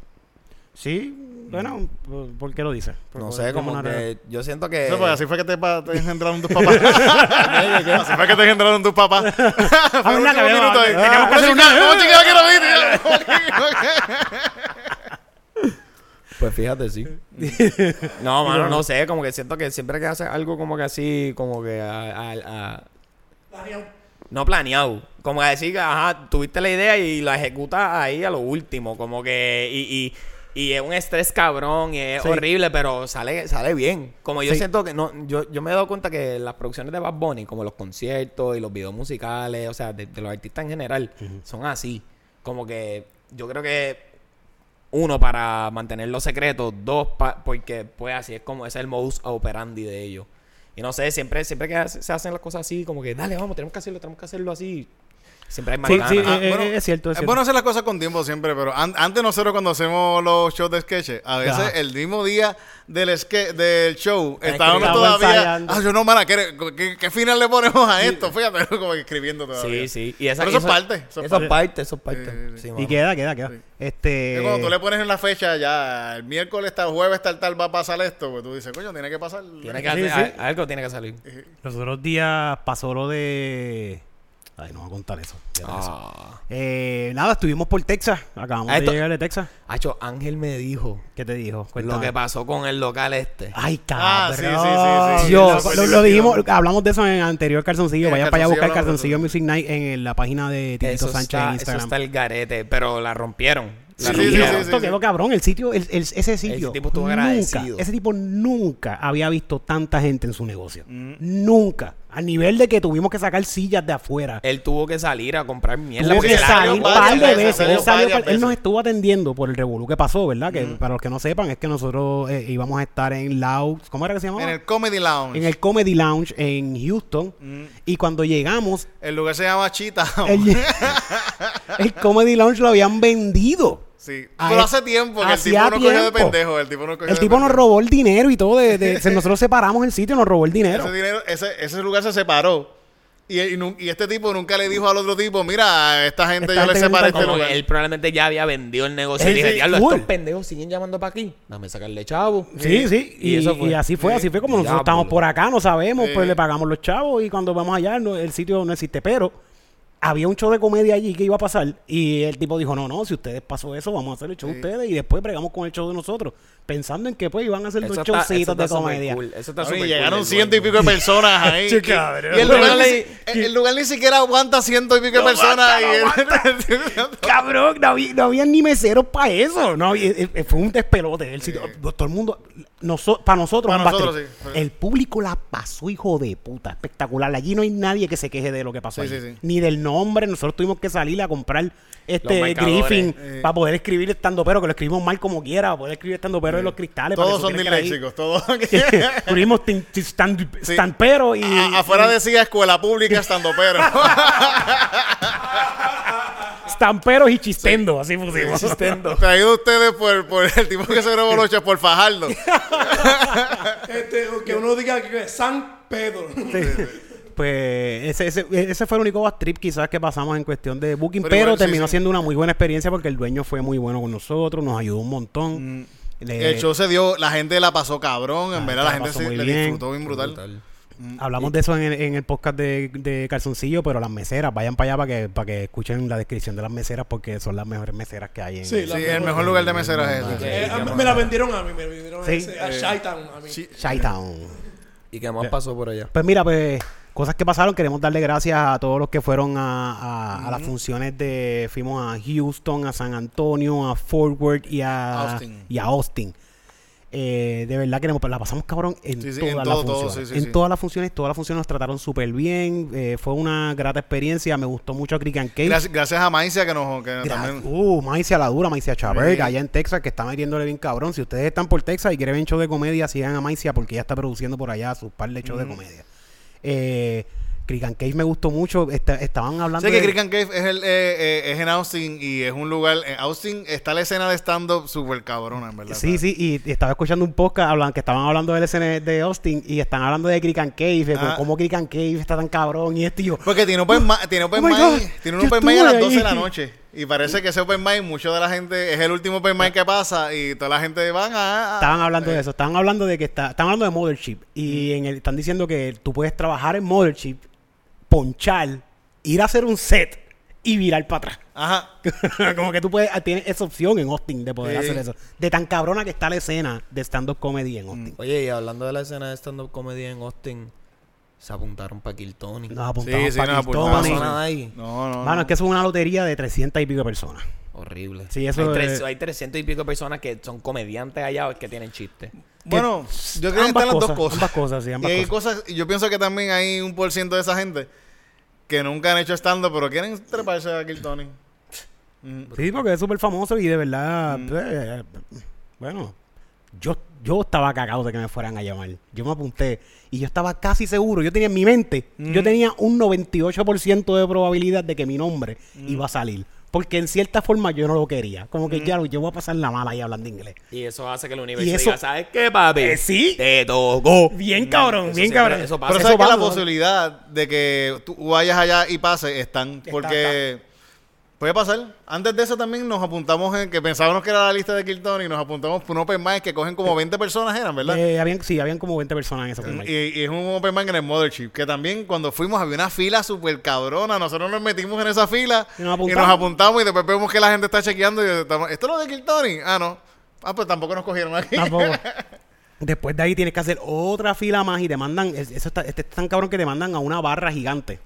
Speaker 1: Sí, bueno, ¿por- Pues ¿por qué lo dices?
Speaker 4: Mm. No sé, como que yo siento que...
Speaker 3: Eso fue, así fue que te, pa- te engendraron
Speaker 1: (laughs)
Speaker 3: tus papás. así fue que te engendraron tus papás. Fue el
Speaker 1: verdad que
Speaker 3: último
Speaker 1: había-
Speaker 3: minuto ahí.
Speaker 1: ah, teníamos que
Speaker 3: Vamos,
Speaker 1: hacer
Speaker 3: chica, vamos, chica, que lo vi, tío.
Speaker 4: Pues fíjate, sí. no, mano, no sé, como que siento que siempre que haces algo como que así, como que a- a- a- no planeado. Como que decir, ajá, tuviste la idea y la ejecutas ahí a lo último, como que... Y, y, y es un estrés cabrón y es
Speaker 1: Sí.
Speaker 4: horrible, pero sale, sale bien. Como yo
Speaker 1: Sí.
Speaker 4: siento que no, yo, yo me he dado cuenta que las producciones de Bad Bunny, como los conciertos y los videos musicales, o sea, de, de los artistas en general, son así. Como que yo creo que uno, para mantenerlo secreto. Dos, pa- porque pues así es como ese es el modus operandi de ellos. Y no sé, siempre, siempre que hace- se hacen las cosas así, como que dale, vamos, tenemos que hacerlo, tenemos que hacerlo así. Siempre hay más
Speaker 1: Sí,
Speaker 4: ganas.
Speaker 1: sí,
Speaker 3: Ah,
Speaker 1: eh, es cierto, es cierto.
Speaker 3: bueno hacer las cosas con tiempo siempre, pero an- antes nosotros cuando hacemos los shows de sketches, a veces
Speaker 1: Ajá.
Speaker 3: el mismo día del sketch, del show,
Speaker 4: que
Speaker 3: estábamos
Speaker 1: estamos
Speaker 3: todavía.
Speaker 1: ensayando.
Speaker 3: Ah, yo no, mala, ¿qué, qué, qué final le ponemos a esto? Fíjate, como que escribiendo todavía.
Speaker 4: sí, sí. Y esa,
Speaker 3: Pero eso es
Speaker 4: y
Speaker 3: parte, eso
Speaker 4: Eso
Speaker 3: es
Speaker 4: es
Speaker 3: parte.
Speaker 4: parte, eso es parte.
Speaker 3: Sí, sí, sí.
Speaker 4: Sí,
Speaker 1: Y
Speaker 4: mano.
Speaker 1: queda, queda, queda.
Speaker 3: Que
Speaker 1: Este.
Speaker 3: cuando tú le pones en la fecha ya, el miércoles, tal jueves, tal, tal, va a pasar esto, pues tú dices, coño, tiene que pasar.
Speaker 4: Tiene que
Speaker 1: Sí,
Speaker 4: hacer-
Speaker 1: sí.
Speaker 4: a- algo tiene que salir.
Speaker 3: Eh.
Speaker 1: Los otros días pasó lo de. Ay, no voy a contar eso. fíjate eso.
Speaker 4: Ah.
Speaker 1: Eh, nada, estuvimos por Texas. Acabamos
Speaker 4: Ah,
Speaker 1: de
Speaker 4: esto-
Speaker 1: llegar de Texas.
Speaker 4: Hacho, Ángel me dijo
Speaker 1: ¿Qué te dijo?
Speaker 4: lo
Speaker 1: Cuéntame.
Speaker 4: que pasó con el local este.
Speaker 1: Ay, cabrón.
Speaker 3: Ah, sí, sí, sí, sí.
Speaker 1: Dios,
Speaker 3: Fue
Speaker 1: lo, lo
Speaker 3: divertido.
Speaker 1: dijimos, hablamos de eso en el anterior calzoncillo.
Speaker 3: En el
Speaker 1: Vayan para allá a buscar
Speaker 3: calzoncillo
Speaker 1: calzoncillo
Speaker 3: hablamos
Speaker 1: Music Night en la página de Tito
Speaker 4: Eso
Speaker 1: Sánchez
Speaker 4: está,
Speaker 1: en
Speaker 4: eso
Speaker 1: Instagram.
Speaker 4: está el garete, pero la rompieron. La
Speaker 3: Sí, sí,
Speaker 4: rompieron.
Speaker 3: sí, sí, sí.
Speaker 1: Esto quedó cabrón. El sitio, el- el- ese sitio.
Speaker 4: tipo estuvo
Speaker 1: nunca,
Speaker 4: agradecido.
Speaker 1: Ese tipo nunca había visto tanta gente en su negocio. Nunca. Al nivel de que tuvimos que sacar sillas de afuera.
Speaker 4: Él tuvo que salir a comprar mierda.
Speaker 1: Tuvo
Speaker 4: porque
Speaker 1: que
Speaker 4: la-
Speaker 1: salir un
Speaker 3: varias
Speaker 1: par de
Speaker 3: veces,
Speaker 1: veces.
Speaker 3: salió
Speaker 1: Él, salió
Speaker 3: varias
Speaker 1: par- él nos
Speaker 3: veces.
Speaker 1: estuvo atendiendo por el revolú que pasó, ¿verdad? Que para los que no sepan, es que nosotros eh, íbamos a estar en Loud. ¿Cómo era que se llamaba?
Speaker 3: En el Comedy Lounge.
Speaker 1: en el Comedy Lounge en Houston. Y cuando llegamos,
Speaker 3: El lugar se llama Chita. (laughs)
Speaker 1: el, (laughs) el Comedy Lounge lo habían vendido.
Speaker 3: Sí.
Speaker 1: Ah,
Speaker 3: Pero
Speaker 1: es-
Speaker 3: hace tiempo que el
Speaker 1: hacía
Speaker 3: tipo nos cogió de
Speaker 1: tiempo.
Speaker 3: pendejo. El tipo nos cogió
Speaker 1: El
Speaker 3: de
Speaker 1: tipo nos
Speaker 3: pendejo.
Speaker 1: robó el dinero y todo. De,
Speaker 3: (laughs)
Speaker 1: de- se- nosotros separamos el sitio, nos robó el dinero.
Speaker 3: Ese, dinero- ese, ese lugar se separó. Y, y nu- y este tipo nunca le dijo al otro tipo, mira, a esta gente
Speaker 1: Esta
Speaker 3: yo le
Speaker 1: gente
Speaker 3: separé este
Speaker 1: nunca-
Speaker 4: como
Speaker 3: lugar.
Speaker 4: que él probablemente ya había vendido el negocio.
Speaker 1: Él
Speaker 4: Y dije,
Speaker 1: sí,
Speaker 4: diablo,
Speaker 1: full.
Speaker 4: estos pendejos siguen llamando para aquí. Dame sacarle chavo.
Speaker 1: Sí, sí, y,
Speaker 4: Y eso fue.
Speaker 1: y así fue, así fue como nosotros
Speaker 4: Diablo.
Speaker 1: estamos por acá, no sabemos,
Speaker 3: Sí.
Speaker 1: pues le pagamos los chavos y cuando vamos allá no- el sitio no existe, pero había un show de comedia allí que iba a pasar y el tipo dijo, no, no, si ustedes pasó eso, vamos a hacer el show de ustedes y después bregamos con el show de nosotros, pensando en que pues iban a hacer dos
Speaker 4: Eso está, eso
Speaker 1: showcitos
Speaker 4: está
Speaker 1: de
Speaker 4: super
Speaker 1: comedia.
Speaker 4: cool. Eso está
Speaker 3: Cabrón,
Speaker 4: super
Speaker 3: y
Speaker 4: cool
Speaker 3: llegaron
Speaker 4: del
Speaker 3: ciento y
Speaker 4: dueño.
Speaker 3: pico de personas
Speaker 1: (laughs)
Speaker 3: ahí.
Speaker 1: Sí,
Speaker 3: Y-
Speaker 1: cabrón.
Speaker 3: y el lugar,
Speaker 1: Bueno,
Speaker 3: ni,
Speaker 1: le-
Speaker 3: el- el lugar ni siquiera aguanta ciento y pico de personas. y-
Speaker 1: (laughs)
Speaker 3: (laughs)
Speaker 1: Cabrón, no había, no había ni meseros para eso. No había- eh, eh, fue un despelote. El sitio, Todo el mundo, para nosotros,
Speaker 3: Pa'
Speaker 1: un backstage.
Speaker 3: nosotros, sí.
Speaker 1: el público la pasó, hijo de puta. Espectacular. Allí no hay nadie que se queje de lo que pasó.
Speaker 3: Sí,
Speaker 1: allí.
Speaker 3: sí, sí.
Speaker 1: Ni del nombre. Nosotros tuvimos que salir a comprar este
Speaker 4: Los marcadores.
Speaker 1: Griffin para poder escribir estando pero, que lo escribimos mal como quiera, para poder escribir estando pero en los cristales. para que
Speaker 3: todos son
Speaker 1: supieran que
Speaker 3: disléxicos. Todos.
Speaker 1: era ahí. (laughs) Tuvimos tin- tin- stand,
Speaker 3: Sí.
Speaker 1: stampero y.
Speaker 3: (laughs) A- afuera decía escuela pública estando
Speaker 1: (laughs)
Speaker 3: pero. (laughs)
Speaker 1: Stamperos y chistendo. Así pusimos.
Speaker 3: Traído ustedes por, por el tipo que se grabó los shows, por Fajardo.
Speaker 6: Este, que uno diga que San Pedro.
Speaker 1: (laughs) Pues ese, ese, ese fue el único bad trip quizás que pasamos en cuestión de booking, pero,
Speaker 3: Pero igual, sí,
Speaker 1: terminó
Speaker 3: sí.
Speaker 1: siendo una muy buena experiencia porque el dueño fue muy bueno con nosotros, nos ayudó un montón.
Speaker 3: Mm.
Speaker 1: Le-
Speaker 3: El show se dio, la gente la pasó cabrón. En verdad,
Speaker 1: Eh, la
Speaker 3: la gente
Speaker 1: pasó
Speaker 3: se,
Speaker 1: muy
Speaker 3: le
Speaker 1: bien.
Speaker 3: disfrutó bien brutal.
Speaker 1: hablamos de eso en el, en el podcast de, de Calzoncillo, pero las meseras, vayan para allá para que, para que escuchen la descripción de las meseras porque son las mejores meseras que hay en
Speaker 6: Sí,
Speaker 3: Sí,
Speaker 6: la
Speaker 3: el mejor lugar de meseras es ese.
Speaker 6: Eh, a- me la vendieron a mí, me la vendieron
Speaker 1: Sí. Eh,
Speaker 6: a, ese- a Shaitan a mí.
Speaker 3: Sí.
Speaker 1: Chi-Town.
Speaker 4: ¿Y qué más pasó por allá?
Speaker 1: Pues mira, pues cosas que pasaron, queremos darle gracias a todos los que fueron a, a- a las funciones de, fuimos a Houston, a San Antonio, a Fort Worth y a
Speaker 3: Austin.
Speaker 1: Y a Austin. Eh, de verdad queremos, pero la pasamos cabrón en
Speaker 3: Sí, sí,
Speaker 1: todas
Speaker 3: en
Speaker 1: las
Speaker 3: todo, todo,
Speaker 1: funciones.
Speaker 3: sí, sí,
Speaker 1: en
Speaker 3: sí.
Speaker 1: todas las funciones, todas las funciones nos trataron súper bien. eh, fue una grata experiencia, me gustó mucho Crick and Cake.
Speaker 3: Gracias, gracias a Maicia que nos que
Speaker 1: Eh, Gracias.
Speaker 3: también.
Speaker 1: Uh, Maicia la dura, Maicia Chaberga,
Speaker 3: Sí.
Speaker 1: allá en Texas, que está metiéndole bien cabrón. Si ustedes están por Texas y quieren ver show de comedia, sigan a Maicia porque ella está produciendo por allá sus par de shows de comedia. Eh, Crick and Cave me gustó mucho. Esta- estaban hablando.
Speaker 3: Sé que
Speaker 1: de-
Speaker 3: Creek and Cave es, el, eh, eh, es en Austin y es un lugar. En Austin está la escena de stand-up súper cabrona, en verdad.
Speaker 1: Sí, sí, y estaba escuchando un podcast hablan, que estaban hablando del escena de Austin y están hablando de Crick and Cave, de
Speaker 3: Ah.
Speaker 1: cómo Crick and Cave está tan cabrón y este y yo.
Speaker 3: Porque tiene open, ma- tiene open
Speaker 1: oh my
Speaker 3: mic-
Speaker 1: God,
Speaker 3: tiene un
Speaker 1: yo
Speaker 3: open mic a
Speaker 1: estuve
Speaker 3: las 12 de la
Speaker 1: ahí.
Speaker 3: noche. Y parece que ese open mic, mucho de la gente, es el último open mic que pasa y toda la gente van a.
Speaker 1: Estaban hablando
Speaker 3: Eh.
Speaker 1: de eso, estaban hablando de que está, estaban hablando de Mothership y
Speaker 3: Mm.
Speaker 1: en el, están diciendo que tú puedes trabajar en Mothership, ponchar, ir a hacer un set y virar para atrás. (laughs)
Speaker 3: Ajá.
Speaker 1: como que tú puedes, ah, tienes esa opción en Austin de poder
Speaker 3: Sí.
Speaker 1: hacer eso. De tan cabrona que está la escena de stand-up comedy en Austin.
Speaker 4: Oye, y hablando de la escena de stand-up comedy en Austin, se apuntaron para Kill Tony.
Speaker 1: Nos
Speaker 3: Mm. Sí,
Speaker 1: apuntamos
Speaker 3: sí,
Speaker 1: para
Speaker 3: nos
Speaker 1: Kiltoni.
Speaker 3: apuntamos.
Speaker 4: pasó nada ahí.
Speaker 3: No, no.
Speaker 1: Mano,
Speaker 3: no.
Speaker 1: es que eso es una lotería de 300 y pico de personas.
Speaker 4: Horrible.
Speaker 1: Sí, eso
Speaker 4: hay,
Speaker 1: es-
Speaker 4: tres- hay 300 y pico personas que son comediantes allá o que tienen chistes.
Speaker 3: Bueno, yo creo que
Speaker 1: ambas
Speaker 3: están las
Speaker 1: cosas,
Speaker 3: dos cosas.
Speaker 1: ambas cosas, sí, ambas
Speaker 3: y hay cosas. yo pienso que también hay un por ciento de esa gente que nunca han hecho stand-up, pero quieren treparse a Kill Tony.
Speaker 1: Sí, porque es súper famoso y de verdad, eh, bueno, yo, yo estaba cagado de que me fueran a llamar. Yo me apunté y yo estaba casi seguro, yo tenía en mi mente, yo tenía un 98% de probabilidad de que mi nombre iba a salir. Porque en cierta forma yo no lo quería. Como que ya, yo voy a pasar la mala ahí hablando inglés.
Speaker 4: Y eso hace que el universo
Speaker 1: eso-
Speaker 4: diga, ¿sabes qué, papi?
Speaker 1: Eh, sí.
Speaker 4: Te tocó.
Speaker 1: Bien cabrón, bien cabrón.
Speaker 4: Eso pasa.
Speaker 3: Pero
Speaker 1: eso
Speaker 3: sabes que
Speaker 1: pasa,
Speaker 3: la
Speaker 1: ¿no?
Speaker 3: posibilidad de que tú vayas allá y pases están. Porque puede pasar. Antes de eso también nos apuntamos en que pensábamos que era la lista de Kilton y nos apuntamos por un open mic que
Speaker 1: (laughs)
Speaker 3: cogen como 20 personas eran, ¿verdad?
Speaker 1: Eh, habían, sí, habían como 20 personas en esa forma.
Speaker 3: Mm, Y, y es un open mic en el Mothership. Que también cuando fuimos había una fila súper cabrona. Nosotros nos metimos en esa fila
Speaker 1: Y
Speaker 3: y
Speaker 1: nos
Speaker 3: nos
Speaker 1: apuntamos.
Speaker 3: apuntamos y, después vemos que la gente está chequeando y estamos, ¿esto es lo de Kiltoni? Ah, no. Ah, pues (laughs) tampoco nos cogieron aquí.
Speaker 1: Tampoco. Después de ahí tienes que hacer otra fila más y te mandan, es- eso está, este es tan cabrón que te mandan a una barra gigante.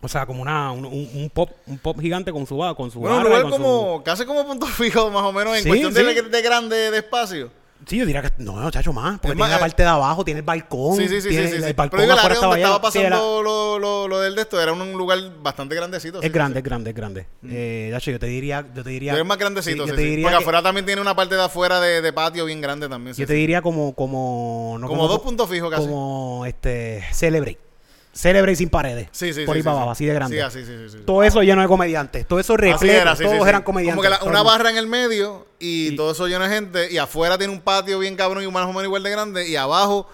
Speaker 1: O sea, como una, un, un- un pop, un pop gigante con su ba- con su
Speaker 3: Bueno, un
Speaker 1: barra y
Speaker 3: lugar
Speaker 1: con su-
Speaker 3: como, casi como punto fijo, más o menos, en
Speaker 1: Sí,
Speaker 3: cuestión de-
Speaker 1: sí.
Speaker 3: De, grande de espacio.
Speaker 1: Sí, yo diría que no, no, chacho, más. Porque
Speaker 3: Es
Speaker 1: tiene
Speaker 3: más,
Speaker 1: la
Speaker 3: eh,
Speaker 1: parte de abajo, tiene el balcón.
Speaker 3: Sí, sí, sí,
Speaker 1: tiene
Speaker 3: sí,
Speaker 1: el,
Speaker 3: sí,
Speaker 1: el
Speaker 3: sí.
Speaker 1: balcón
Speaker 3: Pero digo, el
Speaker 1: afuera
Speaker 3: área
Speaker 1: está
Speaker 3: donde estaba
Speaker 1: vallado. Sí, era-
Speaker 3: pasando lo, lo, lo del de esto era un, un lugar bastante grandecito. sí,
Speaker 1: Es
Speaker 3: sí,
Speaker 1: grande, es grande, es grande. Eh, Dacho, yo te diría, yo te
Speaker 3: sí.
Speaker 1: diría.
Speaker 3: Es más
Speaker 1: sí,
Speaker 3: grandecito, sí,
Speaker 1: yo te
Speaker 3: sí.
Speaker 1: diría
Speaker 3: Porque
Speaker 1: que-
Speaker 3: afuera también tiene una parte de afuera de, de patio bien grande también. sí,
Speaker 1: yo te
Speaker 3: sí.
Speaker 1: diría como, como, no
Speaker 3: Como dos puntos fijos casi.
Speaker 1: Como este, Celebrate. Celebrate sin paredes.
Speaker 3: Sí, sí,
Speaker 1: Por
Speaker 3: sí,
Speaker 1: ahí para
Speaker 3: sí,
Speaker 1: abajo,
Speaker 3: sí.
Speaker 1: así de grande.
Speaker 3: Sí, así, sí, sí, sí, sí.
Speaker 1: Todo eso lleno de comediantes. Todo eso
Speaker 3: Así
Speaker 1: repleto.
Speaker 3: era, sí, sí,
Speaker 1: todos
Speaker 3: sí.
Speaker 1: eran comediantes.
Speaker 3: Como que la-
Speaker 1: todo el
Speaker 3: una
Speaker 1: mundo.
Speaker 3: barra en el medio y, todo eso lleno de gente. Y afuera tiene un patio bien cabrón y un más o menos igual de grande. Y abajo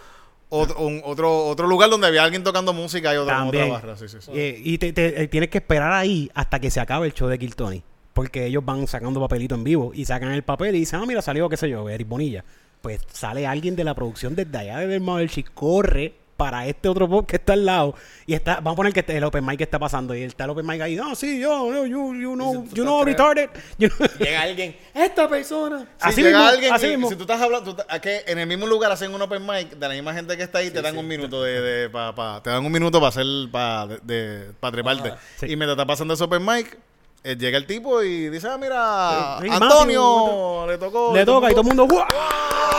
Speaker 3: otro, un- otro, otro lugar donde había alguien tocando música y otra, otra
Speaker 1: También.
Speaker 3: barra. Sí, sí, sí.
Speaker 1: Eh, y te, te- eh, tienes que esperar ahí hasta que se acabe el show de Kill Tony. Porque ellos van sacando papelito en vivo y sacan el papel y dicen, ah, mira, salió, qué sé yo, Eric Bonilla. Pues sale alguien de la producción desde allá de Belmaverchi, corre para este otro pop que está al lado. Y está, vamos a poner que este- el open mic que está pasando. Y está el open mic ahí, no, sí, yo, yo, you, you know, you know, retarded. (laughs) You know-
Speaker 4: Llega alguien, esta persona.
Speaker 3: Si
Speaker 1: así
Speaker 3: llega
Speaker 1: mismo,
Speaker 3: alguien
Speaker 1: así
Speaker 3: y-
Speaker 1: mismo.
Speaker 3: si tú estás hablando, tú estás- a que en el mismo lugar hacen un open mic de la misma gente que está ahí, te dan un minuto de, de- pa- pa- te dan un minuto para hacer para de, de- pa treparte.
Speaker 1: Sí.
Speaker 3: Y mientras está pasando ese open mic, eh, llega el tipo y dice, ah, mira,
Speaker 1: Sí,
Speaker 3: Antonio le tocó.
Speaker 1: Le toca y todo el mundo, ¡guau!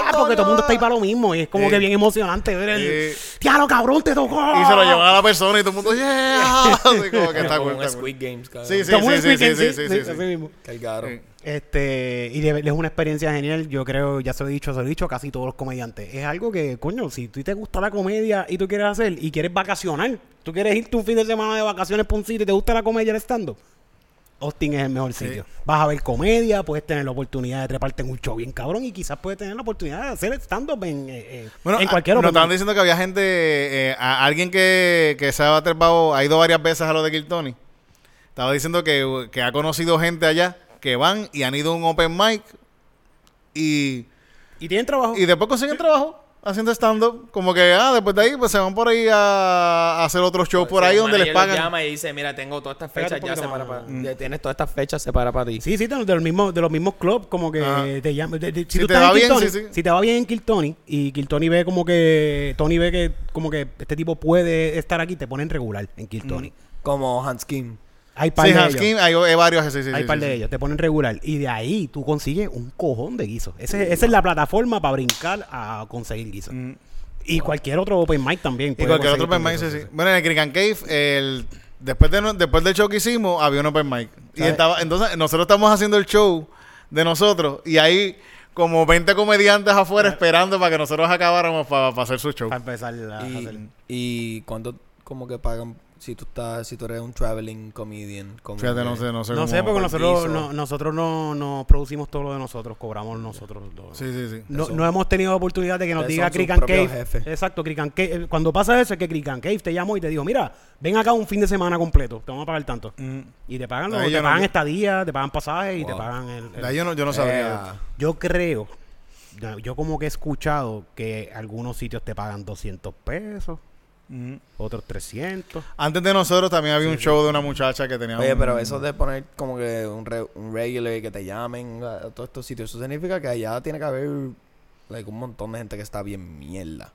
Speaker 1: Porque todo el mundo
Speaker 3: ¡Guau!
Speaker 1: está ahí para lo mismo. Y es como
Speaker 3: Sí.
Speaker 1: que bien emocionante ver el.
Speaker 3: Sí.
Speaker 1: ¡Diablo, cabrón, te tocó!
Speaker 3: Y se lo llevan a la persona y todo el mundo, (laughs) yeah. Así como que está
Speaker 4: Como
Speaker 3: cool,
Speaker 4: un
Speaker 3: está cool.
Speaker 4: Squid Games, cabrón.
Speaker 3: Sí, sí,
Speaker 1: Estamos en
Speaker 3: sí, sí, sí,
Speaker 1: Quicken,
Speaker 3: sí, sí, sí,
Speaker 1: así
Speaker 3: sí.
Speaker 1: mismo.
Speaker 4: Cargaron.
Speaker 3: Sí.
Speaker 1: Este, y de verdad es una experiencia genial. Yo creo, ya se lo he dicho, se lo he dicho a casi todos los comediantes. Es algo que, coño, si tú te gusta la comedia y tú quieres hacer y quieres vacacionar, tú quieres irte un fin de semana de vacaciones por un sitio y te gusta la comedia el stand-up, Austin es el mejor sitio. Vas a ver comedia, puedes tener la oportunidad de treparte en un show bien cabrón y quizás puedes tener la oportunidad de hacer stand-up en, eh, eh,
Speaker 3: Bueno, ah,
Speaker 1: en
Speaker 3: a-
Speaker 1: cualquier
Speaker 3: nos
Speaker 1: open
Speaker 3: estaban
Speaker 1: mic.
Speaker 3: diciendo que había gente, eh, a- alguien que, que se ha trepado, ha ido varias veces a lo de Kill Tony. Estaba diciendo que, que ha conocido gente allá que van y han ido a un open mic y,
Speaker 1: Y tienen trabajo.
Speaker 3: y después consiguen trabajo haciendo stand-up. Como que, ah, después de ahí, pues se van por ahí a, a hacer otros shows por
Speaker 4: Pues Sí,
Speaker 3: ahí
Speaker 4: el
Speaker 3: donde
Speaker 4: manager
Speaker 3: les pagan.
Speaker 4: los llama y dice, mira, tengo todas estas
Speaker 1: Espérate
Speaker 4: fechas,
Speaker 1: un
Speaker 4: ya
Speaker 1: poquito
Speaker 4: separa
Speaker 1: más.
Speaker 4: para ya tienes todas estas fechas, separa para ti.
Speaker 1: Sí, sí, de de los mismos, de los mismos clubs, como que
Speaker 3: Ajá.
Speaker 1: te llaman. de- de- si,
Speaker 3: Si
Speaker 1: tú
Speaker 3: te
Speaker 1: estás
Speaker 3: va
Speaker 1: en
Speaker 3: bien,
Speaker 1: Kill Tony,
Speaker 3: sí, sí.
Speaker 1: si te va bien en Kill Tony y Kill Tony ve como que Tony ve que como que este tipo puede estar aquí, te ponen regular en Kill Tony.
Speaker 4: Como Hans Kim.
Speaker 1: Hay par
Speaker 3: Mm. Sí,
Speaker 1: de
Speaker 3: Hans
Speaker 1: ellos.
Speaker 3: Kim, hay, hay varios, sí, sí, sí,
Speaker 1: Hay
Speaker 3: sí,
Speaker 1: par
Speaker 3: sí,
Speaker 1: de
Speaker 3: sí.
Speaker 1: ellos, te ponen regular y de ahí tú consigues un cojón de guiso. Ese- esa es la plataforma para brincar a conseguir guiso. Y cualquier otro open mic también.
Speaker 3: Mm. Y
Speaker 1: puede
Speaker 3: cualquier otro
Speaker 1: conseguir
Speaker 3: open mic,
Speaker 1: guiso,
Speaker 3: sí, sí. Bueno, en el Crican Cave, el, después, de, no- después del show que hicimos, había un open mic. Y
Speaker 1: ¿Sabes?
Speaker 3: estaba, entonces, nosotros estamos haciendo el show de nosotros y hay como 20 comediantes afuera esperando para que nosotros acabáramos para hacer su show.
Speaker 1: Para empezar a
Speaker 4: Y,
Speaker 1: hacer.
Speaker 4: y cuánto como que pagan si tú estás, si tú eres un traveling comedian. Como
Speaker 3: Fíjate, no
Speaker 4: que-
Speaker 3: sé, no sé.
Speaker 1: No
Speaker 3: cómo-
Speaker 1: sé, porque nosotros
Speaker 4: piso.
Speaker 1: no, nosotros no, no producimos todo lo de nosotros, cobramos nosotros todo.
Speaker 3: Sí, sí, sí.
Speaker 1: No,
Speaker 4: Son-
Speaker 1: no hemos tenido oportunidad de que nos
Speaker 4: Ustedes
Speaker 1: diga
Speaker 4: son sus
Speaker 1: Crick and Cave.
Speaker 4: propios jefes.
Speaker 1: Exacto, Crick and Cave. Eh, Cuando pasa eso es que Crick and Cave te llamó y te dijo, mira, ven acá un fin de semana completo, te vamos a pagar tanto. Y te pagan, lo-
Speaker 3: Mm. Ahí
Speaker 1: te
Speaker 3: yo no-
Speaker 1: pagan estadía, te pagan pasajes y te pagan el... el-
Speaker 3: De ahí yo no, yo no sabría.
Speaker 4: Eh,
Speaker 1: Yo creo, yo- yo como que he escuchado que algunos sitios te pagan 200 pesos,
Speaker 3: Mm.
Speaker 1: otros 300.
Speaker 3: Antes de nosotros también había un show de una muchacha que tenía
Speaker 4: Oye,
Speaker 3: un-
Speaker 4: pero eso de poner como que un, re- un regular y que te llamen a, a todos estos sitios, eso significa que allá tiene que haber like, un montón de gente que está bien mierda.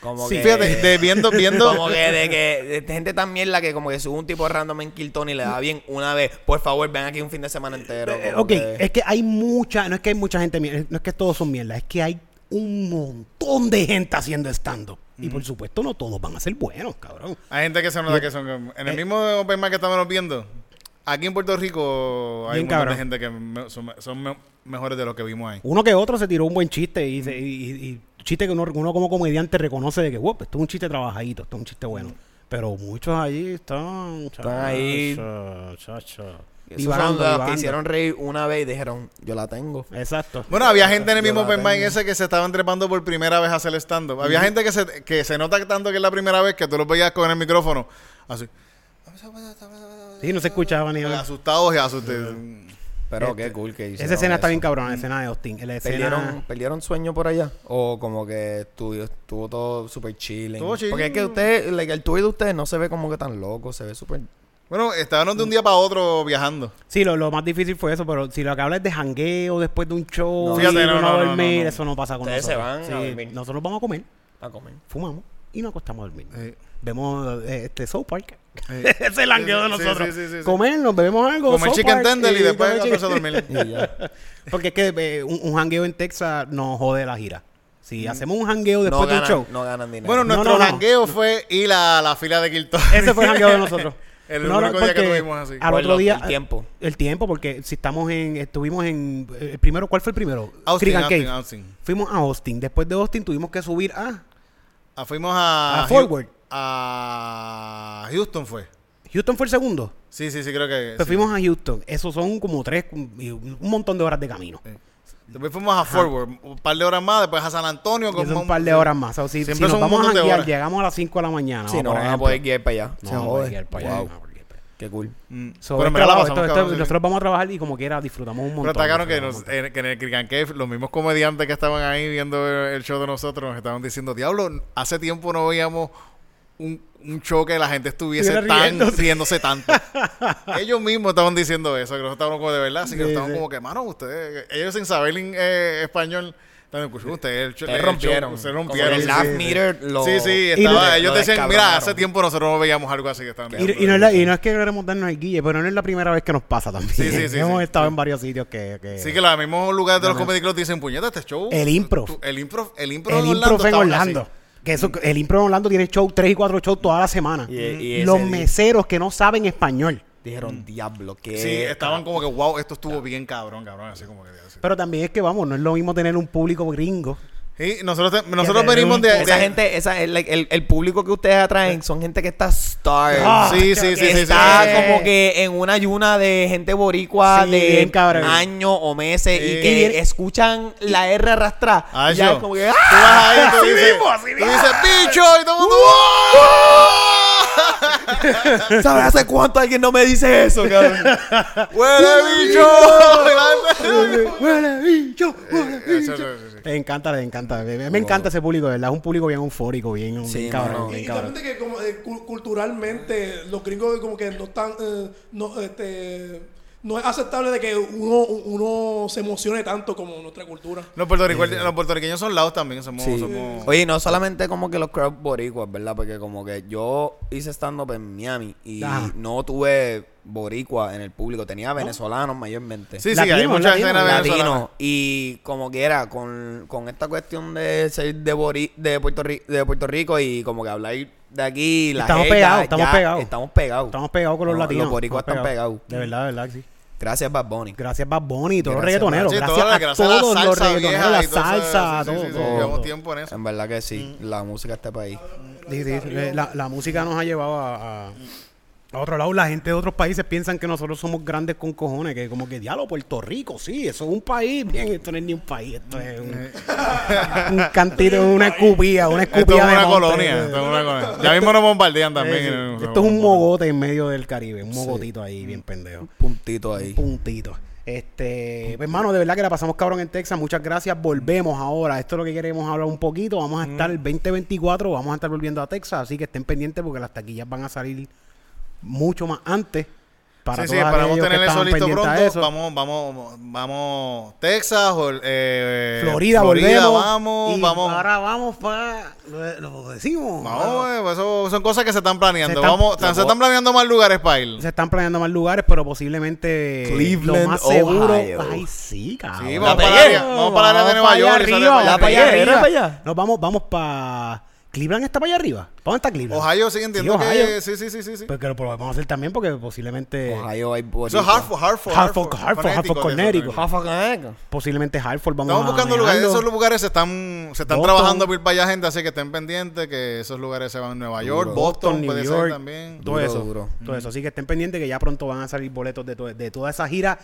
Speaker 4: Como
Speaker 3: Sí,
Speaker 4: que,
Speaker 3: fíjate, de viendo,
Speaker 2: (laughs)
Speaker 3: viendo...
Speaker 4: Como que de que de gente tan mierda que como que sube un tipo random en Kilton y le da bien una vez, por favor, ven aquí un fin de semana entero.
Speaker 1: Eh,
Speaker 4: como
Speaker 1: ok,
Speaker 4: que-
Speaker 1: es que hay mucha, no es que hay mucha gente, mier- no es que todos son mierda, es que hay un montón de gente haciendo stand-up. Y por supuesto, no todos van a ser buenos, cabrón.
Speaker 3: Hay gente que se nota que son... En el
Speaker 1: eh,
Speaker 3: mismo open mic que estábamos viendo, aquí en Puerto Rico hay
Speaker 1: Bien
Speaker 3: un
Speaker 1: cabrón.
Speaker 3: montón de gente que me- son, son me- mejores de los que vimos ahí.
Speaker 1: Uno que otro se tiró un buen chiste y, se- y- y- y chiste que uno, uno como comediante reconoce de que, wow, esto es un chiste trabajadito, esto es un chiste bueno. Pero muchos allí están...
Speaker 4: Están ahí.
Speaker 1: chacho, chacho,
Speaker 4: Esos
Speaker 1: divagando,
Speaker 4: son los que
Speaker 1: divagando.
Speaker 4: hicieron reír una vez y dijeron, yo la tengo.
Speaker 1: Exacto.
Speaker 3: Bueno, había gente en el
Speaker 4: Yo
Speaker 3: mismo
Speaker 4: la
Speaker 3: open mic
Speaker 4: tengo.
Speaker 3: ese que se estaban trepando por primera vez a hacer stand-up. Había gente que se, que se nota tanto que es la primera vez que tú los veías con el micrófono. Así.
Speaker 1: Sí, no se escuchaba ni...
Speaker 3: Asustados y asustados.
Speaker 4: Pero qué cool que hicieron
Speaker 1: Esa escena está
Speaker 4: eso.
Speaker 1: bien cabrona, la escena de Austin. La escena...
Speaker 4: ¿Perdieron, ¿Perdieron sueño por allá? ¿O como que estuvo, estuvo todo súper chilling?
Speaker 3: Estuvo chill.
Speaker 4: Porque es que usted, like, el tour de ustedes no se ve como que tan loco, se ve súper...
Speaker 3: Bueno, estaban de un día para otro viajando.
Speaker 1: Sí, lo, lo más difícil fue eso, pero si lo que hablas es de jangueo después de un show,
Speaker 3: No, fíjate,
Speaker 1: ir,
Speaker 3: no,
Speaker 1: uno
Speaker 3: no,
Speaker 1: a
Speaker 3: no,
Speaker 1: dormir,
Speaker 3: no, no.
Speaker 1: eso no pasa con
Speaker 4: Ustedes se
Speaker 1: nosotros.
Speaker 4: van a dormir.
Speaker 1: Nosotros vamos a comer,
Speaker 4: A comer.
Speaker 1: fumamos y nos acostamos a dormir.
Speaker 3: Sí.
Speaker 1: Vemos eh, este South Park.
Speaker 3: Sí.
Speaker 1: (laughs) Ese es el hangueo de
Speaker 3: Sí, sí,
Speaker 1: nosotros.
Speaker 3: sí, sí, sí.
Speaker 1: Comer, nos bebemos algo.
Speaker 3: Comer
Speaker 1: South
Speaker 3: chicken
Speaker 1: Park, eh,
Speaker 3: tender y después
Speaker 1: comer
Speaker 3: acostarse a
Speaker 1: chicken-
Speaker 3: dormir.
Speaker 2: Y ya.
Speaker 1: (laughs) Porque es que eh, un, un hangueo en Texas nos jode la gira. Si
Speaker 3: Mm.
Speaker 1: hacemos un hangueo
Speaker 4: No
Speaker 1: después de un
Speaker 4: ganan,
Speaker 1: show,
Speaker 4: no ganan dinero.
Speaker 3: Bueno,
Speaker 1: No, no,
Speaker 3: nuestro
Speaker 1: no.
Speaker 3: jangueo fue ir a la fila de Kilton.
Speaker 1: ese fue el hangueo de nosotros.
Speaker 3: (laughs) El
Speaker 1: No, no,
Speaker 3: único día que
Speaker 1: porque
Speaker 3: tuvimos así.
Speaker 1: Al
Speaker 4: Por
Speaker 1: otro
Speaker 4: lo-
Speaker 1: día. eh,
Speaker 4: el tiempo.
Speaker 1: El tiempo, porque si estamos en. Estuvimos en. El primero, ¿cuál fue el primero?
Speaker 3: Austin,
Speaker 1: Creek and
Speaker 3: Austin,
Speaker 1: Cave.
Speaker 3: Austin.
Speaker 1: Fuimos a Austin. Después de Austin tuvimos que subir a
Speaker 3: Ah, fuimos a...
Speaker 1: A Forward.
Speaker 3: A Houston fue.
Speaker 1: Houston fue el segundo.
Speaker 3: Sí, sí, sí, creo que...
Speaker 1: Pues
Speaker 3: sí.
Speaker 1: fuimos a Houston. Esos son como tres, y un montón de horas de camino.
Speaker 3: Después fuimos a Forward, un par de horas más, después a San Antonio.
Speaker 1: Y es un par de horas más. O sea, si,
Speaker 3: Siempre
Speaker 1: si nos
Speaker 3: son un
Speaker 1: vamos a
Speaker 3: montón de
Speaker 1: janguear,
Speaker 3: horas.
Speaker 1: llegamos a las 5 de la mañana.
Speaker 4: si no,
Speaker 1: por
Speaker 4: van a
Speaker 1: ejemplo.
Speaker 4: poder guiar para allá.
Speaker 1: No,
Speaker 4: Se
Speaker 1: vamos a
Speaker 4: jode.
Speaker 1: guiar para allá,
Speaker 4: Wow.
Speaker 1: no, porque-
Speaker 4: Qué cool.
Speaker 3: Mm.
Speaker 1: So, es
Speaker 3: pero en verdad la
Speaker 1: trabajo,
Speaker 3: pasamos
Speaker 1: esto-
Speaker 3: cabrón,
Speaker 1: esto-
Speaker 3: sí.
Speaker 1: Nosotros vamos a trabajar y como quiera disfrutamos un
Speaker 3: Pero
Speaker 1: montón.
Speaker 3: atacaron que,
Speaker 1: disfrutamos
Speaker 3: nos- en, que en el Creek and Cave los mismos comediantes que estaban ahí viendo el show de nosotros nos estaban diciendo, diablo, hace tiempo no veíamos un, un show que la gente estuviese
Speaker 1: Estuviera
Speaker 3: tan
Speaker 1: riéndose. (laughs)
Speaker 3: riéndose tanto. ellos mismos estaban diciendo eso, que nosotros estábamos como de verdad, así que
Speaker 1: Sí,
Speaker 3: estaban
Speaker 1: sí.
Speaker 3: como que, mano, ustedes, ellos sin saber in- eh, español, estaban escuchando, ustedes el show-
Speaker 4: Te
Speaker 3: el
Speaker 4: rompieron.
Speaker 3: show- se
Speaker 4: Como
Speaker 3: rompieron.
Speaker 4: El
Speaker 3: sí,
Speaker 4: laugh
Speaker 3: sí.
Speaker 4: meter lo.
Speaker 3: Sí, sí,
Speaker 1: Y
Speaker 3: estaba-
Speaker 1: lo-
Speaker 3: ellos
Speaker 4: lo
Speaker 3: decían, mira, hace
Speaker 4: descabronaron.
Speaker 3: tiempo nosotros no veíamos algo así que estaban
Speaker 1: Y, y no es la- y no es que queremos darnos el guille, pero no es la primera vez que nos pasa también.
Speaker 3: Sí, sí,
Speaker 1: (laughs)
Speaker 3: sí,
Speaker 1: Hemos
Speaker 3: sí.
Speaker 1: estado en varios sitios que. que-
Speaker 3: Sí, que los mismos lugares de los comedy clubs dicen, puñeta, este show.
Speaker 1: El improv.
Speaker 3: tú- El improv, el improv
Speaker 1: el
Speaker 3: de
Speaker 1: impro fue en
Speaker 3: estaban
Speaker 1: Orlando.
Speaker 3: así.
Speaker 1: Que eso, el impro en Orlando tiene show, 3 y 4 shows toda la semana.
Speaker 4: Y- y
Speaker 1: Los
Speaker 4: ese día-
Speaker 1: meseros que no saben español.
Speaker 4: Dijeron, diablo, que.
Speaker 3: Mm. Sí,
Speaker 1: Eh, ah.
Speaker 3: estaban como que, wow, esto estuvo bien cabrón, cabrón, así como que. así.
Speaker 1: Pero también es que, vamos, no es lo mismo tener un público gringo.
Speaker 3: Y nosotros, te- nosotros
Speaker 1: tener
Speaker 3: venimos
Speaker 1: un-
Speaker 3: de.
Speaker 4: Esa
Speaker 3: de-
Speaker 4: gente, esa, el, el- el público que ustedes atraen son gente que está starved.
Speaker 1: Ah,
Speaker 3: sí,
Speaker 4: que
Speaker 3: sí, sí, sí, sí,
Speaker 4: está
Speaker 3: sí, sí.
Speaker 4: como que en una ayuna de gente boricua
Speaker 1: Sí,
Speaker 4: de
Speaker 1: bien cabrón.
Speaker 4: años o meses
Speaker 3: Sí.
Speaker 4: y que escuchan la R arrastrada.
Speaker 3: Ay,
Speaker 4: y ya
Speaker 3: Ah, yo.
Speaker 4: es como que
Speaker 3: Tú
Speaker 4: ¡ah!
Speaker 3: vas ahí, tú dices, tú dices, bicho, y todo el mundo. ¡Wow!
Speaker 4: ¿Sabes hace cuánto alguien no me dice
Speaker 3: (laughs)
Speaker 4: eso, cabrón?
Speaker 1: (laughs)
Speaker 3: ¡Huele, (laughs) bicho!
Speaker 1: Huele bicho, huele
Speaker 3: Sí,
Speaker 1: bicho.
Speaker 3: sí, sí, sí.
Speaker 1: Me encanta, me encanta. Me, me encanta ese público, de ¿verdad? Es un público bien eufórico, bien,
Speaker 4: Sí,
Speaker 1: bien cabrón.
Speaker 4: mano.
Speaker 1: bien
Speaker 6: Y, y
Speaker 1: cabrón.
Speaker 6: también de que como, eh, cu- culturalmente los gringos como que no están, eh, no, este, no es aceptable de que uno, uno se emocione tanto como nuestra cultura.
Speaker 3: Los puertorriqueños, los puertorriqueños son lados también, somos. somos-
Speaker 4: Oye, no solamente como que los crowd boricuas, ¿verdad? Porque como que yo hice stand-up en Miami y
Speaker 1: Ajá.
Speaker 4: no tuve boricua en el público. Tenía venezolanos mayormente.
Speaker 3: Sí, sí,
Speaker 1: Latino,
Speaker 3: hay mucha
Speaker 1: latino,
Speaker 3: escena
Speaker 1: latino.
Speaker 3: venezolana.
Speaker 4: latino y como que era con, con esta cuestión de ser de, Bori- de, Puerto Ri- de Puerto Rico y como que hablar de aquí la
Speaker 1: Estamos
Speaker 4: jerga,
Speaker 1: pegados,
Speaker 4: ya,
Speaker 1: estamos pegados.
Speaker 4: estamos pegados
Speaker 1: Estamos pegados con los
Speaker 4: No,
Speaker 1: latinos.
Speaker 4: los boricuas
Speaker 1: Estamos
Speaker 4: están pegados
Speaker 1: De verdad, de verdad, que sí.
Speaker 4: gracias Bad Bunny
Speaker 1: Gracias Bad Bunny y todos los
Speaker 4: Gracias,
Speaker 1: reggaetoneros.
Speaker 3: Sí,
Speaker 1: gracias
Speaker 3: toda la-
Speaker 1: a
Speaker 3: gracias a la
Speaker 1: todos los
Speaker 3: salsa
Speaker 1: reggaetoneros,
Speaker 3: vieja
Speaker 1: la
Speaker 3: y todo eso,
Speaker 1: salsa,
Speaker 3: sí, sí, sí,
Speaker 1: todo,
Speaker 3: llevamos
Speaker 1: todo.
Speaker 3: tiempo en eso.
Speaker 4: en verdad que sí
Speaker 3: Mm.
Speaker 4: la música de este país
Speaker 1: Sí, sí, eh, la, la música nos ha llevado a, a- a otro lado. La gente de otros países piensan que nosotros somos grandes con cojones, que como que diablo, Puerto Rico, sí, eso es un país. Bien, esto no es ni un país, esto es un,
Speaker 3: Eh.
Speaker 1: un cantito, una escupía, una escupía
Speaker 3: Esto
Speaker 1: de
Speaker 3: es una
Speaker 1: monte.
Speaker 3: colonia. esto es una colonia. Ya mismo nos bombardean también.
Speaker 1: Sí, sí.
Speaker 3: eh,
Speaker 1: Esto es un mogote en medio del Caribe, un mogotito ahí, bien pendejo.
Speaker 4: puntito ahí
Speaker 1: Puntito. Este, pues, hermano, de verdad que la pasamos cabrón en Texas. Muchas gracias. Volvemos ahora. Esto es lo que queremos hablar un poquito. Vamos
Speaker 3: Mm.
Speaker 1: a estar el 2024, vamos a estar volviendo a Texas. Así que estén pendientes porque las taquillas van a salir mucho más antes. Para
Speaker 3: sí, sí,
Speaker 1: todos
Speaker 3: esperamos
Speaker 1: aquellos que
Speaker 3: tener eso
Speaker 1: estaban
Speaker 3: listo
Speaker 1: pendientes a
Speaker 3: pronto.
Speaker 1: eso.
Speaker 3: Vamos, vamos, vamos, Texas, o, eh,
Speaker 1: Florida, volvemos.
Speaker 3: vamos,
Speaker 1: Y
Speaker 3: vamos.
Speaker 1: Ahora vamos para. Lo, lo decimos.
Speaker 3: Vamos, eh, eso son cosas que se están planeando.
Speaker 1: Se están-
Speaker 3: vamos, se,
Speaker 1: lo-
Speaker 3: están planeando más lugares para ir.
Speaker 1: Se están planeando más lugares, pero posiblemente.
Speaker 4: Cleveland,
Speaker 1: lo más seguro.
Speaker 4: Ohio.
Speaker 1: Ay, sí, cabrón.
Speaker 3: Sí,
Speaker 4: La
Speaker 3: vamos para el
Speaker 4: pegué.
Speaker 3: área, vamos para el área de Nueva
Speaker 1: allá
Speaker 3: York. y sale
Speaker 1: Arriba,
Speaker 3: para allá.
Speaker 1: vamos para allá
Speaker 4: Era
Speaker 1: arriba.
Speaker 4: para allá.
Speaker 1: Nos vamos, vamos para. Cleveland está para allá arriba. ¿Dónde está Cleveland?
Speaker 3: Ohio, sí, entiendo
Speaker 1: Sí, Ohio.
Speaker 3: que. Sí, sí, sí, sí. sí.
Speaker 1: Porque lo podemos hacer también porque posiblemente.
Speaker 4: Ohio hay
Speaker 3: Eso es Hartford, Hartford.
Speaker 1: Hartford, Hartford, Hartford, Connecticut.
Speaker 3: Hartford.
Speaker 1: Posiblemente Hartford. Vamos
Speaker 3: Estamos
Speaker 1: a
Speaker 3: buscando lugares.
Speaker 1: manejarlo.
Speaker 3: Esos lugares se están, se están
Speaker 1: Boston.
Speaker 3: trabajando para ir para allá, gente. Así que estén pendientes que esos lugares se van a Nueva York, Boston,
Speaker 1: New
Speaker 3: puede
Speaker 1: York.
Speaker 3: ser también.
Speaker 1: Todo
Speaker 4: Duro,
Speaker 1: eso.
Speaker 4: duro.
Speaker 1: Todo eso. Así que estén pendientes que ya pronto van a salir boletos de, to- de toda esa gira.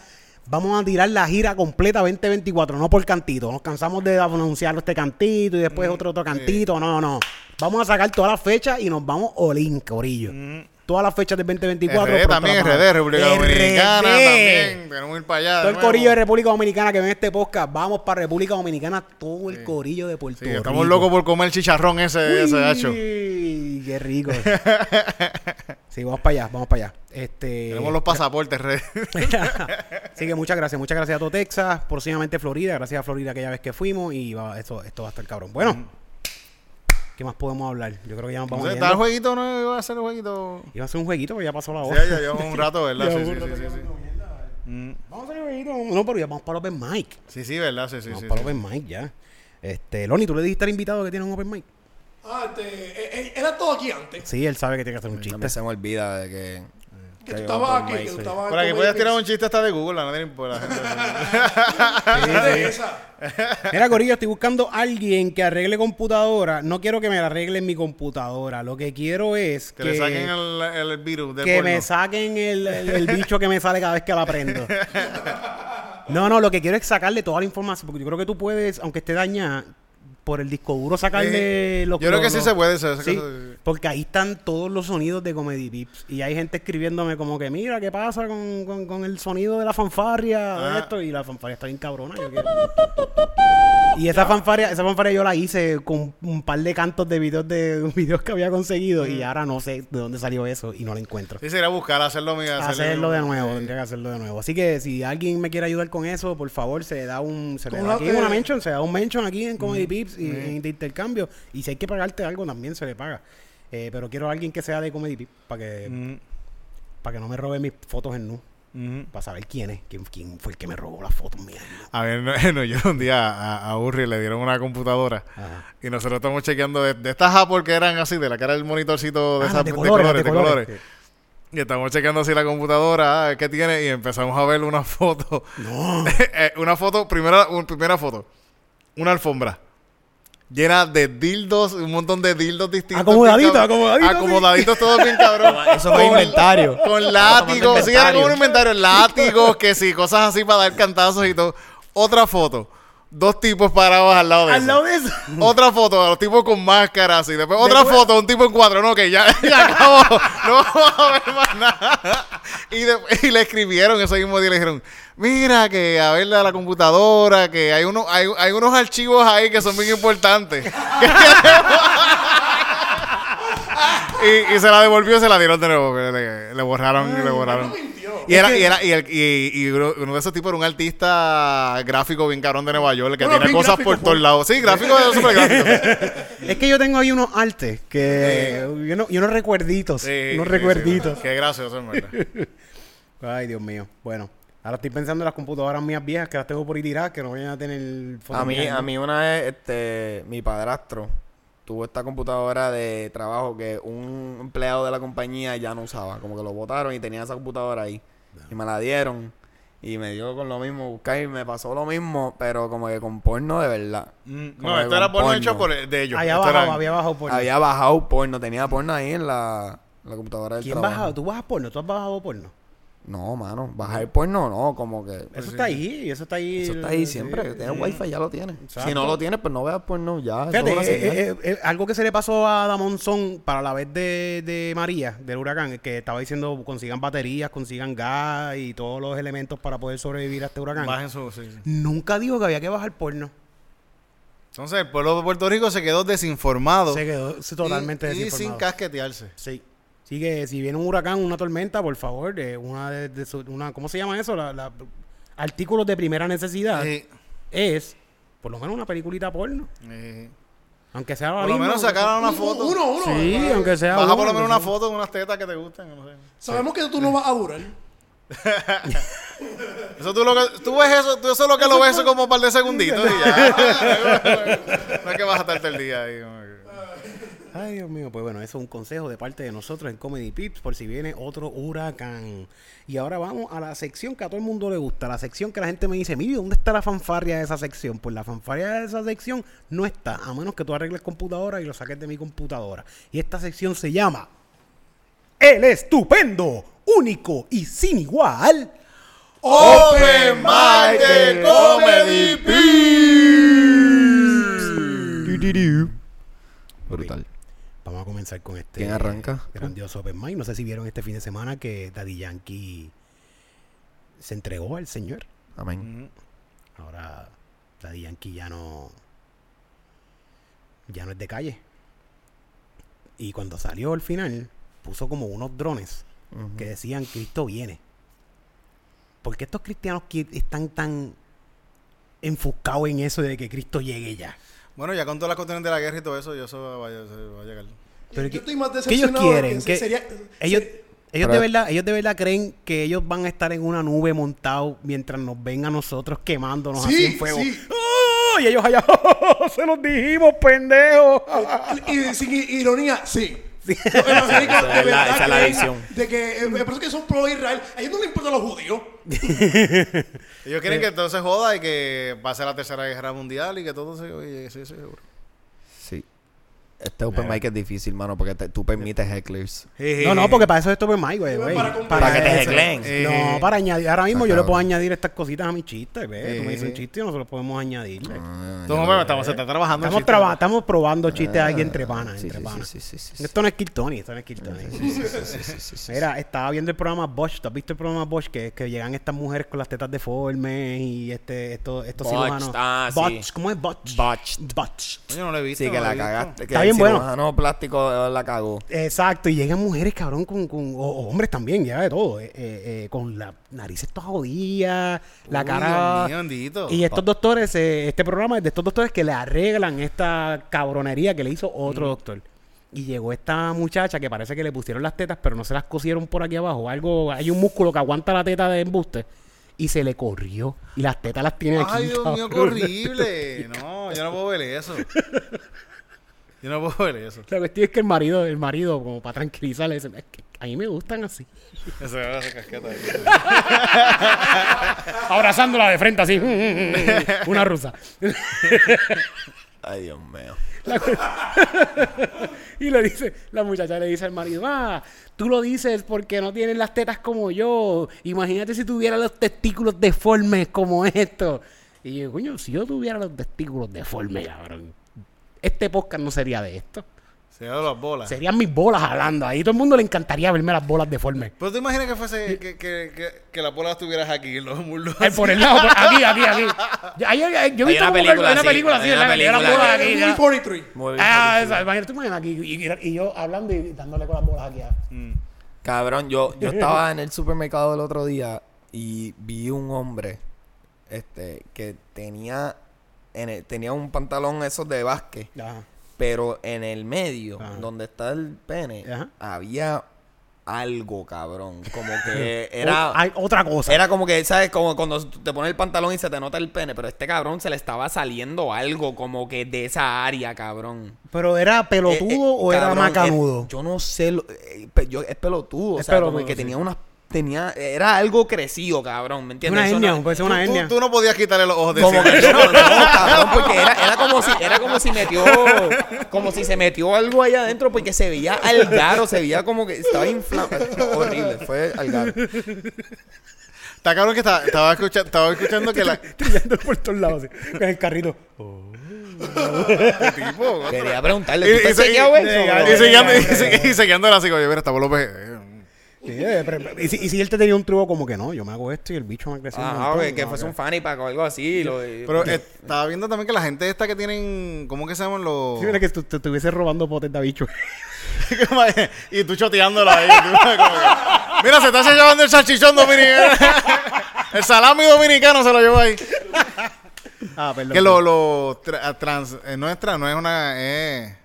Speaker 1: Vamos a tirar la gira completa 2024, no por cantito. Nos cansamos de anunciar este cantito y
Speaker 3: Mm,
Speaker 1: después otro otro cantito. No, no. Vamos a sacar todas las fechas y nos vamos olín, corillo. Todas las fechas del 2024.
Speaker 3: RD
Speaker 1: pronto
Speaker 3: Mm. también,
Speaker 1: las vamos a-
Speaker 3: RD, República
Speaker 1: RD.
Speaker 3: Dominicana también. Tenemos que ir para allá.
Speaker 1: Todo el
Speaker 3: nuevo.
Speaker 1: corillo de República Dominicana que ven este podcast. Vamos para República Dominicana, todo el corillo de Puerto
Speaker 3: Sí,
Speaker 1: Rico.
Speaker 3: estamos locos por comer chicharrón ese, ese hacho.
Speaker 1: Uy, qué
Speaker 3: (laughs)
Speaker 1: rico. sí, vamos para allá, vamos para allá. Este,
Speaker 3: Tenemos los pasaportes, re. (laughs)
Speaker 1: (laughs) Así que muchas gracias, muchas gracias a todo Texas,
Speaker 3: Mm.
Speaker 1: próximamente Florida, gracias a Florida aquella vez que fuimos y va, esto, esto va a estar cabrón. Bueno, ¿Qué más podemos hablar? Yo creo que ya nos vamos
Speaker 3: Entonces,
Speaker 1: yendo.
Speaker 3: ¿Está el jueguito no iba a ser el jueguito?
Speaker 1: Iba a ser un jueguito, pero ya pasó la
Speaker 3: Sí,
Speaker 1: hora.
Speaker 3: ya llevamos un rato, ¿verdad? Sí, sí, sí, sí, sí.
Speaker 1: Vamos a hacer un jueguito. No, pero ya vamos para el Open Mic.
Speaker 3: Sí, sí, ¿verdad? Sí, sí,
Speaker 1: vamos
Speaker 3: sí.
Speaker 1: para
Speaker 3: sí.
Speaker 1: el Open Mic ya. Este, Loni, ¿tú le dijiste al invitado que tiene un Open Mic?
Speaker 6: Ah, este, eh, eh, era todo aquí antes.
Speaker 1: Sí, él sabe que tiene que hacer un chiste.
Speaker 4: También se me olvida de que...
Speaker 6: Que tú estabas aquí, que tú estabas
Speaker 3: Por aquí
Speaker 6: como-
Speaker 3: puedes tirar un chiste hasta de Google, a nadie le importa. la gente.
Speaker 6: De esa.
Speaker 1: Mira, Corillo, estoy buscando a alguien que arregle computadora. No quiero que me la arregle en mi computadora. Lo que quiero es
Speaker 3: Que
Speaker 1: que,
Speaker 3: le saquen el, el virus del
Speaker 1: que
Speaker 3: porno.
Speaker 1: me saquen el, el- el bicho que me sale cada vez que la
Speaker 3: (laughs)
Speaker 1: prendo. No, no, lo que quiero es sacarle toda la información. Porque yo creo que tú puedes, aunque esté dañada, por el disco duro sacarle
Speaker 3: Sí.
Speaker 1: los
Speaker 3: Eh, Yo creo que
Speaker 1: los-
Speaker 3: sí se puede, se- se-
Speaker 1: Sí,
Speaker 3: se-
Speaker 1: porque ahí están todos los sonidos de Comedy Pips. Y hay gente escribiéndome como que, mira, ¿qué pasa con, con- con el sonido de la fanfarria? de
Speaker 3: Ah.
Speaker 1: esto? Y la fanfarria está bien cabrona. yo quiero- Y esa fanfarria, esa fanfarria yo la hice con un par de cantos de videos de (laughs) videos que había conseguido. Y ahora no sé de dónde salió eso y no la encuentro.
Speaker 3: Sí, sería buscar, hacerlo, mira. hacerle-
Speaker 1: Hacerlo de nuevo, tendría que hacerlo de nuevo. Así que si alguien me quiere ayudar con eso, por favor, se le da un, se le
Speaker 6: Con
Speaker 1: da
Speaker 6: la-
Speaker 1: aquí
Speaker 6: eh,
Speaker 1: una mention, se da un mention aquí en
Speaker 3: Mm,
Speaker 1: Comedy Pips y en de intercambio. Y si hay que pagarte algo, también se le paga. Eh, pero quiero a alguien que sea de Comedy Pips para que,
Speaker 3: Mm,
Speaker 1: para que no me robe mis fotos en nu.
Speaker 3: mm.
Speaker 1: Para saber quién es, quién, quién fue el que me robó las fotos mías. en nu.
Speaker 3: A ver, no, (laughs) no, yo un día a, a Urri le dieron una computadora
Speaker 1: Ajá.
Speaker 3: y nosotros estamos chequeando de, de estas Apple que eran así, de la cara del monitorcito de,
Speaker 1: Ah,
Speaker 3: esas-
Speaker 1: las de
Speaker 3: de
Speaker 1: colores,
Speaker 3: colores,
Speaker 1: las de
Speaker 3: de colores.
Speaker 1: colores.
Speaker 3: Y estamos chequeando así la computadora, ah, qué tiene, y empezamos a ver una foto.
Speaker 1: No.
Speaker 3: (laughs) Eh, una foto, primera, un- primera foto. Una alfombra. Llena de dildos, un montón de dildos distintos.
Speaker 1: Acomodadito,
Speaker 3: bien cabrón.
Speaker 1: acomodadito, sí.
Speaker 3: Acomodaditos todos bien cabrón.
Speaker 4: (laughs) Eso fue
Speaker 3: Con-
Speaker 4: inventario.
Speaker 3: Con látigos. Sí, era como un
Speaker 4: inventario.
Speaker 3: inventario. Látigos, que sí, cosas así para dar cantazos y todo. Otra foto. Dos tipos parados al lado de
Speaker 1: Al
Speaker 3: eso.
Speaker 1: lado de eso.
Speaker 3: Otra foto, los tipos con máscaras y después otra
Speaker 1: Después-
Speaker 3: foto, un tipo en cuatro, no, que ya, (laughs) ya acabó, no vamos a ver más nada. Y, de- y le escribieron ese mismo día, le dijeron, mira que a ver la, la computadora, que hay, uno, hay, hay unos archivos ahí que son bien importantes. y, y se la devolvió y se la dieron de nuevo, le- le, le borraron, le borraron. Y, era, y, era, y, el- y- y uno uno de esos tipos era un artista gráfico bien cabrón de Nueva York, el que
Speaker 6: Bueno,
Speaker 3: tenía
Speaker 6: bien
Speaker 3: cosas
Speaker 6: gráfico,
Speaker 3: por
Speaker 6: fue.
Speaker 3: todos lados. Sí, gráfico,
Speaker 1: (laughs)
Speaker 3: súper gráfico.
Speaker 1: Es que yo tengo ahí unos artes que. Y unos, y unos recuerditos.
Speaker 3: Sí,
Speaker 1: unos
Speaker 3: sí,
Speaker 1: recuerditos.
Speaker 3: sí. Qué gracioso, en verdad.
Speaker 1: Ay, Dios mío. Bueno, ahora estoy pensando en las computadoras mías viejas que las tengo por ir tirar, que no vayan a tener fotos
Speaker 4: A mí,
Speaker 1: mías, ¿no?
Speaker 4: a mí una vez, este, mi padrastro tuvo esta computadora de trabajo que un empleado de la compañía ya no usaba. Como que lo botaron y tenía esa computadora ahí. Y me la dieron. Y me dio con lo mismo buscar y me pasó lo mismo, pero como que con porno de verdad.
Speaker 1: Mm,
Speaker 4: Como
Speaker 3: Mm, No,
Speaker 4: que
Speaker 3: esto
Speaker 4: con
Speaker 3: era porno hecho por de ellos.
Speaker 1: Allá
Speaker 3: Esto
Speaker 1: abajo,
Speaker 3: era-
Speaker 1: había bajado porno.
Speaker 4: Había bajado porno, tenía porno ahí en la, la computadora del
Speaker 1: ¿Quién
Speaker 4: trabajo.
Speaker 1: bajaba? ¿Tú bajas porno? ¿Tú has bajado porno?
Speaker 4: No, mano, bajar porno no, como que...
Speaker 1: Eso está ahí, eso está ahí.
Speaker 4: Pues Eso está ahí
Speaker 1: sí.
Speaker 4: siempre, que tienes wifi ya lo tienes.
Speaker 1: Exacto.
Speaker 4: Si no lo tienes, pues no veas porno ya. eso
Speaker 1: Fíjate,
Speaker 4: es una
Speaker 1: eh,
Speaker 4: señal.
Speaker 1: eh, eh, eh, algo que se le pasó a Damonzón para la vez de, de María, del huracán, es que estaba diciendo consigan baterías, consigan gas y todos los elementos para poder sobrevivir a este huracán.
Speaker 3: Bajen su- sí, sí.
Speaker 1: Nunca dijo que había que bajar porno.
Speaker 3: Entonces, el pueblo de Puerto Rico se quedó desinformado.
Speaker 1: Se quedó totalmente
Speaker 3: y, Y sin
Speaker 1: desinformado.
Speaker 3: casquetearse.
Speaker 1: Sí. Así que si viene un huracán, una tormenta, por favor, eh, una de, de su- una, ¿cómo se llama eso? La, la- artículos de primera necesidad
Speaker 3: Sí,
Speaker 1: es por lo menos una peliculita porno,
Speaker 3: sí.
Speaker 1: aunque sea
Speaker 3: Por lo menos sacaron una
Speaker 6: Un-
Speaker 3: foto.
Speaker 6: Uno, uno.
Speaker 1: Sí, aunque sea
Speaker 3: Baja
Speaker 1: uno,
Speaker 3: por lo menos
Speaker 1: aunque
Speaker 3: una foto con unas tetas que te gusten. no sé.
Speaker 6: Sabemos que tú no vas a durar.
Speaker 3: Eso tú, lo que, tú ves eso, tú eso lo que lo ves eso como un par de segunditos y ya.
Speaker 1: (laughs)
Speaker 3: no es que vas a estar todo el día ahí. como que-
Speaker 1: sea. Ay, Dios mío, pues bueno, eso es un consejo de parte de nosotros en Comedy Pips por si viene otro huracán. Y ahora vamos a la sección que a todo el mundo le gusta, la sección que la gente me dice, mire, ¿dónde está la fanfarria de esa sección? Pues la fanfarria de esa sección no está, a menos que tú arregles computadora y lo saques de mi computadora. Y esta sección se llama El estupendo, único y sin igual. Oh,
Speaker 6: Oh,
Speaker 3: Open Mic de Comedy Peace.
Speaker 4: Brutal.
Speaker 1: Vamos a comenzar con este.
Speaker 4: ¿Quién arranca?
Speaker 1: Grandioso Open Mic. No sé si vieron este fin de semana que Daddy Yankee se entregó al señor.
Speaker 3: Mm.
Speaker 4: Amén.
Speaker 1: Ahora Daddy Yankee ya no. Ya no es de calle. Y cuando salió al final, puso como unos drones que decían: Cristo viene. ¿Por qué estos cristianos que están tan enfuscados en eso de que Cristo llegue ya?
Speaker 3: Bueno, ya con todas las cuestiones de la guerra y todo eso, yo eso va, yo- eso va a llegar.
Speaker 1: Pero
Speaker 6: Yo
Speaker 1: que-
Speaker 6: estoy más
Speaker 1: ¿Qué ellos
Speaker 6: decepcionado de
Speaker 1: quieren?
Speaker 6: que
Speaker 1: ¿Qué-
Speaker 6: sería-
Speaker 1: ellos ellos, de
Speaker 4: Pero-
Speaker 1: verdad, ellos de verdad creen que ellos van a estar en una nube montados mientras nos ven a nosotros quemándonos
Speaker 6: Sí,
Speaker 1: así en fuego.
Speaker 6: sí.
Speaker 1: (laughs) ¡Oh! Y ellos allá, (laughs) se los dijimos, pendejo.
Speaker 6: y sin i- ironía, sí. Los evangélicos
Speaker 4: Esa es
Speaker 6: de
Speaker 4: la-
Speaker 6: verdad
Speaker 4: esa es la
Speaker 6: creen
Speaker 4: visión.
Speaker 6: De que, eh, por eso que son pro Israel. A ellos no les importan los judíos.
Speaker 3: Ellos quieren que todo se joda y que pase la tercera guerra mundial y que todo se. Oye, sí, sí, seguro.
Speaker 4: Sí. Este open mic es difícil, mano, porque te- tú permites hecklers.
Speaker 1: No, no, porque para eso es esto Mike, güey. güey.
Speaker 6: Para comprar-
Speaker 4: Para que te
Speaker 3: eso.
Speaker 4: hecleen.
Speaker 3: Eh,
Speaker 1: No, para añadir. Ahora mismo yo le
Speaker 4: cabrón.
Speaker 1: puedo añadir estas cositas a mi chiste, ve. Tú me dices
Speaker 3: Eh.
Speaker 1: un chiste y nosotros podemos añadir. ve.
Speaker 4: Ah,
Speaker 3: No, no, pero estamos, se está trabajando.
Speaker 1: Estamos,
Speaker 3: chiste.
Speaker 1: traba- estamos probando chistes aquí entre panas,
Speaker 4: Ah, Sí,
Speaker 1: entre
Speaker 4: sí,
Speaker 1: panas.
Speaker 4: sí, sí, sí, Ah, sí.
Speaker 1: Esto no es Kill Tony, esto no es Kill Tony. Mira, estaba viendo el programa Bosch. ¿Tú has visto el programa Bosch? Que, que llegan estas mujeres con las tetas deformes y este, estos, estos
Speaker 4: Botched,
Speaker 1: cirujanos.
Speaker 4: ah, sí.
Speaker 1: Botched, ¿cómo es Botch?
Speaker 4: Botched.
Speaker 3: Yo no lo he visto.
Speaker 4: Sí, que
Speaker 3: no lo he
Speaker 4: la
Speaker 3: visto.
Speaker 4: cagaste. Que
Speaker 1: Está
Speaker 4: el
Speaker 1: bien bueno.
Speaker 4: cirujano plástico eh, la cagó.
Speaker 1: Exacto, y llegan mujeres, cabrón, con, con- o, o hombres también, ya de todo, eh, eh, eh, con las narices todas jodidas, la
Speaker 3: Uy,
Speaker 1: cara...
Speaker 3: Dios mío, bendito.
Speaker 1: Y estos doctores, eh, este programa es de estos doctores que le arreglan esta cabronería que le hizo otro doctor. Y llegó esta muchacha que parece que le pusieron las tetas, pero no se las cosieron por aquí abajo. Algo, hay un músculo que aguanta la teta de embuste. Y se le corrió. Y las tetas las tiene aquí.
Speaker 3: Ay, Dios mío, qué
Speaker 1: cabrón.
Speaker 3: horrible. No, yo no puedo ver eso. Yo no puedo ver (laughs) eso.
Speaker 1: La cuestión es que el marido, el marido, como para tranquilizarle, dice, "Es que a mí me gustan así.
Speaker 3: Eso me va a hacer casqueta.
Speaker 1: Abrazándola de frente así. (laughs) Una rusa. (laughs)
Speaker 4: Ay, Dios mío.
Speaker 1: La cu- (laughs) y le dice, la muchacha le dice al marido, ah, tú lo dices porque no tienes las tetas como yo. Imagínate si tuviera los testículos deformes como esto. Y yo, coño, si yo tuviera los testículos deformes, cabrón, este podcast no sería de esto.
Speaker 3: Se da las bolas.
Speaker 1: Serían mis bolas hablando. Ahí todo el mundo le encantaría verme las bolas deformes.
Speaker 3: Pero tú imaginas que fuese que, que, que, que las bolas estuvieras aquí, los muslos.
Speaker 1: Ay, por el lado, por- aquí, aquí, aquí. Yo, ahí- ahí- yo he visto
Speaker 4: Hay una
Speaker 1: como que-
Speaker 4: película
Speaker 1: una
Speaker 4: así,
Speaker 1: película así,
Speaker 4: hay una
Speaker 1: ¿verdad? Que yo las
Speaker 4: película
Speaker 1: bolas
Speaker 4: que-
Speaker 1: aquí,
Speaker 6: Muy
Speaker 1: ya.
Speaker 6: 43.
Speaker 4: Muy bien.
Speaker 1: Ah, esa, imagínate, tú imaginas aquí, y, y- y yo hablando y dándole con las bolas aquí. ah.
Speaker 4: Cabrón, yo,
Speaker 1: (laughs)
Speaker 4: yo estaba en el supermercado el otro día y vi un hombre este, que tenía, en el- tenía un (laughs) pantalón esos de básquet,
Speaker 1: Ajá.
Speaker 4: pero en el medio,
Speaker 1: Ajá.
Speaker 4: donde está el pene,
Speaker 1: Ajá.
Speaker 4: había algo, cabrón. Como
Speaker 3: (laughs)
Speaker 4: que
Speaker 1: O-
Speaker 4: era...
Speaker 1: hay otra
Speaker 3: Eh,
Speaker 1: cosa.
Speaker 4: Era como que, ¿sabes? Como cuando te pones el pantalón y se te nota el pene, pero a este cabrón se le estaba saliendo algo como que de esa área, cabrón.
Speaker 1: pero era pelotudo
Speaker 4: Eh, eh,
Speaker 1: o era
Speaker 4: cabrón,
Speaker 1: macanudo.
Speaker 4: es- yo no sé, lo- eh, pe- yo- es pelotudo,
Speaker 1: Es
Speaker 4: o sea, como
Speaker 1: pelotudo,
Speaker 4: que
Speaker 1: sí.
Speaker 4: tenía unas tenía era algo crecido, cabrón, ¿me entiendes?
Speaker 1: una
Speaker 4: Eso
Speaker 1: hernia,
Speaker 4: no-
Speaker 1: puede ser
Speaker 3: Tú-
Speaker 1: una
Speaker 3: tú-
Speaker 1: hernia. (laughs)
Speaker 3: Tú, no podías quitarle los ojos de
Speaker 4: como que
Speaker 3: encima.
Speaker 4: no, no, cabrón, porque era, era como si era como si metió como si se metió algo allá adentro porque se veía algaro, se veía como que estaba inflado, horrible, fue algaro.
Speaker 3: Está cabrón que estaba, estaba, escucha- estaba escuchando
Speaker 1: (laughs)
Speaker 3: que la.
Speaker 1: Trillando por todos lados, así, con el
Speaker 3: (laughs)
Speaker 1: carrito.
Speaker 3: Oh. ¿Qué tipo? ¿no?
Speaker 4: Quería preguntarle,
Speaker 3: Y-
Speaker 4: ¿tú
Speaker 3: y
Speaker 4: te
Speaker 3: se-
Speaker 4: has chequeado eso?
Speaker 3: y- y seguía- (laughs) y se- Y seguiándola así, oye, mira, está por los
Speaker 1: Sí, eh, pero- y, si, y si él te tenía un truco como que no, yo me hago esto y el bicho me ha crecido. un
Speaker 4: Ajá,
Speaker 1: montón,
Speaker 4: que, que
Speaker 1: no,
Speaker 4: fuese
Speaker 1: que-
Speaker 4: un fanny pack o algo así. Lo, de-
Speaker 3: Pero eh, estaba viendo también que la gente esta que tienen. ¿Cómo que se llaman los.?
Speaker 1: Sí, mira que tú- te estuviese robando potes de
Speaker 3: (laughs)
Speaker 1: bicho.
Speaker 3: y tú choteándola ahí. tú, como que, mira, se está llevando el salchichón dominicano. (laughs) el salami dominicano se lo llevó ahí.
Speaker 1: Ah, perdón.
Speaker 3: Que lo, lo tra- trans, eh, no es trans, no es una. eh,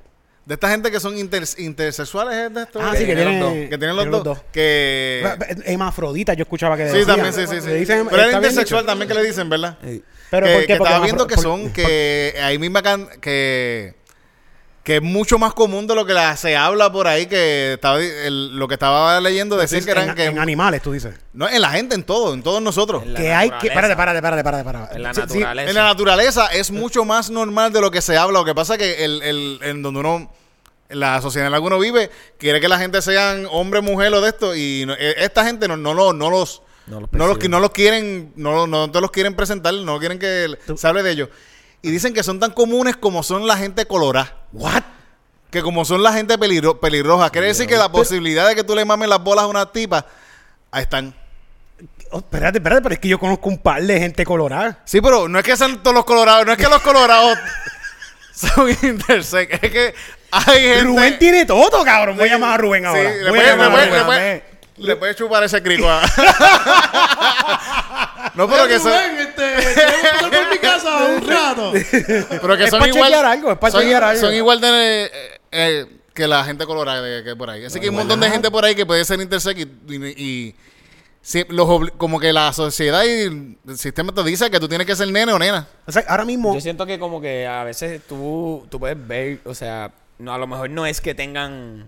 Speaker 3: de esta gente que son inter- intersexuales, es de esto.
Speaker 1: Ah, sí, que
Speaker 4: tienen los
Speaker 1: tiene-
Speaker 3: que tienen los dos. Que.
Speaker 1: Ba- ba- Hemafrodita, yo escuchaba que
Speaker 3: Sí,
Speaker 1: decían.
Speaker 3: también, sí, sí. sí.
Speaker 1: ah, Le dicen-
Speaker 3: Pero era
Speaker 1: está bien
Speaker 3: intersexual
Speaker 1: dicho.
Speaker 3: también que le dicen, ¿verdad?
Speaker 1: Pero ¿por
Speaker 3: que,
Speaker 1: qué?
Speaker 3: que
Speaker 1: Porque
Speaker 3: estaba
Speaker 1: hemafro-
Speaker 3: viendo que
Speaker 1: por-
Speaker 3: son, que ahí misma can- que, que es mucho más común de lo que la- se habla por ahí, que estaba, di- el- lo que estaba leyendo decir que eran
Speaker 1: en,
Speaker 3: que...
Speaker 1: en animales, tú dices.
Speaker 3: no, en la gente, en todo, en todos nosotros.
Speaker 4: En la
Speaker 1: que hay que.
Speaker 4: naturaleza.
Speaker 1: Espérate, espérate, espérate, espérate. espérate.
Speaker 4: En la
Speaker 1: Sí, sí,
Speaker 4: naturaleza.
Speaker 3: En la naturaleza es mucho más normal de lo que se habla. Lo que pasa es que el, el- en donde uno, en la sociedad en la que uno vive, quiere que la gente sean hombre, mujer o de esto. Y no- e- esta gente no, no, lo- no los. No
Speaker 4: No
Speaker 3: los,
Speaker 4: los
Speaker 3: no
Speaker 4: perciben.
Speaker 3: los, quieren, no, lo- no te los quieren presentar, no quieren que el- se hable de ellos. Y dicen que son tan comunes como son la gente colorada.
Speaker 1: ¿What?
Speaker 3: Que como son la gente peligro- pelirroja. Quiere decir que la posibilidad de que tú le mames las bolas a una tipa, ahí están.
Speaker 1: Oh, espérate, espérate, pero es que yo conozco un par de gente colorada.
Speaker 3: Sí, pero no es que sean todos los colorados, no es que los colorados (laughs) son intersex, es que hay gente.
Speaker 1: Rubén tiene todo, cabrón. Voy a
Speaker 3: Sí,
Speaker 1: llamar a Rubén ahora.
Speaker 3: Sí, le
Speaker 1: Voy a
Speaker 3: puede-
Speaker 1: llamar a
Speaker 3: le puede- le
Speaker 1: Rubén.
Speaker 3: puede- le
Speaker 1: (laughs)
Speaker 3: puede chupar ese crico. a- no, pero
Speaker 6: Pero
Speaker 3: que eso.
Speaker 6: Rubén, este, te voy a pasar por en mi casa
Speaker 1: (laughs)
Speaker 6: un rato.
Speaker 3: Pero que
Speaker 7: Es
Speaker 3: son
Speaker 7: pa'
Speaker 3: igual.
Speaker 7: chequear algo, es pa'
Speaker 3: son,
Speaker 7: chequear algo.
Speaker 3: son igual de. eh, eh, que la gente colorada que, que por ahí. Así que hay un montón de gente por ahí que puede ser intersex y. y- y si- los obli- como que la sociedad y el sistema te dice que tú tienes que ser nene o nena.
Speaker 1: O sea, ahora mismo.
Speaker 4: Yo siento que como que a veces tú, tú puedes ver, o sea, no, a lo mejor no es que tengan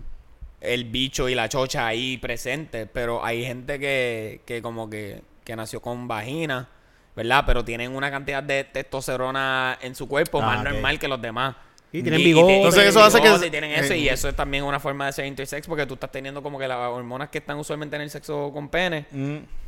Speaker 4: el bicho y la chocha ahí presentes, pero hay gente que, que como que, que nació con vagina, ¿verdad? Pero tienen una cantidad de testosterona en su cuerpo
Speaker 1: Ah,
Speaker 4: más
Speaker 1: ok.
Speaker 4: normal que los demás.
Speaker 1: Y tienen bigote.
Speaker 3: Entonces eso hace que-
Speaker 4: bigote y tienen eso, y
Speaker 3: eh.
Speaker 4: eso es también una forma de ser intersex porque tú estás teniendo como que las hormonas que están usualmente en el sexo con pene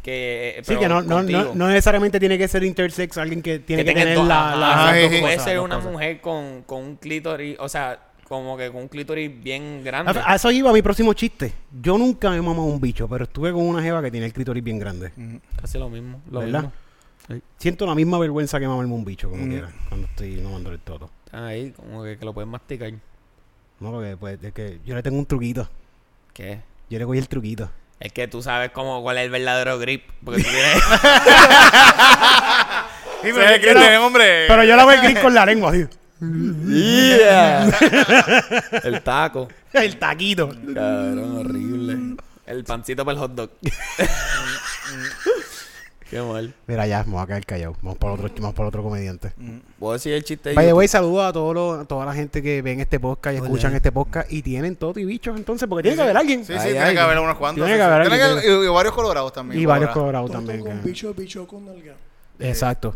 Speaker 4: que eh,
Speaker 1: Mm. Sí,
Speaker 4: pero
Speaker 1: que no, no,
Speaker 4: contigo.
Speaker 1: no, no necesariamente tiene que ser intersex, alguien que tiene que,
Speaker 4: tenga
Speaker 1: tener
Speaker 4: dos- Ah,
Speaker 1: la.
Speaker 4: ajá,
Speaker 1: la-
Speaker 4: exacto,
Speaker 1: las
Speaker 3: ajá,
Speaker 1: dos
Speaker 4: puede
Speaker 1: cosas,
Speaker 4: ser
Speaker 1: dos
Speaker 4: una
Speaker 1: cosas.
Speaker 4: mujer con, con un clítoris, o sea, como que con un clítoris bien grande.
Speaker 1: A a eso iba mi próximo chiste. Yo nunca me he mamado un bicho, pero estuve con una jeva que tiene el clítoris bien grande.
Speaker 4: Casi lo mismo. Lo
Speaker 1: ¿Verdad?
Speaker 4: mismo. Sí.
Speaker 1: Siento la misma vergüenza que mamarme un bicho, como quiera, cuando estoy mamándole el toto.
Speaker 4: Ahí, como que, que lo puedes masticar.
Speaker 1: No, porque pues, es que yo le tengo un truquito.
Speaker 4: ¿Qué?
Speaker 1: Yo le cogí el truquito.
Speaker 4: Es que tú sabes cómo, cuál es el verdadero grip. Porque
Speaker 1: (laughs)
Speaker 4: tú tienes.
Speaker 3: ¿Sabes qué tenemos, hombre?
Speaker 1: Pero yo la voy a gris con la lengua, así.
Speaker 4: (laughs)
Speaker 2: Yeah. El taco.
Speaker 1: (laughs) El taquito.
Speaker 2: Cabrón, horrible.
Speaker 4: el pancito para el hot
Speaker 3: (laughs)
Speaker 4: dog.
Speaker 2: Qué mal.
Speaker 1: Mira, ya, me voy a caer callado. Vamos para otro, vamos para otro comediante.
Speaker 2: ¿Puedo decir el chiste? de
Speaker 1: By the
Speaker 2: YouTube?
Speaker 1: way, saludo a todos los- a toda la gente que ven este podcast y escuchan este podcast y tienen todo y bichos entonces, porque tiene que haber alguien.
Speaker 3: Sí, sí,
Speaker 2: Ay,
Speaker 3: tiene
Speaker 2: ay,
Speaker 3: que haber unos cuantos.
Speaker 1: tiene
Speaker 3: sí,
Speaker 1: que
Speaker 3: sí.
Speaker 1: haber
Speaker 3: Tiene
Speaker 1: alguien
Speaker 3: que haber- y, y varios colorados también.
Speaker 1: y varios colorados
Speaker 3: colorados.
Speaker 6: Todo
Speaker 1: también.
Speaker 6: con
Speaker 1: que-
Speaker 6: bicho, bicho con nalga.
Speaker 1: Exacto.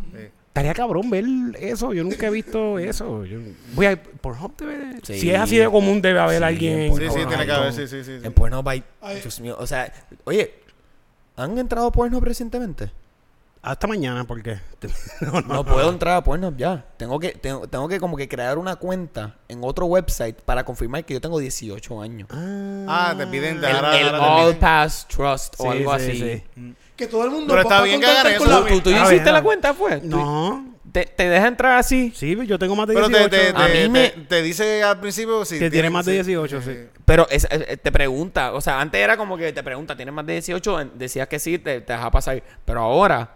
Speaker 1: Estaría cabrón ver eso. Yo nunca he visto eso. Yo- voy a por debe.
Speaker 2: Sí.
Speaker 1: Si es así de común debe haber alguien. en
Speaker 3: Sí, sí,
Speaker 1: Pornhub.
Speaker 3: tiene que haber, sí, sí, sí. sí.
Speaker 2: En Pornhub hay...
Speaker 6: Ay.
Speaker 2: Dios mío, o sea... Oye, ¿han entrado a Pornhub recientemente?
Speaker 1: Hasta mañana porque (laughs)
Speaker 2: No puedo entrar a Pornhub ya. Tengo que, tengo, tengo que como que crear una cuenta en otro website para confirmar que yo tengo 18 años.
Speaker 3: Ah, te piden.
Speaker 4: El,
Speaker 3: ahora-
Speaker 4: el
Speaker 3: ahora te
Speaker 4: All
Speaker 3: piden.
Speaker 4: Pass Trust o algo así.
Speaker 6: Que todo el mundo
Speaker 3: Pero está
Speaker 6: a
Speaker 3: bien que
Speaker 6: contactar
Speaker 3: hagan
Speaker 6: con
Speaker 3: eso.
Speaker 6: la-
Speaker 4: ¿Tú, tú
Speaker 1: Ah,
Speaker 4: hiciste
Speaker 1: bien,
Speaker 4: la
Speaker 1: no.
Speaker 4: cuenta, fue? ¿Tú-
Speaker 1: No.
Speaker 4: ¿Te, te deja entrar así?
Speaker 1: Sí, yo tengo más de
Speaker 3: Pero
Speaker 1: 18.
Speaker 3: te, te,
Speaker 4: A mí
Speaker 3: te,
Speaker 4: me-
Speaker 3: te- te dice al principio si.
Speaker 1: que tiene
Speaker 3: tienes-
Speaker 1: más de
Speaker 3: sí.
Speaker 1: 18, sí.
Speaker 4: Pero es- eh, eh, te pregunta, o sea, antes era como que te pregunta, ¿tienes más de 18? En- Decías que sí, te, te deja pasar. Pero ahora,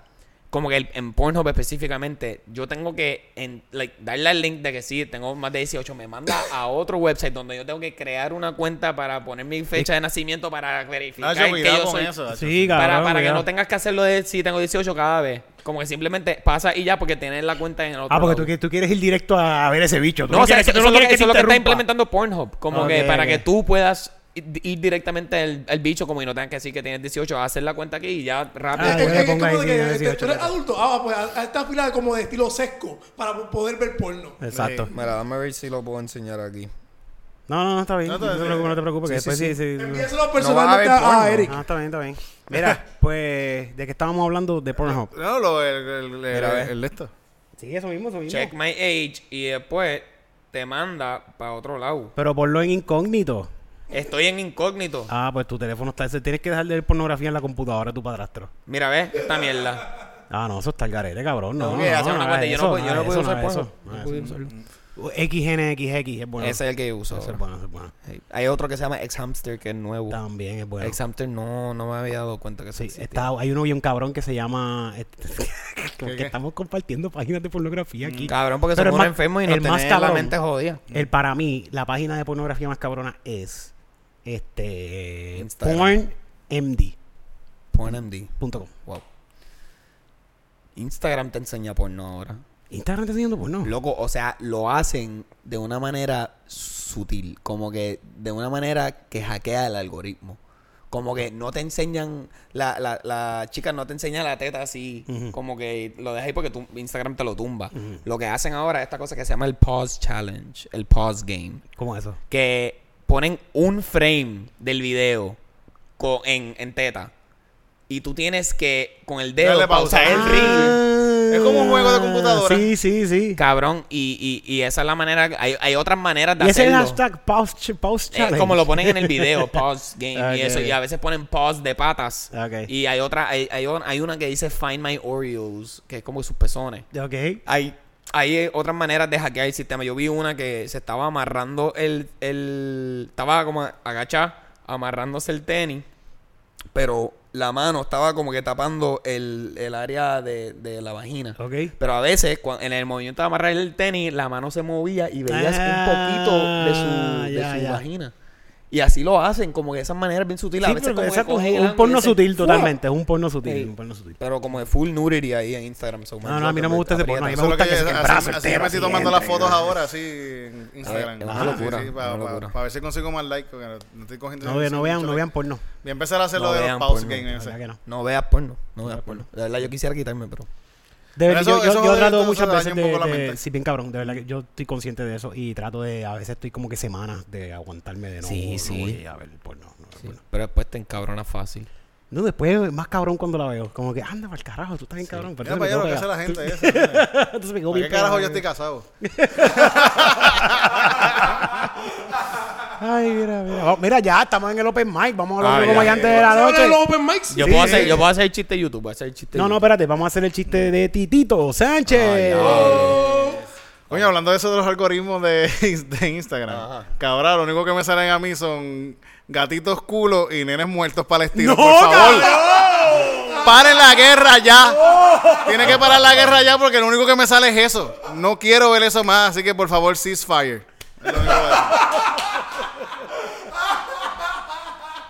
Speaker 4: como que el- en Pornhub específicamente, yo tengo que en- like, darle el link de que sí, tengo más de 18. Me
Speaker 3: (coughs)
Speaker 4: manda a otro website donde yo tengo que crear una cuenta para poner mi fecha de nacimiento para verificar
Speaker 3: Nacho,
Speaker 4: que
Speaker 3: Ah, cuidado
Speaker 4: yo
Speaker 3: con
Speaker 4: soy...
Speaker 3: eso, Nacho.
Speaker 1: Sí, cabrón.
Speaker 4: Para, para que
Speaker 1: cuidado.
Speaker 4: no tengas que hacerlo de si tengo 18 cada vez. Como que simplemente pasa y ya porque tienes la cuenta en el otro
Speaker 1: Ah, porque tú,
Speaker 4: lado.
Speaker 1: qui- tú quieres ir directo a ver ese bicho. Tú
Speaker 4: No, o sea,
Speaker 1: quieres
Speaker 4: eso,
Speaker 1: que- tú
Speaker 4: eso es lo que,
Speaker 1: quieres
Speaker 4: eso es lo
Speaker 1: te
Speaker 4: que está
Speaker 1: interrumpa.
Speaker 4: implementando Pornhub. Como
Speaker 1: Ok,
Speaker 4: que para
Speaker 1: ok.
Speaker 4: que tú puedas ir, ir directamente al, al bicho, como y no tengas que decir que tienes 18, a hacer la cuenta aquí y ya rápido.
Speaker 1: Ah,
Speaker 6: Es-
Speaker 1: yo
Speaker 6: es-
Speaker 1: le
Speaker 6: es
Speaker 1: pongo
Speaker 6: como
Speaker 1: ahí,
Speaker 6: de
Speaker 1: sí,
Speaker 6: que,
Speaker 1: 18,
Speaker 6: tú eres
Speaker 1: ya.
Speaker 6: adulto. Ah, pues a, a esta fila como de estilo sesco para po- poder ver porno.
Speaker 1: Exacto.
Speaker 2: Mira, dame a ver si lo puedo enseñar aquí.
Speaker 1: No, no, no, está bien. No,
Speaker 3: No,
Speaker 1: te
Speaker 3: está
Speaker 1: preocupes,
Speaker 3: bien.
Speaker 1: no te preocupes. que
Speaker 2: Sí, sí,
Speaker 1: después sí, sí.
Speaker 6: Envíaselo
Speaker 2: No va a
Speaker 6: personalmente
Speaker 2: ver
Speaker 6: a,
Speaker 2: porno.
Speaker 6: a Eric.
Speaker 1: Ah, está bien, está bien. Mira, pues, ¿de qué estábamos hablando? De Pornhub.
Speaker 3: No, lo, el, el, el,
Speaker 2: Mira, ve.
Speaker 3: el de esto.
Speaker 1: (laughs) Sí, eso mismo, eso mismo.
Speaker 4: Check my age y después te manda para otro lado.
Speaker 1: Pero ponlo en incógnito.
Speaker 4: Estoy en incógnito.
Speaker 1: Ah, pues tu teléfono está ese. Tienes que dejar de ver pornografía en la computadora de tu padrastro.
Speaker 4: Mira, ves, esta mierda.
Speaker 1: Ah, no, eso está el garete, cabrón. No,
Speaker 4: No,
Speaker 1: no,
Speaker 4: que hacer
Speaker 1: no,
Speaker 4: una
Speaker 1: no,
Speaker 4: cuenta, yo no
Speaker 1: eso,
Speaker 4: puedo- yo no
Speaker 1: nada,
Speaker 4: puedo
Speaker 1: eso,
Speaker 4: usar
Speaker 1: nada,
Speaker 4: porno.
Speaker 1: eso, nada, eso, no. XNXX es bueno.
Speaker 2: Ese es el que yo uso.
Speaker 1: Eso es
Speaker 2: ahora.
Speaker 1: bueno, eso es bueno.
Speaker 2: Sí. Hay otro que se llama Ex Hamster que es nuevo.
Speaker 1: También es bueno.
Speaker 2: Ex Hamster no, no me había dado cuenta que
Speaker 1: Sí,
Speaker 2: sí,
Speaker 1: está, hay uno bien cabrón que se llama. (laughs) este, como que
Speaker 3: qué?
Speaker 1: estamos compartiendo páginas de pornografía aquí.
Speaker 2: Cabrón, porque
Speaker 1: Pero el
Speaker 2: somos unos
Speaker 1: más-
Speaker 2: enfermos y nos
Speaker 1: el más
Speaker 2: tenemos la
Speaker 1: cabrón.
Speaker 2: mente jodida.
Speaker 1: El para mí, la página de pornografía más cabrona es este
Speaker 2: Instagram.
Speaker 1: pornmd.com.
Speaker 2: PornMD. Wow. Instagram te enseña porno ahora.
Speaker 1: Instagram está enseñando porno.
Speaker 2: Loco, o sea, lo hacen de una manera sutil, como que de una manera que hackea el algoritmo. Como que no te enseñan, la, la, la chica no te enseña la teta así, como que lo deja ahí porque tu Instagram te lo tumba. Lo que hacen ahora es esta cosa que se llama el pause challenge, el pause game,
Speaker 1: ¿Cómo es eso?
Speaker 4: Que ponen un frame del video con, en, en teta. Y tú tienes que, con el dedo,
Speaker 3: Dale pausa.
Speaker 4: pausar el reel.
Speaker 1: Ah,
Speaker 3: Es como un juego de computadora.
Speaker 1: Sí, sí, sí.
Speaker 4: Cabrón, y, y, y esa es la manera. Hay, hay otras maneras de
Speaker 1: Y ese es el
Speaker 4: hacerlo.
Speaker 1: hashtag pause, ch- pause
Speaker 4: Eh,
Speaker 1: challenge.
Speaker 4: como lo ponen en el
Speaker 1: (laughs)
Speaker 4: video, pause game
Speaker 1: Ah,
Speaker 4: y
Speaker 1: ok,
Speaker 4: eso.
Speaker 1: ok.
Speaker 4: Y a veces ponen pause de patas.
Speaker 1: Ok.
Speaker 4: Y hay otra, hay, hay, on- hay una que dice find my Oreos, que es como sus pezones.
Speaker 1: Ok.
Speaker 4: Hay, hay eh, otras maneras de hackear el sistema. Yo vi una que se estaba amarrando el. el estaba como agachada, amarrándose el tenis. pero la mano estaba como que tapando el, el área de, de la vagina.
Speaker 8: Ok.
Speaker 4: Pero a veces, cuan- en el movimiento de amarrar el tenis, la mano se movía y veías
Speaker 8: Ah,
Speaker 4: un poquito de su, de
Speaker 8: ya,
Speaker 4: su
Speaker 8: ya.
Speaker 4: vagina. Y así lo hacen, como que de esa manera bien sutil. a
Speaker 8: Sí,
Speaker 4: veces
Speaker 8: pero
Speaker 4: como que
Speaker 8: exacto,
Speaker 4: cogen
Speaker 8: es
Speaker 4: el
Speaker 8: un
Speaker 4: ángulo y
Speaker 8: porno
Speaker 4: dicen,
Speaker 8: sutil
Speaker 4: "Fua".
Speaker 8: totalmente, es un porno sutil,
Speaker 4: Ey.
Speaker 8: un porno sutil.
Speaker 4: Pero como de full nudity ahí en Instagram. so,
Speaker 8: No, no, a mí no
Speaker 4: aprieta-
Speaker 8: me gusta ese porno, a mí
Speaker 4: aprieta.
Speaker 8: me gusta que,
Speaker 3: así,
Speaker 8: se el brazo
Speaker 3: así
Speaker 8: entero,
Speaker 3: me estoy
Speaker 8: así,
Speaker 3: tomando las
Speaker 8: entre-
Speaker 3: fotos ahora, así, en Instagram.
Speaker 9: es una
Speaker 3: Ajá.
Speaker 9: locura,
Speaker 3: Sí, sí,
Speaker 9: es
Speaker 3: para,
Speaker 9: una
Speaker 3: para-
Speaker 9: locura.
Speaker 3: para ver si consigo más likes, porque no- no estoy cogiendo...
Speaker 8: No, ve- no vean, no vean porno.
Speaker 3: Voy a empezar a hacer
Speaker 4: No
Speaker 3: lo de los
Speaker 4: vean
Speaker 3: pause
Speaker 4: porno,
Speaker 3: games.
Speaker 8: La verdad que no.
Speaker 4: No veas porno, no veas porno. De verdad, yo quisiera quitarme, pero.
Speaker 8: De
Speaker 3: Pero
Speaker 8: verdad,
Speaker 3: eso-
Speaker 8: yo, yo-
Speaker 3: eso
Speaker 8: yo
Speaker 3: jode
Speaker 8: trato
Speaker 3: todo,
Speaker 8: muchas
Speaker 3: eso daña
Speaker 8: veces
Speaker 3: un
Speaker 8: de,
Speaker 3: poco la
Speaker 8: de-
Speaker 3: mente.
Speaker 8: sí, bien cabrón, de verdad que yo estoy consciente de eso y trato de, a veces estoy como que semanas de aguantarme de no,
Speaker 4: Sí,
Speaker 8: no
Speaker 4: sí.
Speaker 8: voy a ver porno, no, voy a ver porno.
Speaker 4: Pero después te encabrona fácil.
Speaker 8: No, después más cabrón cuando la veo, como que ah, anda para el carajo, tú estás bien cabrón. pero
Speaker 3: Mira para allá
Speaker 8: entonces
Speaker 3: lo que
Speaker 8: me
Speaker 3: hace la gente
Speaker 8: quedo pegado.
Speaker 3: esa. ¿sabes?
Speaker 8: (laughs) Entonces me quedo
Speaker 3: ¿Para
Speaker 8: bien
Speaker 3: qué carajo
Speaker 8: pegado.
Speaker 3: yo estoy casado?
Speaker 8: Ay, mira, mira. Va- Mira, ya estamos en el open mic. Vamos a
Speaker 4: Ah,
Speaker 8: hablar
Speaker 4: ya,
Speaker 8: como ya antes
Speaker 4: ya.
Speaker 8: de la
Speaker 6: ¿Sabes
Speaker 8: noche.
Speaker 6: los open mics?
Speaker 4: Yo,
Speaker 8: Sí,
Speaker 4: puedo
Speaker 8: sí.
Speaker 4: hacer, yo puedo hacer chiste de YouTube, voy a hacer chiste de
Speaker 8: No, no,
Speaker 4: YouTube.
Speaker 8: espérate. Vamos a hacer el chiste de Titito Sánchez.
Speaker 3: Coño, hablando de eso de los algoritmos de, (laughs) de Instagram. Que ahora lo único que me salen a mí son gatitos culos y nenes muertos palestinos. por favor. ¡Paren la guerra ya! Tiene que parar la guerra ya porque lo único que me sale es eso. No quiero ver eso más, así que por favor, ceasefire. Es lo único que voy a decir.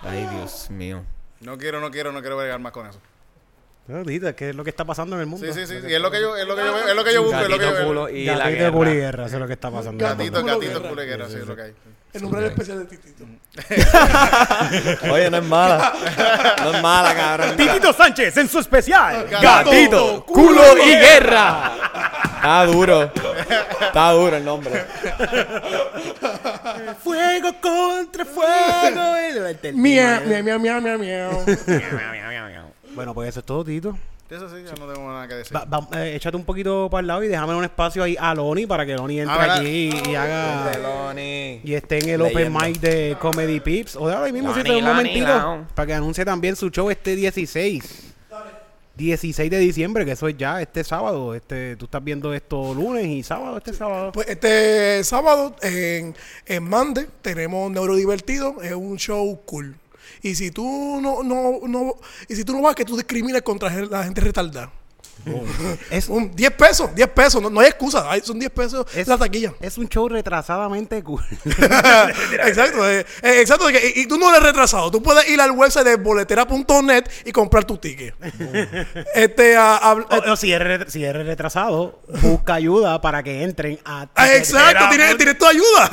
Speaker 4: Ay, Dios mío.
Speaker 3: No quiero, no quiero, no quiero bregar más con eso.
Speaker 8: No, Tita, ¿Qué es lo que está pasando en el mundo?
Speaker 3: Sí, sí, sí. sí, es lo que yo, es lo que yo, veo, es lo que yo busco, es lo que yo
Speaker 4: Gatito
Speaker 3: veo.
Speaker 4: culo y la
Speaker 8: Gatito de culo
Speaker 4: (laughs)
Speaker 8: y
Speaker 4: guerra.
Speaker 8: guerra, eso es lo que está pasando. en el mundo.
Speaker 3: Gatitos,
Speaker 6: Culo
Speaker 3: gatitos,
Speaker 6: guerra.
Speaker 3: culo y guerra, sí, es lo que hay.
Speaker 6: El nombre del especial de Titito.
Speaker 9: Oye, no es mala. No es mala, cabrón.
Speaker 8: Titito Sánchez en su especial.
Speaker 9: Gatito, culo y guerra. Está duro. Está duro el nombre.
Speaker 8: Fuego contra fuego. El- el- el-
Speaker 6: Miau, miau, miau, miau, miau, miau.
Speaker 8: Bueno, pues eso es todo, Tito.
Speaker 3: Eso sí, ya no tengo nada que decir.
Speaker 8: Va- va- eh, échate un poquito para el lado y déjame un espacio ahí a Loni para que Loni entre
Speaker 3: Ah, ¿verdad?
Speaker 8: aquí y, y haga. Y esté en el
Speaker 4: Leyenda.
Speaker 8: Open Mic de Comedy Pips. O de ahora mismo, si
Speaker 4: Lani,
Speaker 8: te da un
Speaker 4: Lani,
Speaker 8: momentito,
Speaker 4: Lani.
Speaker 8: para que anuncie también su show este 16. 16 de diciembre, que eso es ya este sábado. Este, tú estás viendo esto lunes y sábado, este sábado.
Speaker 6: Pues este sábado en, en Mande tenemos Neurodivertido, es un show cool. Y si tú no, no, no, y si tú no vas, que tú discriminas contra gen- la gente retardada. (laughs)
Speaker 8: Es,
Speaker 6: Un 10 pesos, 10 pesos, no, no hay excusa, hay- son 10 pesos
Speaker 8: es-
Speaker 6: la taquilla.
Speaker 8: es un show retrasadamente cool.
Speaker 6: (laughs) exacto, eh, eh, exacto. de que- Y, y tú no eres retrasado. Tú puedes ir al website de boletera.net y comprar tu ticket. este, a- a-
Speaker 8: o, o si, eres, re- si eres retrasado, busca ayuda para que entren a.
Speaker 6: Ah, exacto, tiene, tiene tu ayuda.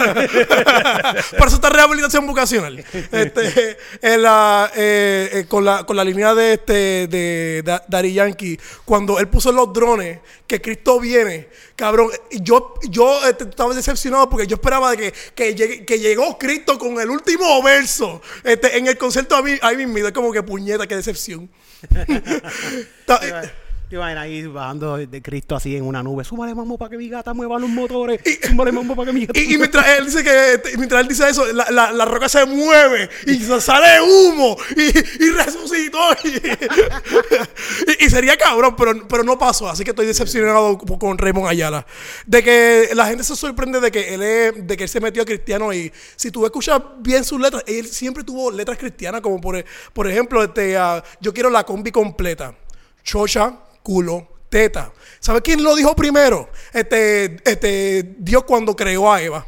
Speaker 6: Por eso está rehabilitación vocacional. Este, en la, eh, eh, con, la, con la línea de, este, de Da- Daddy Yankee, cuando él puso los drones, que Cristo viene, cabrón, y yo, yo este, estaba decepcionado porque yo esperaba de que, que, llegue- que llegó Cristo con el último verso este, en el concierto ahí, ahí mismo. Es como que puñeta, qué decepción. (laughs) eh, Está-
Speaker 8: Te van ahí bajando de Cristo así en una nube. Súmale mambo para que mi gata mueva los motores. Súmale mambo para que mi gata.
Speaker 6: Y, y mientras él dice que este, mientras él dice eso, la, la- la roca se mueve y se sale humo y, y (laughs) resucitó. Y, y- y sería cabrón, pero, pero no pasó. Así que estoy decepcionado con con Raymond Ayala. De que la gente se sorprende de que él es- de que él se metió a cristiano. Y si tú escuchas bien sus letras, él siempre tuvo letras cristianas, como por, e- por ejemplo, este, ah, yo quiero la combi completa. Chocha, culo, teta. ¿Sabes quién lo dijo primero? Este, este, Dios cuando creó a Eva.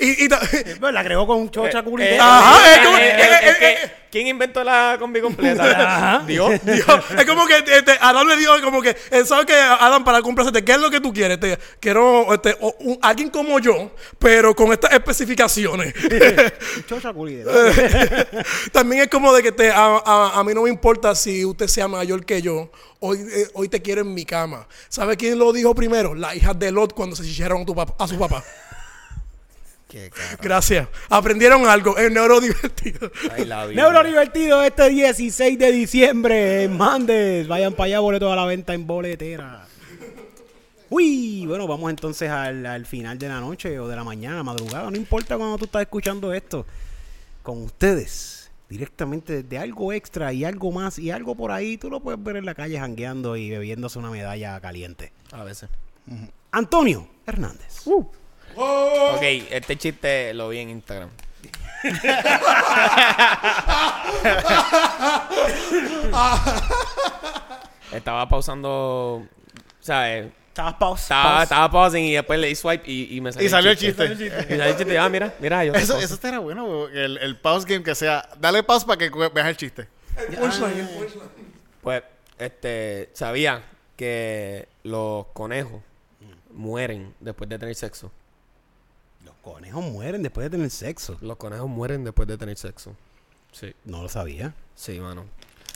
Speaker 6: y, y ta-
Speaker 8: Bueno, la creó con un chocha culito.
Speaker 4: Eh,
Speaker 6: Ajá,
Speaker 4: eh,
Speaker 6: es como-
Speaker 4: eh,
Speaker 6: eh,
Speaker 4: eh,
Speaker 6: eh,
Speaker 4: eh,
Speaker 6: eh,
Speaker 4: eh, ¿Quién inventó la combi completa? Dios.
Speaker 6: Dios, es como que este, Adán le dijo como que, eh, ¿sabes que Adán, para complacerte, ¿qué es lo que tú quieres? Te- quiero este, o- un- alguien como yo, pero con estas especificaciones.
Speaker 8: Un chocha culito.
Speaker 6: (laughs) También es como de que te, a, a- a mí no me importa si usted sea mayor que yo. Hoy, eh, hoy te quiero en mi cama. ¿Sabe quién lo dijo primero? Las hijas de Lot cuando se chicharon a, tu pap- a su papá. Gracias. Aprendieron algo. Es neurodivertido. (laughs)
Speaker 4: Ay, la vida.
Speaker 8: Neuro divertido este 16 de diciembre en Mandes. Vayan para allá, boleto a la venta en boletera. Uy, bueno, vamos entonces al, al final de la noche o de la mañana, madrugada, no importa cuando tú estás escuchando esto. Con ustedes, directamente desde algo extra y algo más y algo por ahí, tú lo puedes ver en la calle jangueando y bebiéndose una medalla caliente.
Speaker 4: A veces.
Speaker 8: Antonio Hernández.
Speaker 4: Ok, este chiste lo vi en Instagram. Estaba pausando, ¿sabes?
Speaker 1: Estabas pausado.
Speaker 4: Estaba, estaba pausing y después le di swipe y, y me salió
Speaker 3: Y salió el chiste.
Speaker 4: Y salió el chiste. Ah, mira, mira. Yo
Speaker 3: (laughs) Eso, eso era bueno, güey, el, el pause game que sea. Dale pause para que cu- veas el chiste. (laughs)
Speaker 8: El punchline, el punchline.
Speaker 4: Pues, este, sabía que los conejos
Speaker 8: Mm.
Speaker 4: mueren después de tener sexo.
Speaker 1: Los conejos mueren después de tener sexo.
Speaker 4: Los conejos mueren después de tener sexo. Sí.
Speaker 1: No lo sabía.
Speaker 4: Sí, mano.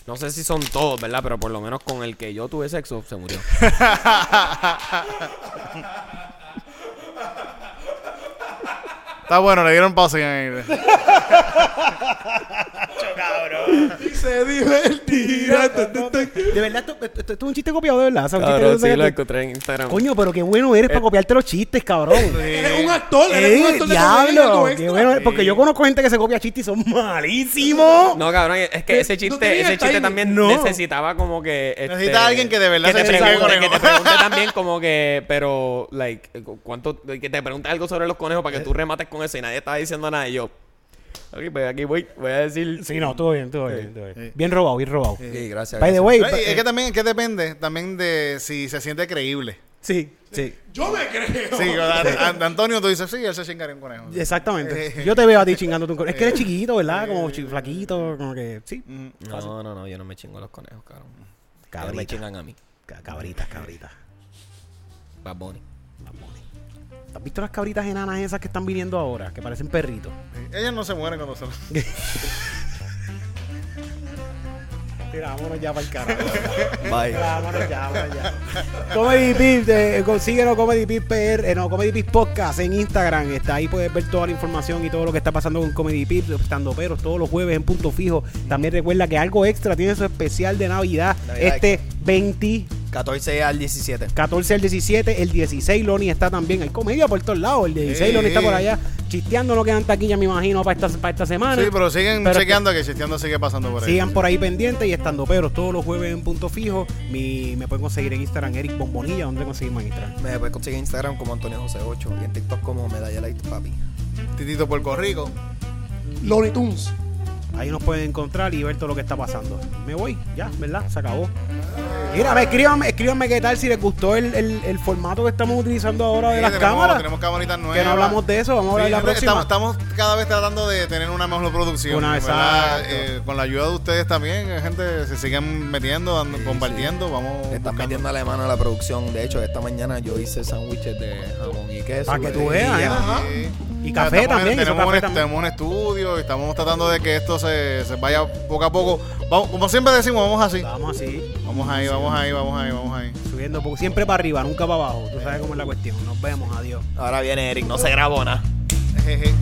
Speaker 4: No sé si son todos, ¿verdad? Pero por lo menos con el que yo tuve sexo,
Speaker 1: (laughs)
Speaker 4: se murió.
Speaker 3: Está bueno, le dieron pause game ahí.
Speaker 8: Y se divertirá. Ta, ta, ta.
Speaker 1: De verdad, esto, esto- esto es un chiste copiado, de verdad.
Speaker 8: ¿Ah,
Speaker 1: O sea, un chiste
Speaker 4: Cabrón,
Speaker 1: de-
Speaker 4: sí, lo encontré en Instagram. Eh.
Speaker 1: Coño, pero qué bueno eres para copiarte los chistes, cabrón.
Speaker 8: Eres un actor, eres un
Speaker 1: ¡Eh,
Speaker 8: actor de comedia, algo
Speaker 1: diablo! Qué
Speaker 8: extra.
Speaker 1: bueno, eres, porque yo conozco gente que se copia chistes y son malísimos.
Speaker 4: No, cabrón, es que
Speaker 8: Eh,
Speaker 4: ese
Speaker 8: no
Speaker 4: chiste,
Speaker 8: tenía
Speaker 4: ese chiste
Speaker 8: timing.
Speaker 4: también
Speaker 1: No.
Speaker 4: necesitaba como que. este,
Speaker 3: Necesita alguien que de verdad
Speaker 4: que
Speaker 3: se
Speaker 4: te
Speaker 3: sepa de
Speaker 4: pregunte, que te
Speaker 3: conejos.
Speaker 4: pregunte también como que, pero, like, eh, cu- cuánto, que te pregunte algo sobre los conejos para que tú remates con eso y nadie estaba diciendo nada. Y yo, ok, pues aquí voy, voy a decir.
Speaker 1: Sí, no, todo bien, todo bien. todo bien. Bien robado, bien robado.
Speaker 2: Sí, gracias.
Speaker 1: By the
Speaker 2: gracias.
Speaker 1: way,
Speaker 3: Pero, y
Speaker 1: eh,
Speaker 3: es que también, es que depende también de si se
Speaker 1: (laughs)
Speaker 3: siente creíble.
Speaker 1: sí, sí.
Speaker 8: Yo me creo.
Speaker 3: Sí, a- a- a- Antonio, tú dices, sí, él se chingaría un conejo. Eh,
Speaker 1: Exactamente. Yo te veo a ti chingando tu Es que eres chiquito, ¿verdad? Como chi- flaquito, como que. Sí.
Speaker 4: No, no, no, yo no me chingo los conejos, cabrón. Ellos me
Speaker 1: Cabrita.
Speaker 4: chingan a mí.
Speaker 1: Ca- Cabritas, cabritas.
Speaker 4: Bad Bunny.
Speaker 1: Vamos. ¿Has visto las cabritas enanas esas que están viniendo ahora? Que parecen perritos.
Speaker 3: Sí. Ellas no se mueren cuando
Speaker 1: (laughs)
Speaker 3: son.
Speaker 1: Tira, vámonos ya para el carajo.
Speaker 2: Bye.
Speaker 1: vámonos ya, vámonos ya. Comedy Pip, eh, consíguelo Comedy Pip PR, eh, no, Comedy Pip Podcast en Instagram. Está ahí, puedes ver toda la información y todo lo que está pasando con Comedy Pip, estando peros todos los jueves en punto fijo. También recuerda que algo extra tiene su especial de Navidad,
Speaker 2: Navidad.
Speaker 1: este 20
Speaker 2: 14 al 17.
Speaker 1: 14 al 17, el 16 Loni está también. Hay comedia por todos lados. El 16
Speaker 3: Sí.
Speaker 1: Loni está por allá. Chisteando lo que dan taquilla, me imagino, para esta, para esta semana.
Speaker 3: Sí, pero siguen
Speaker 1: Pero-
Speaker 3: chequeando que Chisteando sigue pasando por ahí.
Speaker 1: Sigan por ahí pendientes y estando peros todos los jueves en punto fijo. Mi, me pueden conseguir en Instagram, Eric Bombonilla, donde conseguimos en Instagram.
Speaker 2: Me puedes conseguir en Instagram como Antonio José 8 y en TikTok como Medalla Light Papi.
Speaker 3: Titito Puerto Rico.
Speaker 8: Looney Tunes.
Speaker 1: Ahí nos pueden encontrar y ver todo lo que está pasando. Me voy, ya, ¿verdad? Se acabó. Mira, escríbanme, escríbanme qué tal si les gustó el, el- el formato que estamos utilizando ahora de
Speaker 3: Sí,
Speaker 1: las
Speaker 3: tenemos-
Speaker 1: cámaras.
Speaker 3: Tenemos camaritas nuevas.
Speaker 1: que no hablamos de eso, vamos a hablar
Speaker 3: Sí,
Speaker 1: la
Speaker 3: siempre
Speaker 1: próxima.
Speaker 3: Estamos, estamos cada vez tratando de tener una mejor producción.
Speaker 1: Una-
Speaker 3: ¿verdad?
Speaker 1: exacto.
Speaker 3: Eh, con la ayuda de ustedes también, eh, gente, se sigan metiendo, dando- compartiendo. Vamos.
Speaker 2: Le están
Speaker 3: buscando.
Speaker 2: metiendo la mano a la producción. De hecho, esta mañana yo hice sándwiches de jamón y queso.
Speaker 1: Pa' que tú
Speaker 2: y-
Speaker 1: veas,
Speaker 2: y-
Speaker 1: ¿eh? Ajá.
Speaker 3: Sí.
Speaker 1: Y
Speaker 3: Pero
Speaker 1: café
Speaker 3: estamos en-
Speaker 1: también, hizo
Speaker 3: Tenemos, este,
Speaker 1: café
Speaker 3: un,
Speaker 1: también.
Speaker 3: tenemos un estudio y estamos tratando de que esto se, se vaya poco a poco. Vamos, como siempre decimos, vamos así.
Speaker 1: Estamos así.
Speaker 3: Vamos ahí, vamos ahí, vamos ahí,
Speaker 1: (laughs)
Speaker 3: vamos ahí.
Speaker 1: Subiendo po- siempre para arriba, nunca para abajo. Tú sabes cómo es la cuestión. Nos vemos, adiós.
Speaker 2: Ahora viene Eric, no se grabó nada.
Speaker 3: Jeje.